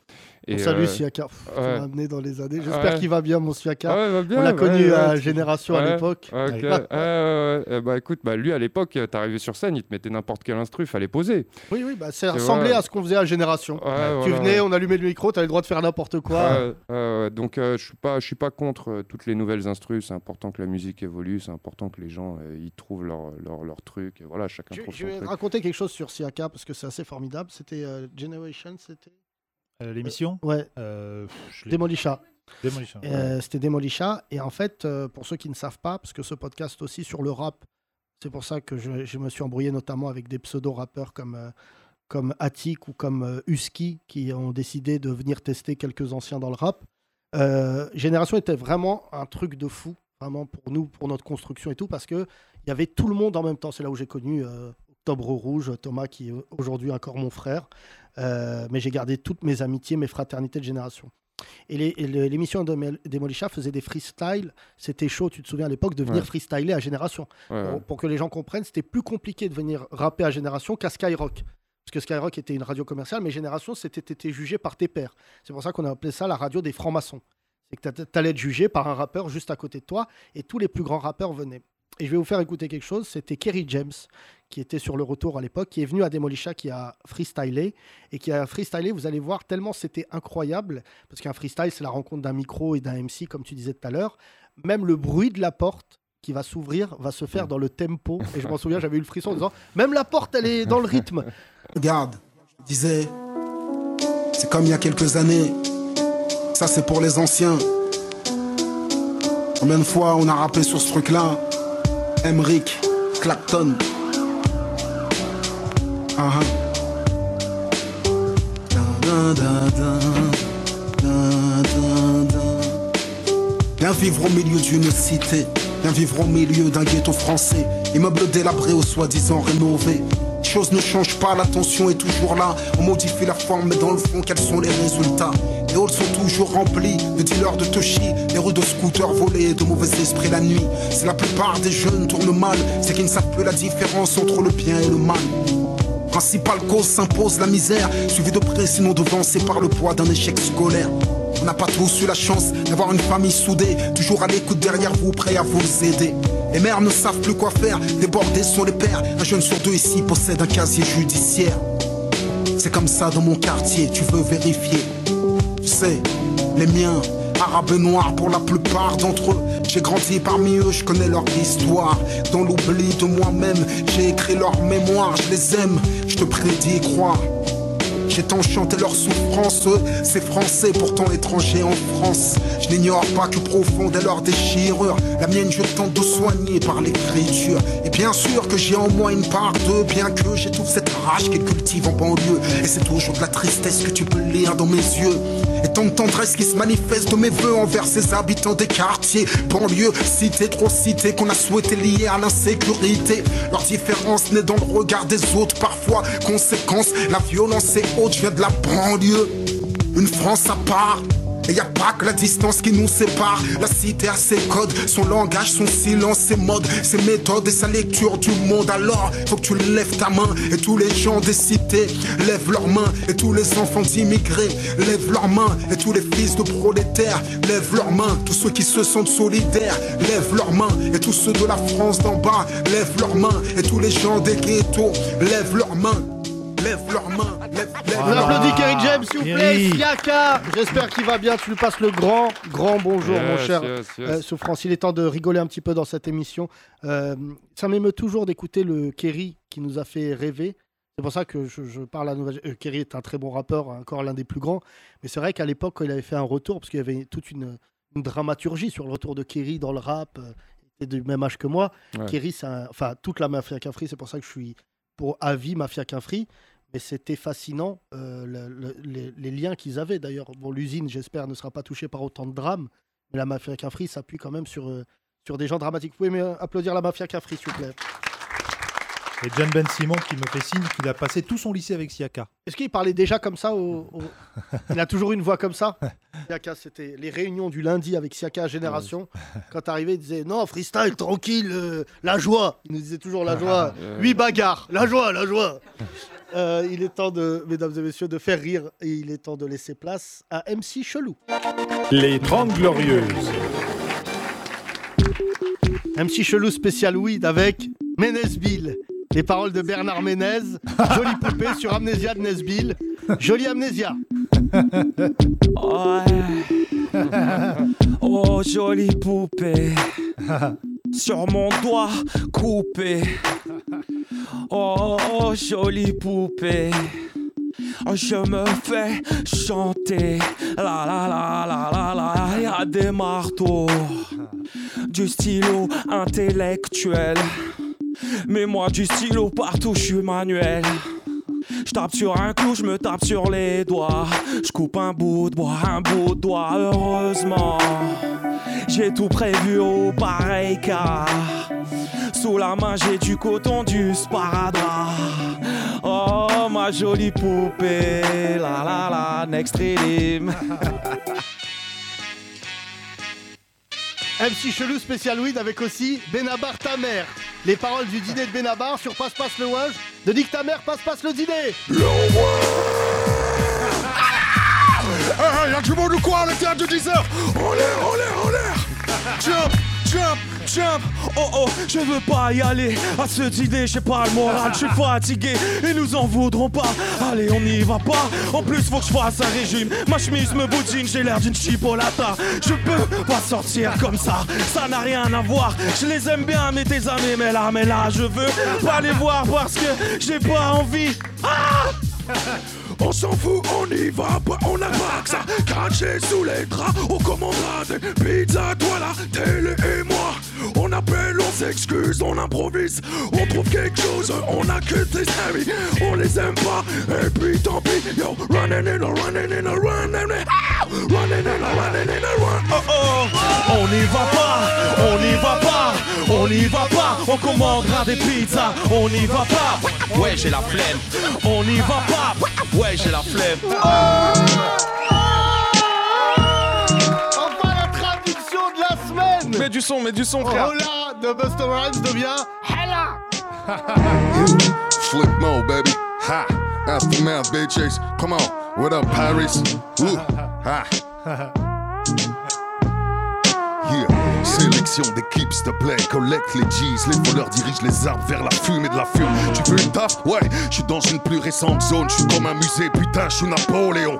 S3: On salue Siaka. Pff, tu m'as amené dans les années. J'espère
S14: euh, Ouais.
S3: qu'il va bien, mon Siaka.
S14: Ah ouais, va bien,
S3: on l'a
S14: ouais,
S3: connu
S14: ouais,
S3: à
S14: tu-
S3: Génération à
S14: ouais,
S3: l'époque.
S14: ok.
S3: Ouais.
S14: Ouais, ouais, ouais. Eh bah écoute, bah, lui à l'époque, euh, t'arrivais sur scène, il te mettait n'importe quel instru, fallait poser.
S3: Oui, oui, bah, c'est
S14: Tu
S3: ressemblé
S14: vois.
S3: à ce qu'on faisait à Génération.
S14: Ouais,
S3: tu
S14: voilà,
S3: venais,
S14: ouais.
S3: on allumait le micro, t'avais le droit de faire n'importe quoi.
S14: Ouais, ouais, ouais. donc euh, je suis pas, je suis pas contre euh, toutes les nouvelles instrus. C'est important que la musique évolue, c'est important que les gens euh, y trouvent leur, leur, leur truc. Et voilà, chacun
S3: Je,
S14: trouve
S3: je
S14: son
S3: vais
S14: truc.
S3: raconter quelque chose sur Siaka parce que c'est assez formidable. C'était euh, Generation, c'était.
S4: Euh, L'émission
S3: Ouais.
S4: Euh, pff, je l'ai-
S3: Démolisha.
S4: Démolisha, ouais.
S3: Euh, C'était Démolisha. Et en fait, euh, pour ceux qui ne savent pas, parce que ce podcast aussi sur le rap, c'est pour ça que je, je me suis embrouillé notamment avec des pseudo-rappeurs comme, euh, comme Attic ou comme euh, Husky qui ont décidé de venir tester quelques anciens dans le rap. Euh, Génération était vraiment un truc de fou, vraiment pour nous, pour notre construction et tout, parce qu'il y avait tout le monde en même temps. C'est là où j'ai connu euh, Octobre Rouge, Thomas qui est aujourd'hui encore mon frère. Euh, mais j'ai gardé toutes mes amitiés, mes fraternités de génération. Et les- et le- l'émission de Demolisha faisait des freestyles. C'était chaud, tu te souviens à l'époque, de venir
S14: Ouais.
S3: freestyler à Génération.
S14: Ouais,
S3: Pour-
S14: ouais.
S3: Pour que les gens comprennent, c'était plus compliqué de venir rapper à Génération qu'à Skyrock. Parce que Skyrock était une radio commerciale, mais Génération, c'était t'étais jugé par tes pairs. C'est pour ça qu'on a appelé ça la radio des francs-maçons. C'est que t'a- t'allais être jugé par un rappeur juste à côté de toi, et tous les plus grands rappeurs venaient. Et je vais vous faire écouter quelque chose. C'était Kerry James, qui était sur le retour à l'époque, qui est venu à Demolisha, qui a freestylé. Et qui a freestylé, vous allez voir, tellement c'était incroyable. Parce qu'un freestyle, c'est la rencontre d'un micro et d'un MC, comme tu disais tout à l'heure. Même le bruit de la porte qui va s'ouvrir va se faire dans le tempo. Et je m'en souviens, j'avais eu le frisson en disant Même la porte, elle est dans le rythme.
S15: Regarde, je disais, c'est comme il y a quelques années. Ça, c'est pour les anciens. Combien de fois on a rappelé sur ce truc-là Emric, Clapton. Ah, ah. Dun, dun, dun, dun, dun, dun. Viens vivre au milieu d'une cité, viens vivre au milieu d'un ghetto français, immeuble délabré ou soi-disant rénové. Les Choses ne changent pas, la tension est toujours là. On modifie la forme, mais dans le fond, quels sont les résultats Les halls sont toujours remplis de dealers de Toshi, les rues de scooters volés, et de mauvais esprits la nuit. Si la plupart des jeunes tournent mal, c'est qu'ils ne savent plus la différence entre le bien et le mal. Principale cause s'impose la misère, suivie de près sinon devancée par le poids d'un échec scolaire. On n'a pas tous eu la chance d'avoir une famille soudée, toujours à l'écoute derrière vous, prêt à vous aider. Les mères ne savent plus quoi faire, débordés sont les pères. Un jeune sur deux ici possède un casier judiciaire. C'est comme ça dans mon quartier, tu veux vérifier. Tu sais, les miens, arabes et noirs pour la plupart d'entre eux. J'ai grandi parmi eux, je connais leur histoire. Dans l'oubli de moi-même, j'ai écrit leur mémoire, je les aime, je te prédis d'y croire. J'ai tant chanté leur souffrance, eux, c'est français, pourtant étrangers en France. Je n'ignore pas que profonde est leur déchirure. La mienne, je tente de soigner par l'écriture. Et bien sûr que j'ai en moi une part d'eux, bien que j'étouffe cette rage qu'ils cultivent en banlieue. Et c'est toujours de la tristesse que tu peux lire dans mes yeux. Et tant de tendresse qui se manifeste de mes voeux envers ces habitants des quartiers, banlieues, cités, trop cités, qu'on a souhaité lier à l'insécurité. Leur différence naît dans le regard des autres, parfois. Conséquence, la violence est haute, je viens de la banlieue. Une France à part. Et y a pas que la distance qui nous sépare. La cité a ses codes, son langage, son silence, ses modes, ses méthodes et sa lecture du monde. Alors, faut que tu lèves ta main et tous les gens des cités lèvent leurs mains et tous les enfants d'immigrés lèvent leurs mains et tous les fils de prolétaires lèvent leurs mains. Tous ceux qui se sentent solidaires lèvent leurs mains et tous ceux de la France d'en bas lèvent leurs mains et tous les gens des ghettos lèvent leurs mains. Lèvent leurs mains, lèvent, lèvent
S3: On applaudit Kerry James, s'il vous plaît,
S15: Kerry.
S3: Siaka J'espère qu'il va bien, tu lui passes le grand, grand bonjour,
S15: Yes,
S3: mon cher
S15: yes, yes.
S3: euh, Souffrance. Il est temps de rigoler un petit peu dans cette émission. Euh, ça m'émeut toujours d'écouter le Kerry qui nous a fait rêver. C'est pour ça que je, je parle à nouvelle. euh, Kerry est un très bon rappeur, encore l'un des plus grands. Mais c'est vrai qu'à l'époque, quand il avait fait un retour, parce qu'il y avait toute une, une dramaturgie sur le retour de Kerry dans le rap. euh, est du même âge que moi.
S14: Ouais.
S3: Kerry, c'est un- enfin, toute la mafia Cafri, c'est pour ça que je suis pour avis mafia Cafri. Mais c'était fascinant euh, le- le- les, les liens qu'ils avaient. D'ailleurs, bon, l'usine, j'espère, ne sera pas touchée par autant de drames. Mais la mafia Cafri s'appuie quand même sur, euh, sur des gens dramatiques. Vous pouvez me- applaudir la mafia Cafri, s'il vous plaît.
S4: Et John Ben Simon qui me fait signe qu'il a passé tout son lycée avec Siaka.
S3: Est-ce qu'il parlait déjà comme ça au- au- Il a toujours une voix comme ça Siaka, c'était les réunions du lundi avec Siaka à Génération. Quand arrivait, il disait Non, freestyle, tranquille, euh, la joie. Il nous disait toujours la joie.
S11: Euh.
S3: Huit bagarres, la joie, la joie. Euh, il est temps, de, mesdames et messieurs, de faire rire et il est temps de laisser place à MC Chelou.
S12: Les 30 Glorieuses.
S3: MC Chelou spécial weed avec Ménesville. Les paroles de Bernard Ménez, jolie poupée sur Amnésia de Nesbill. Jolie Amnésia.
S16: Oh jolie poupée Sur mon doigt coupé Oh, oh, jolie poupée Je me fais chanter La la la la la la Y'a des marteaux Du stylo intellectuel Mais moi du stylo partout je suis manuel je tape sur un coup, je me tape sur les doigts. Je coupe un bout de bois, un bout de doigt. Heureusement, j'ai tout prévu au pareil cas. Sous la main, j'ai du coton, du sparadrap.
S14: Ah.
S16: Oh, ma jolie poupée. La la la, next rhythm.
S3: MC Chelou spécial weed avec aussi Benabar ta mère. Les paroles du dîner de Benabar sur Passe Passe le Wage de Nick ta mère, Passe Passe le dîner.
S11: Ah, y'a du monde ou quoi à la théâtre de 10 heures En l'air, en l'air, en l'air
S16: Jump, jump, jump. Oh oh, je veux pas y aller. À cette idée, j'ai pas le moral, je suis fatigué. Ils nous en voudront pas. Allez, on n'y va pas. En plus, faut que je fasse un régime. Ma chemise me boudine, j'ai l'air d'une chipolata. Je peux pas sortir comme ça. Ça n'a rien à voir. Je les aime bien, mais tes amis, mais là, mais là, je veux pas les voir parce que j'ai pas envie. Ah
S11: On s'en fout, on y va pas, on n'a pas que ça Craché sous les draps, on commandera des pizzas Toi la télé et moi On appelle, on s'excuse, on improvise On trouve quelque chose, on accuse des amis On les aime pas, et puis tant pis Yo, running in a running in a running in a Running in a running in a run
S16: Oh oh, on n'y va pas, on n'y va pas, on n'y va pas, on commandera des pizzas, on n'y va pas. Ouais, j'ai la flemme, on n'y va pas, ouais, j'ai la flemme.
S3: Enfin la traduction de la semaine
S16: Mets du son, mets du son, frère.
S3: Hola de Buster Rhymes devient Hella
S17: Flip mode, baby. Ha. After mouth, big chicks. Come on. What up, pirates? Woo. Ha. Yeah. Sélection d'équipes, s'il te plaît. Collecte les G's. Les voleurs dirigent les arbres vers la fumée de la fume. Tu veux une taf? Ouais. Je suis dans une plus récente zone. Je suis comme un musée. Putain, je suis Napoléon.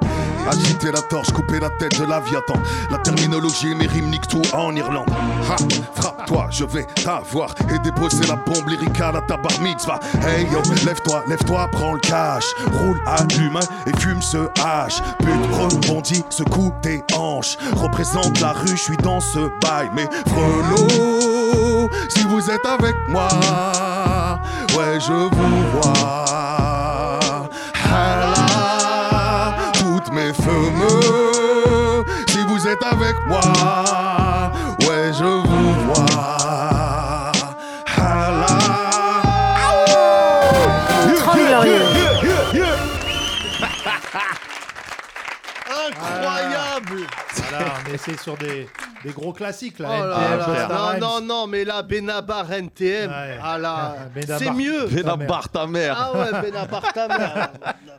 S17: Agiter la torche, couper la tête de l'aviatan. La terminologie et mes rimes niquent tout en Irlande. Ha. Frappe-toi, je vais t'avoir et déposer la bombe lyricale à ta bar mitzvah. Hey yo, lève-toi, lève-toi, prends le cash. Roule à l'humain et fume ce hache. Pute, rebondis, secoue tes hanches. Représente la rue, je suis dans ce bail. Mais frelot, si vous êtes avec moi, ouais, je vous vois. Hala, toutes mes feux si vous êtes avec moi, ouais, je vous vois. Hala.
S3: Incroyable
S4: Voilà, on essaie sur des, des gros classiques Ah. là.
S3: Oh là
S4: NTM,
S3: là,
S4: Busta Rhymes.
S3: Non, non, non, mais là, Benabar NTM, ah là,
S4: Benabar.
S3: c'est mieux
S4: Benabar,
S7: ta mère.
S3: Ah ouais, Benabar ta mère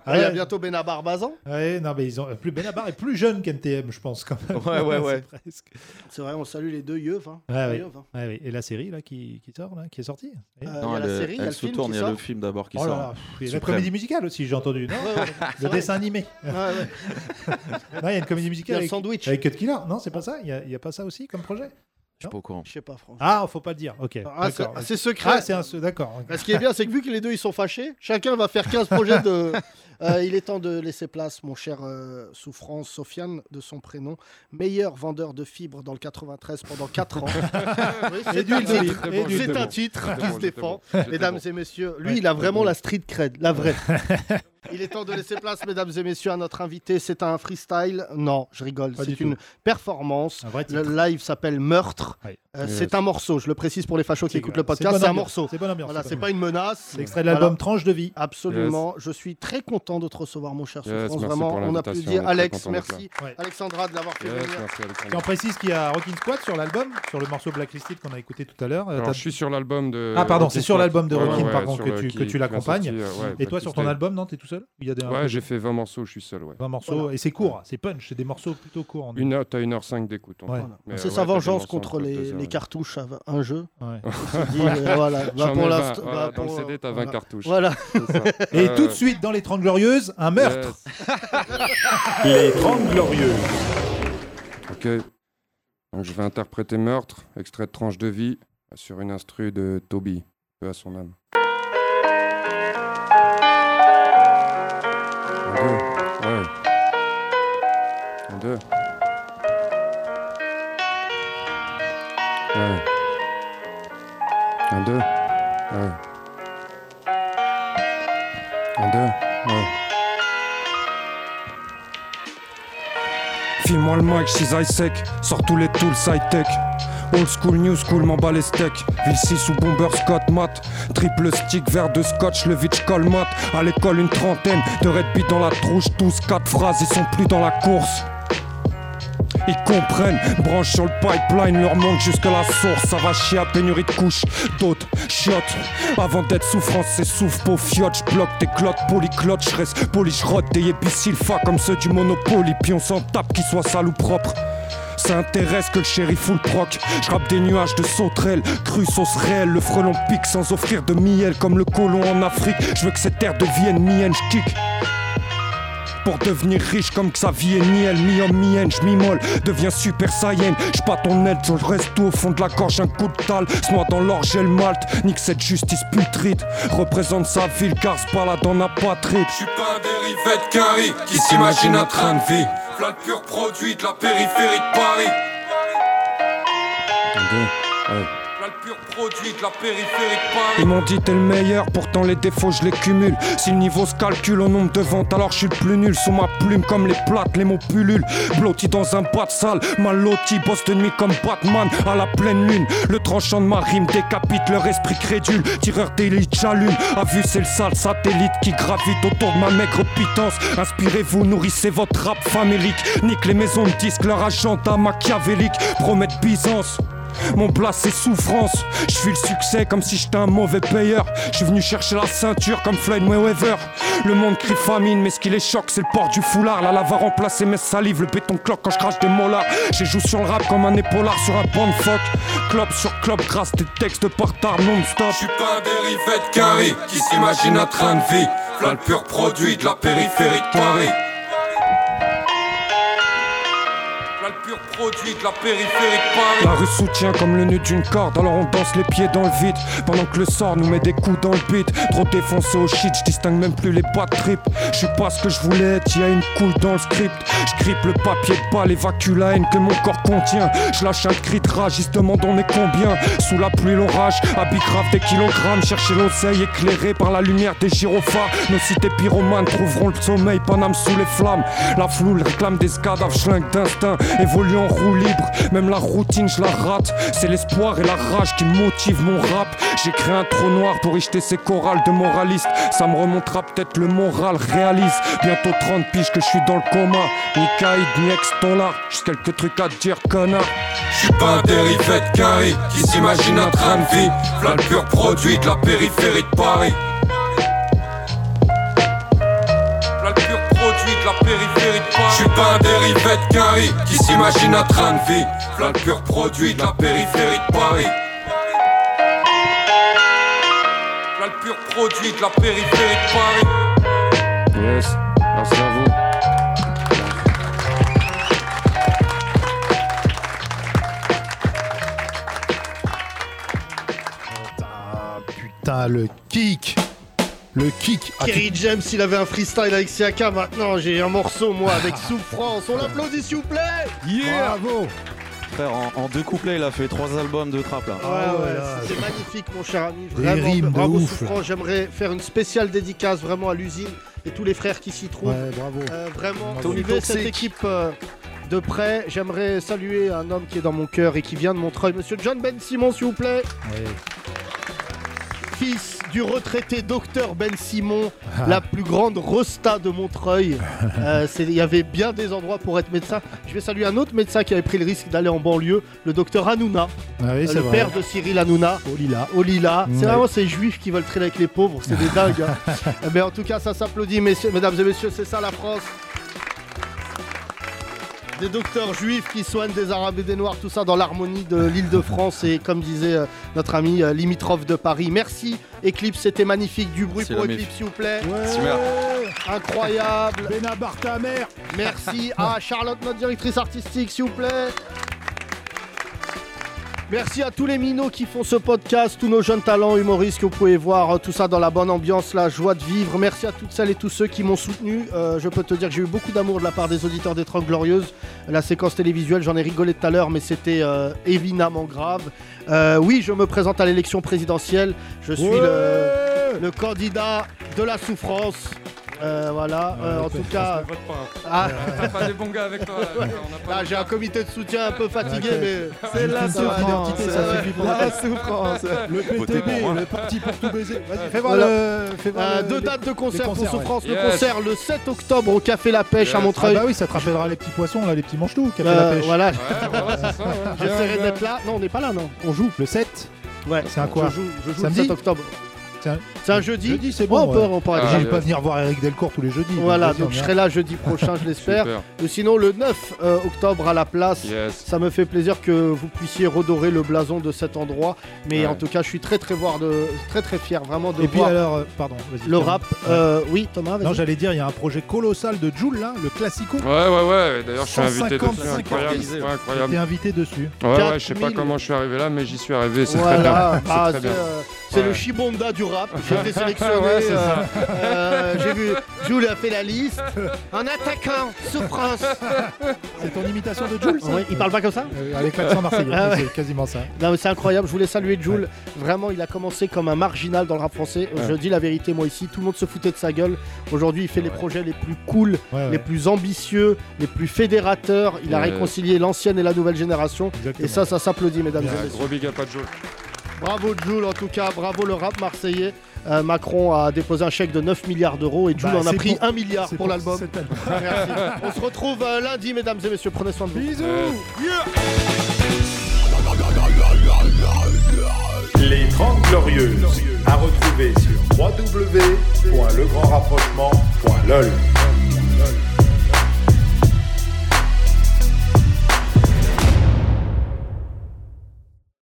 S4: Ah
S3: Il y a
S4: ouais.
S3: bientôt Benabar Bazan
S4: Ouais, non, mais ils ont plus Benabar est plus jeune qu'NTM, je pense quand même. C'est presque.
S3: C'est vrai, on salue les deux yeux. Hein.
S4: Ouais,
S3: Les
S4: ouais.
S3: yeux, hein.
S4: Ouais, ouais. Et la série là qui, qui sort, là, qui est sortie.
S3: Euh,
S4: Ah Oui.
S3: il y a Non, la elle- série, il y a elle le se film tourne, qui il y a sort. le film
S7: d'abord qui
S4: Oh là
S7: sort.
S4: là, pff, et la
S7: Suprême.
S4: comédie musicale aussi, j'ai entendu. Non,
S3: Ouais, ouais, c'est
S4: le
S3: vrai.
S4: dessin animé.
S3: Ouais, ouais.
S4: Non, il y a une comédie
S3: Il y
S4: musicale
S3: a le
S4: avec,
S3: sandwich.
S4: avec Cut Killer. Non, c'est pas ça. Il y a, il y a pas ça aussi comme projet. Je suis
S6: pas au courant.
S3: Je sais pas, franchement.
S4: Ah, faut pas le dire. Ok.
S3: Ah, c'est
S4: d'accord.
S3: ah, c'est secret.
S4: Ah, c'est un se- d'accord. ok.
S3: Bah, Ce qui est bien, c'est que vu que les deux ils sont fâchés, chacun va faire 15 projets de. Euh, il est temps de laisser place, mon cher euh, Souffrance, Sofiane, de son prénom, meilleur vendeur de fibres dans le 93 pendant 4 ans. Oui,
S4: Et
S3: c'est
S4: du
S3: un
S4: Hildebrand.
S3: titre,
S4: Et du
S3: c'est un
S4: Hildebrand.
S3: titre
S4: J'étais
S3: qui
S4: bon,
S3: se
S4: j'étais
S3: défend.
S4: bon, j'étais
S3: Mesdames
S4: bon.
S3: et messieurs, lui,
S4: Ouais,
S3: il a
S4: j'étais
S3: vraiment
S4: bon.
S3: la street cred, la vraie. Il est temps de laisser place, mesdames et messieurs, à notre invité. C'est un freestyle. Non, je rigole.
S4: Pas
S3: C'est
S4: du
S3: une
S4: tout. Ah,
S3: performance. le live s'appelle Meurtre. Euh,
S4: Ouais,
S3: c'est
S4: c'est-
S3: un morceau. Je le précise pour les fachos qui
S4: C'est-
S3: écoutent le
S4: c'est
S3: podcast.
S4: bonne
S3: C'est un
S4: ambiance.
S3: morceau.
S4: C'est bonne ambiance,
S3: Voilà,
S4: c'est
S3: c'est
S4: bonne
S3: pas une menace.
S4: C'est extrait de l'album Tranche de vie.
S3: Absolument. Je suis très content de te recevoir, mon cher
S4: Yes,
S3: Souffrance.
S4: merci
S3: Vraiment,
S4: pour
S3: on
S4: l'invitation,
S3: applaudit
S4: on est très
S3: Alex.
S4: content d'être
S3: Merci.
S4: là. Ouais.
S3: Alexandra de l'avoir fait
S14: Yes,
S3: venir.
S14: merci, Alexandra.
S4: Et on précise qu'il y a Rockin' Squad sur l'album, sur le morceau Blacklisted qu'on a écouté tout à l'heure. Euh,
S14: Alors,
S4: t'as-
S14: je suis sur l'album de.
S4: Ah, pardon,
S14: Rockin'
S4: c'est sur
S14: Squad.
S4: l'album de
S14: Euh, Ouais,
S4: Rockin',
S14: ouais,
S4: par contre,
S14: sur
S4: que
S14: le-
S4: tu,
S14: qui-
S4: que tu
S14: qui vient
S4: l'accompagnes.
S14: sortir, ouais,
S4: et toi, sur ton
S14: Blacklisted.
S4: album, non, t'es tout seul Il y a des- un peu
S14: Ouais,
S4: de-
S14: j'ai fait 20 morceaux, je suis seul. Ouais.
S4: 20 morceaux, et c'est court, c'est punch, c'est des morceaux plutôt courts. en-
S14: Une heure, t'as 1h05 d'écoute. en
S4: Ouais.
S14: fait.
S4: Voilà.
S14: Mais,
S3: C'est
S14: ouais,
S3: sa
S14: t'as des
S3: vengeance
S14: morceaux
S3: contre
S14: entre
S3: les,
S14: deux heures.
S3: les cartouches à v- un jeu.
S4: Ouais.
S3: Il s'est dit, euh, voilà,
S14: J'en
S3: va
S14: ai
S3: pour
S14: 20,
S3: l'inst-
S14: voilà,
S3: va
S14: dans le
S3: pour-
S14: CD, t'as 20
S3: voilà.
S14: cartouches.
S3: Voilà.
S4: Et
S14: Euh,
S4: tout de suite, dans Les 30 Glorieuses, un meurtre
S12: Les 30 Glorieuses.
S14: Ok. Donc, je vais interpréter Meurtre, extrait de tranche de vie, sur une instru de Toby, peu à son âme. Un, deux. Ouais. Un, deux. Ouais. Un, deux. Ouais. Un, deux. Ouais.
S13: File-moi le mic, she's high sec. Sors tous les tools high tech. Old school, new school, m'en bats les steaks. Ville 6 ou bomber Scott Matt. Triple stick, verre de scotch, le vitch colmat. À l'école, une trentaine de Red Beat dans la trouche. Tous quatre phrases, ils sont plus dans la course. Ils comprennent, branche sur le pipeline, leur manque jusqu'à la source. Ça va chier à pénurie de couches, d'autres chiottes. Avant d'être souffrance, c'est souffle, peau fiotte. J'bloque tes clottes, polyclotte, j'reste poli, j'rotte des épisilfa comme ceux du Monopoly. Puis on s'en tape, qu'ils soient sales ou propres. Ça intéresse que le shérif full proc. J'rappe des nuages de sauterelles, cru sauce réelle. Le frelon pique sans offrir de miel comme le colon en Afrique. Je veux que cette terre devienne mienne, j'kick. Pour devenir riche comme Xavier Niel, mi-homme, mi-haine, j'm'immole, deviens super saiyan. J'pas ton aide, je reste tout au fond de la gorge, un coup de tal, se noie dans l'orge et le malt. Nique cette justice putride, représente sa ville car se balade en apatride.
S11: suis pas un dérivé de Carrie qui s'imagine un train de vie.
S13: V'là le pur produit de la périphérie de Paris.
S14: Un, deux. Ouais.
S13: V'là le pur produit de la périphérie de Paris.
S14: Ils m'ont dit t'es le meilleur, pourtant les défauts je les cumule. Si le niveau se calcule au nombre de ventes, alors je suis le plus nul. Sous ma plume, comme les plates, les mots pullulent. Blotti dans un bas de salle, mal loti, bosse de nuit comme Batman à la pleine lune. Le tranchant de ma rime décapite leur esprit crédule. Tireur d'élite, j'allume. A vu, c'est le sale satellite qui gravite autour de ma maigre pitance. Inspirez-vous, nourrissez votre rap famélique. Nique les maisons de disques, leur agenda machiavélique. Promettent Byzance. Mon blast c'est souffrance. Je suis le succès comme si j'étais un mauvais payeur. Je suis venu chercher la ceinture comme Floyd Mayweather. Le monde crie famine, mais ce qui les choque, c'est le port du foulard. La lave a remplacé mes salives, le béton cloque quand je crache des molars. J'ai joué sur le rap comme un épaulard sur un banc de phoque. Clop sur clop, grâce des textes de portard non-stop.
S13: suis pas un dérivé de Carrie qui s'imagine un train de vie. V'là le pur produit de la périphérie de Paris. V'là le pur produit de la périphérie de Paris.
S14: La rue soutient comme le nœud d'une corde, alors on danse les pieds dans le vide. Pendant que le sort nous met des coups dans le beat. Trop défoncé au shit, je distingue même plus les pas de trip. Je suis pas ce que je voulais être, y a une couille dans le script. Je grippe le papier de balle, évacue la haine que mon corps contient. Je lâche un cri de rage, ils se demandent on est combien. Sous la pluie, l'orage, habit grave des kilogrammes. Chercher l'oseille éclairée par la lumière des gyrophares. Nos cités pyromanes trouveront le sommeil, Paname sous les flammes. La floule réclame des cadavres, schlingue d'instinct. Évolue en roue libre, même la routine, je la rate. C'est l'espoir et la rage qui motive mon rap. J'ai créé un trou noir pour y jeter ces chorales de moralistes. Ça me remontera peut-être le moral, réalise. Bientôt 30 piges que je suis dans le coma. Ni caïd, ni ex-dollar. J'ai quelques trucs à te dire, connard.
S13: Je suis pas un dérivé de Carrie qui s'imagine un train de vie. V'là le pur produit de la périphérie de Paris. V'là le pur produit de la périphérie de Paris. Je suis pas un dérivé de Carrie qui s'imagine un train de vie. V'là le pur produit de la périphérie de Paris. V'là le pur produit de la périphérie de Paris.
S14: Yes, merci à vous.
S4: Putain, le kick Le kick Ah, tu-
S3: Kerry James, il avait un freestyle avec Siaka. Maintenant, j'ai un morceau, moi, avec Souffrance. On l'applaudit, s'il vous plaît
S4: Bravo
S18: Frère, en, en deux couplets, il a fait trois albums de trap là.
S3: Ouais, Ah ouais, c'est magnifique, mon cher ami.
S18: Des
S3: Vraiment,
S18: rimes de
S3: bravo,
S18: ouf,
S3: Souffrance.
S18: là.
S3: J'aimerais faire une spéciale dédicace vraiment à l'usine et tous les frères qui s'y trouvent.
S4: Ouais, bravo.
S3: Euh, vraiment,
S4: Tony
S3: suivez
S4: Toxic.
S3: cette équipe euh, de près. J'aimerais saluer un homme qui est dans mon cœur et qui vient de Montreuil, monsieur John Ben Simon, s'il vous plaît. Fils du retraité docteur Ben Simon, la plus grande rosta de Montreuil. Euh, c'est- Il y avait bien des endroits pour être médecin. Je vais saluer un autre médecin qui avait pris le risque d'aller en banlieue, le docteur Hanouna,
S4: Ah oui,
S3: Euh,
S4: c'est
S3: le
S4: vrai. Oh,
S3: père de Cyril Hanouna. Au Lila. Au Lila.
S4: Mm.
S3: C'est vraiment ces juifs qui veulent traîner avec les pauvres, c'est des dingues. hein. Mais en tout cas, ça s'applaudit, messieurs- mesdames et messieurs, c'est ça la France. Des docteurs juifs qui soignent des Arabes et des Noirs, tout ça dans l'harmonie de l'île de France et comme disait euh, notre ami euh, limitrophe de Paris. Merci Eclipse, c'était magnifique. Du bruit
S18: C'est
S3: pour
S18: la
S3: Eclipse,
S18: mif.
S3: s'il vous plaît.
S18: Super.
S3: Incroyable. Benabar ta mère. Merci à Charlotte, notre directrice artistique, s'il vous plaît. Merci à tous les minots qui font ce podcast, tous nos jeunes talents humoristes que vous pouvez voir, euh, tout ça dans la bonne ambiance, la joie de vivre. Merci à toutes celles et tous ceux qui m'ont soutenu. Euh, je peux te dire que j'ai eu beaucoup d'amour de la part des auditeurs des Trente Glorieuses. La séquence télévisuelle, j'en ai rigolé tout à l'heure, mais c'était euh, évidemment grave. Euh, oui, je me présente à l'élection présidentielle. Je suis le, le candidat de la souffrance. Euh, voilà, Euh, en tout cas. Ah.
S10: T'as pas des bons gars avec toi. euh, là, on a pas-
S3: Ah, j'ai un comité de soutien un peu fatigué,
S10: Ok.
S3: mais
S10: C'est la
S3: Ça va,
S10: souffrance,
S3: Ah, non, c'est
S10: ça suffit pour
S3: la
S10: moi.
S3: souffrance.
S4: Le PTB,
S14: hein.
S4: le parti pour tout baiser. Vas-y, fais voir
S3: Voilà.
S4: le. fais voir
S3: Euh,
S4: le-
S3: deux
S4: les-
S3: dates de
S4: les
S3: concert pour
S4: concerts, ouais.
S3: Souffrance. Le concert le 7 octobre au Café La Pêche à Montreuil.
S4: Ah bah oui, ça te rappellera les petits poissons, là, les petits manches-tout qui a fait
S3: Euh,
S4: la pêche.
S3: voilà. Ouais, voilà, c'est ça, ouais. J'essaierai d'être là. Non, on n'est pas là, non.
S4: On joue le 7
S3: Ouais.
S4: C'est un quoi
S3: Je joue, je joue
S4: Samedi
S3: le 7 octobre.
S4: C'est un,
S3: c'est un jeudi
S4: Jeudi, c'est bon.
S3: Ouais, on peut- on peut aller.
S4: Je vais
S3: Ah,
S4: pas
S3: ouais.
S4: venir voir Eric Delcourt tous les jeudis.
S3: Voilà,
S4: vas-y, on
S3: donc je
S4: y
S3: serai
S4: va.
S3: là jeudi prochain, je l'espère.
S4: Super.
S3: Ou sinon le 9 euh, octobre à la place. Ça me fait plaisir que vous puissiez redorer le blason de cet endroit. Mais
S4: Ouais.
S3: en tout cas, je suis très très, voir de... très, très fier vraiment de
S4: Et puis
S3: voir
S4: alors, euh, pardon, vas-y.
S3: le
S4: termine.
S3: rap.
S4: Ouais.
S3: Euh, oui, Thomas, vas-y.
S4: Non, j'allais dire, il y a un projet colossal de Joule là, le classico.
S14: Ouais, ouais, ouais. D'ailleurs, je suis invité
S4: 155
S14: dessus. Incroyable.
S4: organisés.
S14: Ouais, incroyable.
S4: T'es invité dessus.
S14: Ouais, ouais, je sais pas
S3: 4000.
S14: comment je suis arrivé là, mais j'y suis arrivé. C'est très
S3: Voilà,
S14: bien.
S3: Ah,
S14: C'est très
S3: c'est
S14: bien.
S3: euh, c'est le
S14: Ouais.
S3: Shibonda du rap. J'ai été sélectionné.
S14: Ouais, c'est
S3: euh,
S14: ça.
S3: euh, J'ai vu, Jules a fait la liste. Un attaquant, souffrance.
S4: C'est ton imitation de Jules
S3: Oui, il parle pas comme ça
S4: Euh, Avec l'accent marseillais,
S3: Ah ouais.
S4: c'est quasiment ça.
S3: Non, mais c'est incroyable, je voulais saluer Jules. Vraiment, il a commencé comme un marginal dans le rap français.
S4: Ouais.
S3: Je dis la vérité, moi ici, tout le monde se foutait de sa gueule. Aujourd'hui, il fait les projets les plus cool,
S4: Ouais, ouais.
S3: les plus ambitieux, les plus fédérateurs. Il a
S14: Ouais.
S3: réconcilié l'ancienne et la nouvelle génération. Et ça, ça s'applaudit, mesdames et
S14: Ouais,
S3: messieurs.
S14: Gros big up à Joe.
S3: Bravo Jules en tout cas, bravo le rap marseillais. Euh, Macron a déposé un chèque de 9 milliards d'euros et Jules
S4: Bah,
S3: en a
S4: c'est
S3: pris
S4: pour-
S3: 1 milliard
S4: c'est
S3: pour
S4: pour
S3: l'album.
S4: cet album.
S3: Merci. On se retrouve euh, lundi mesdames et messieurs, prenez soin de vous. Bisous
S12: Les 30 Glorieuses, à retrouver sur www.legrandrapprochement.lol.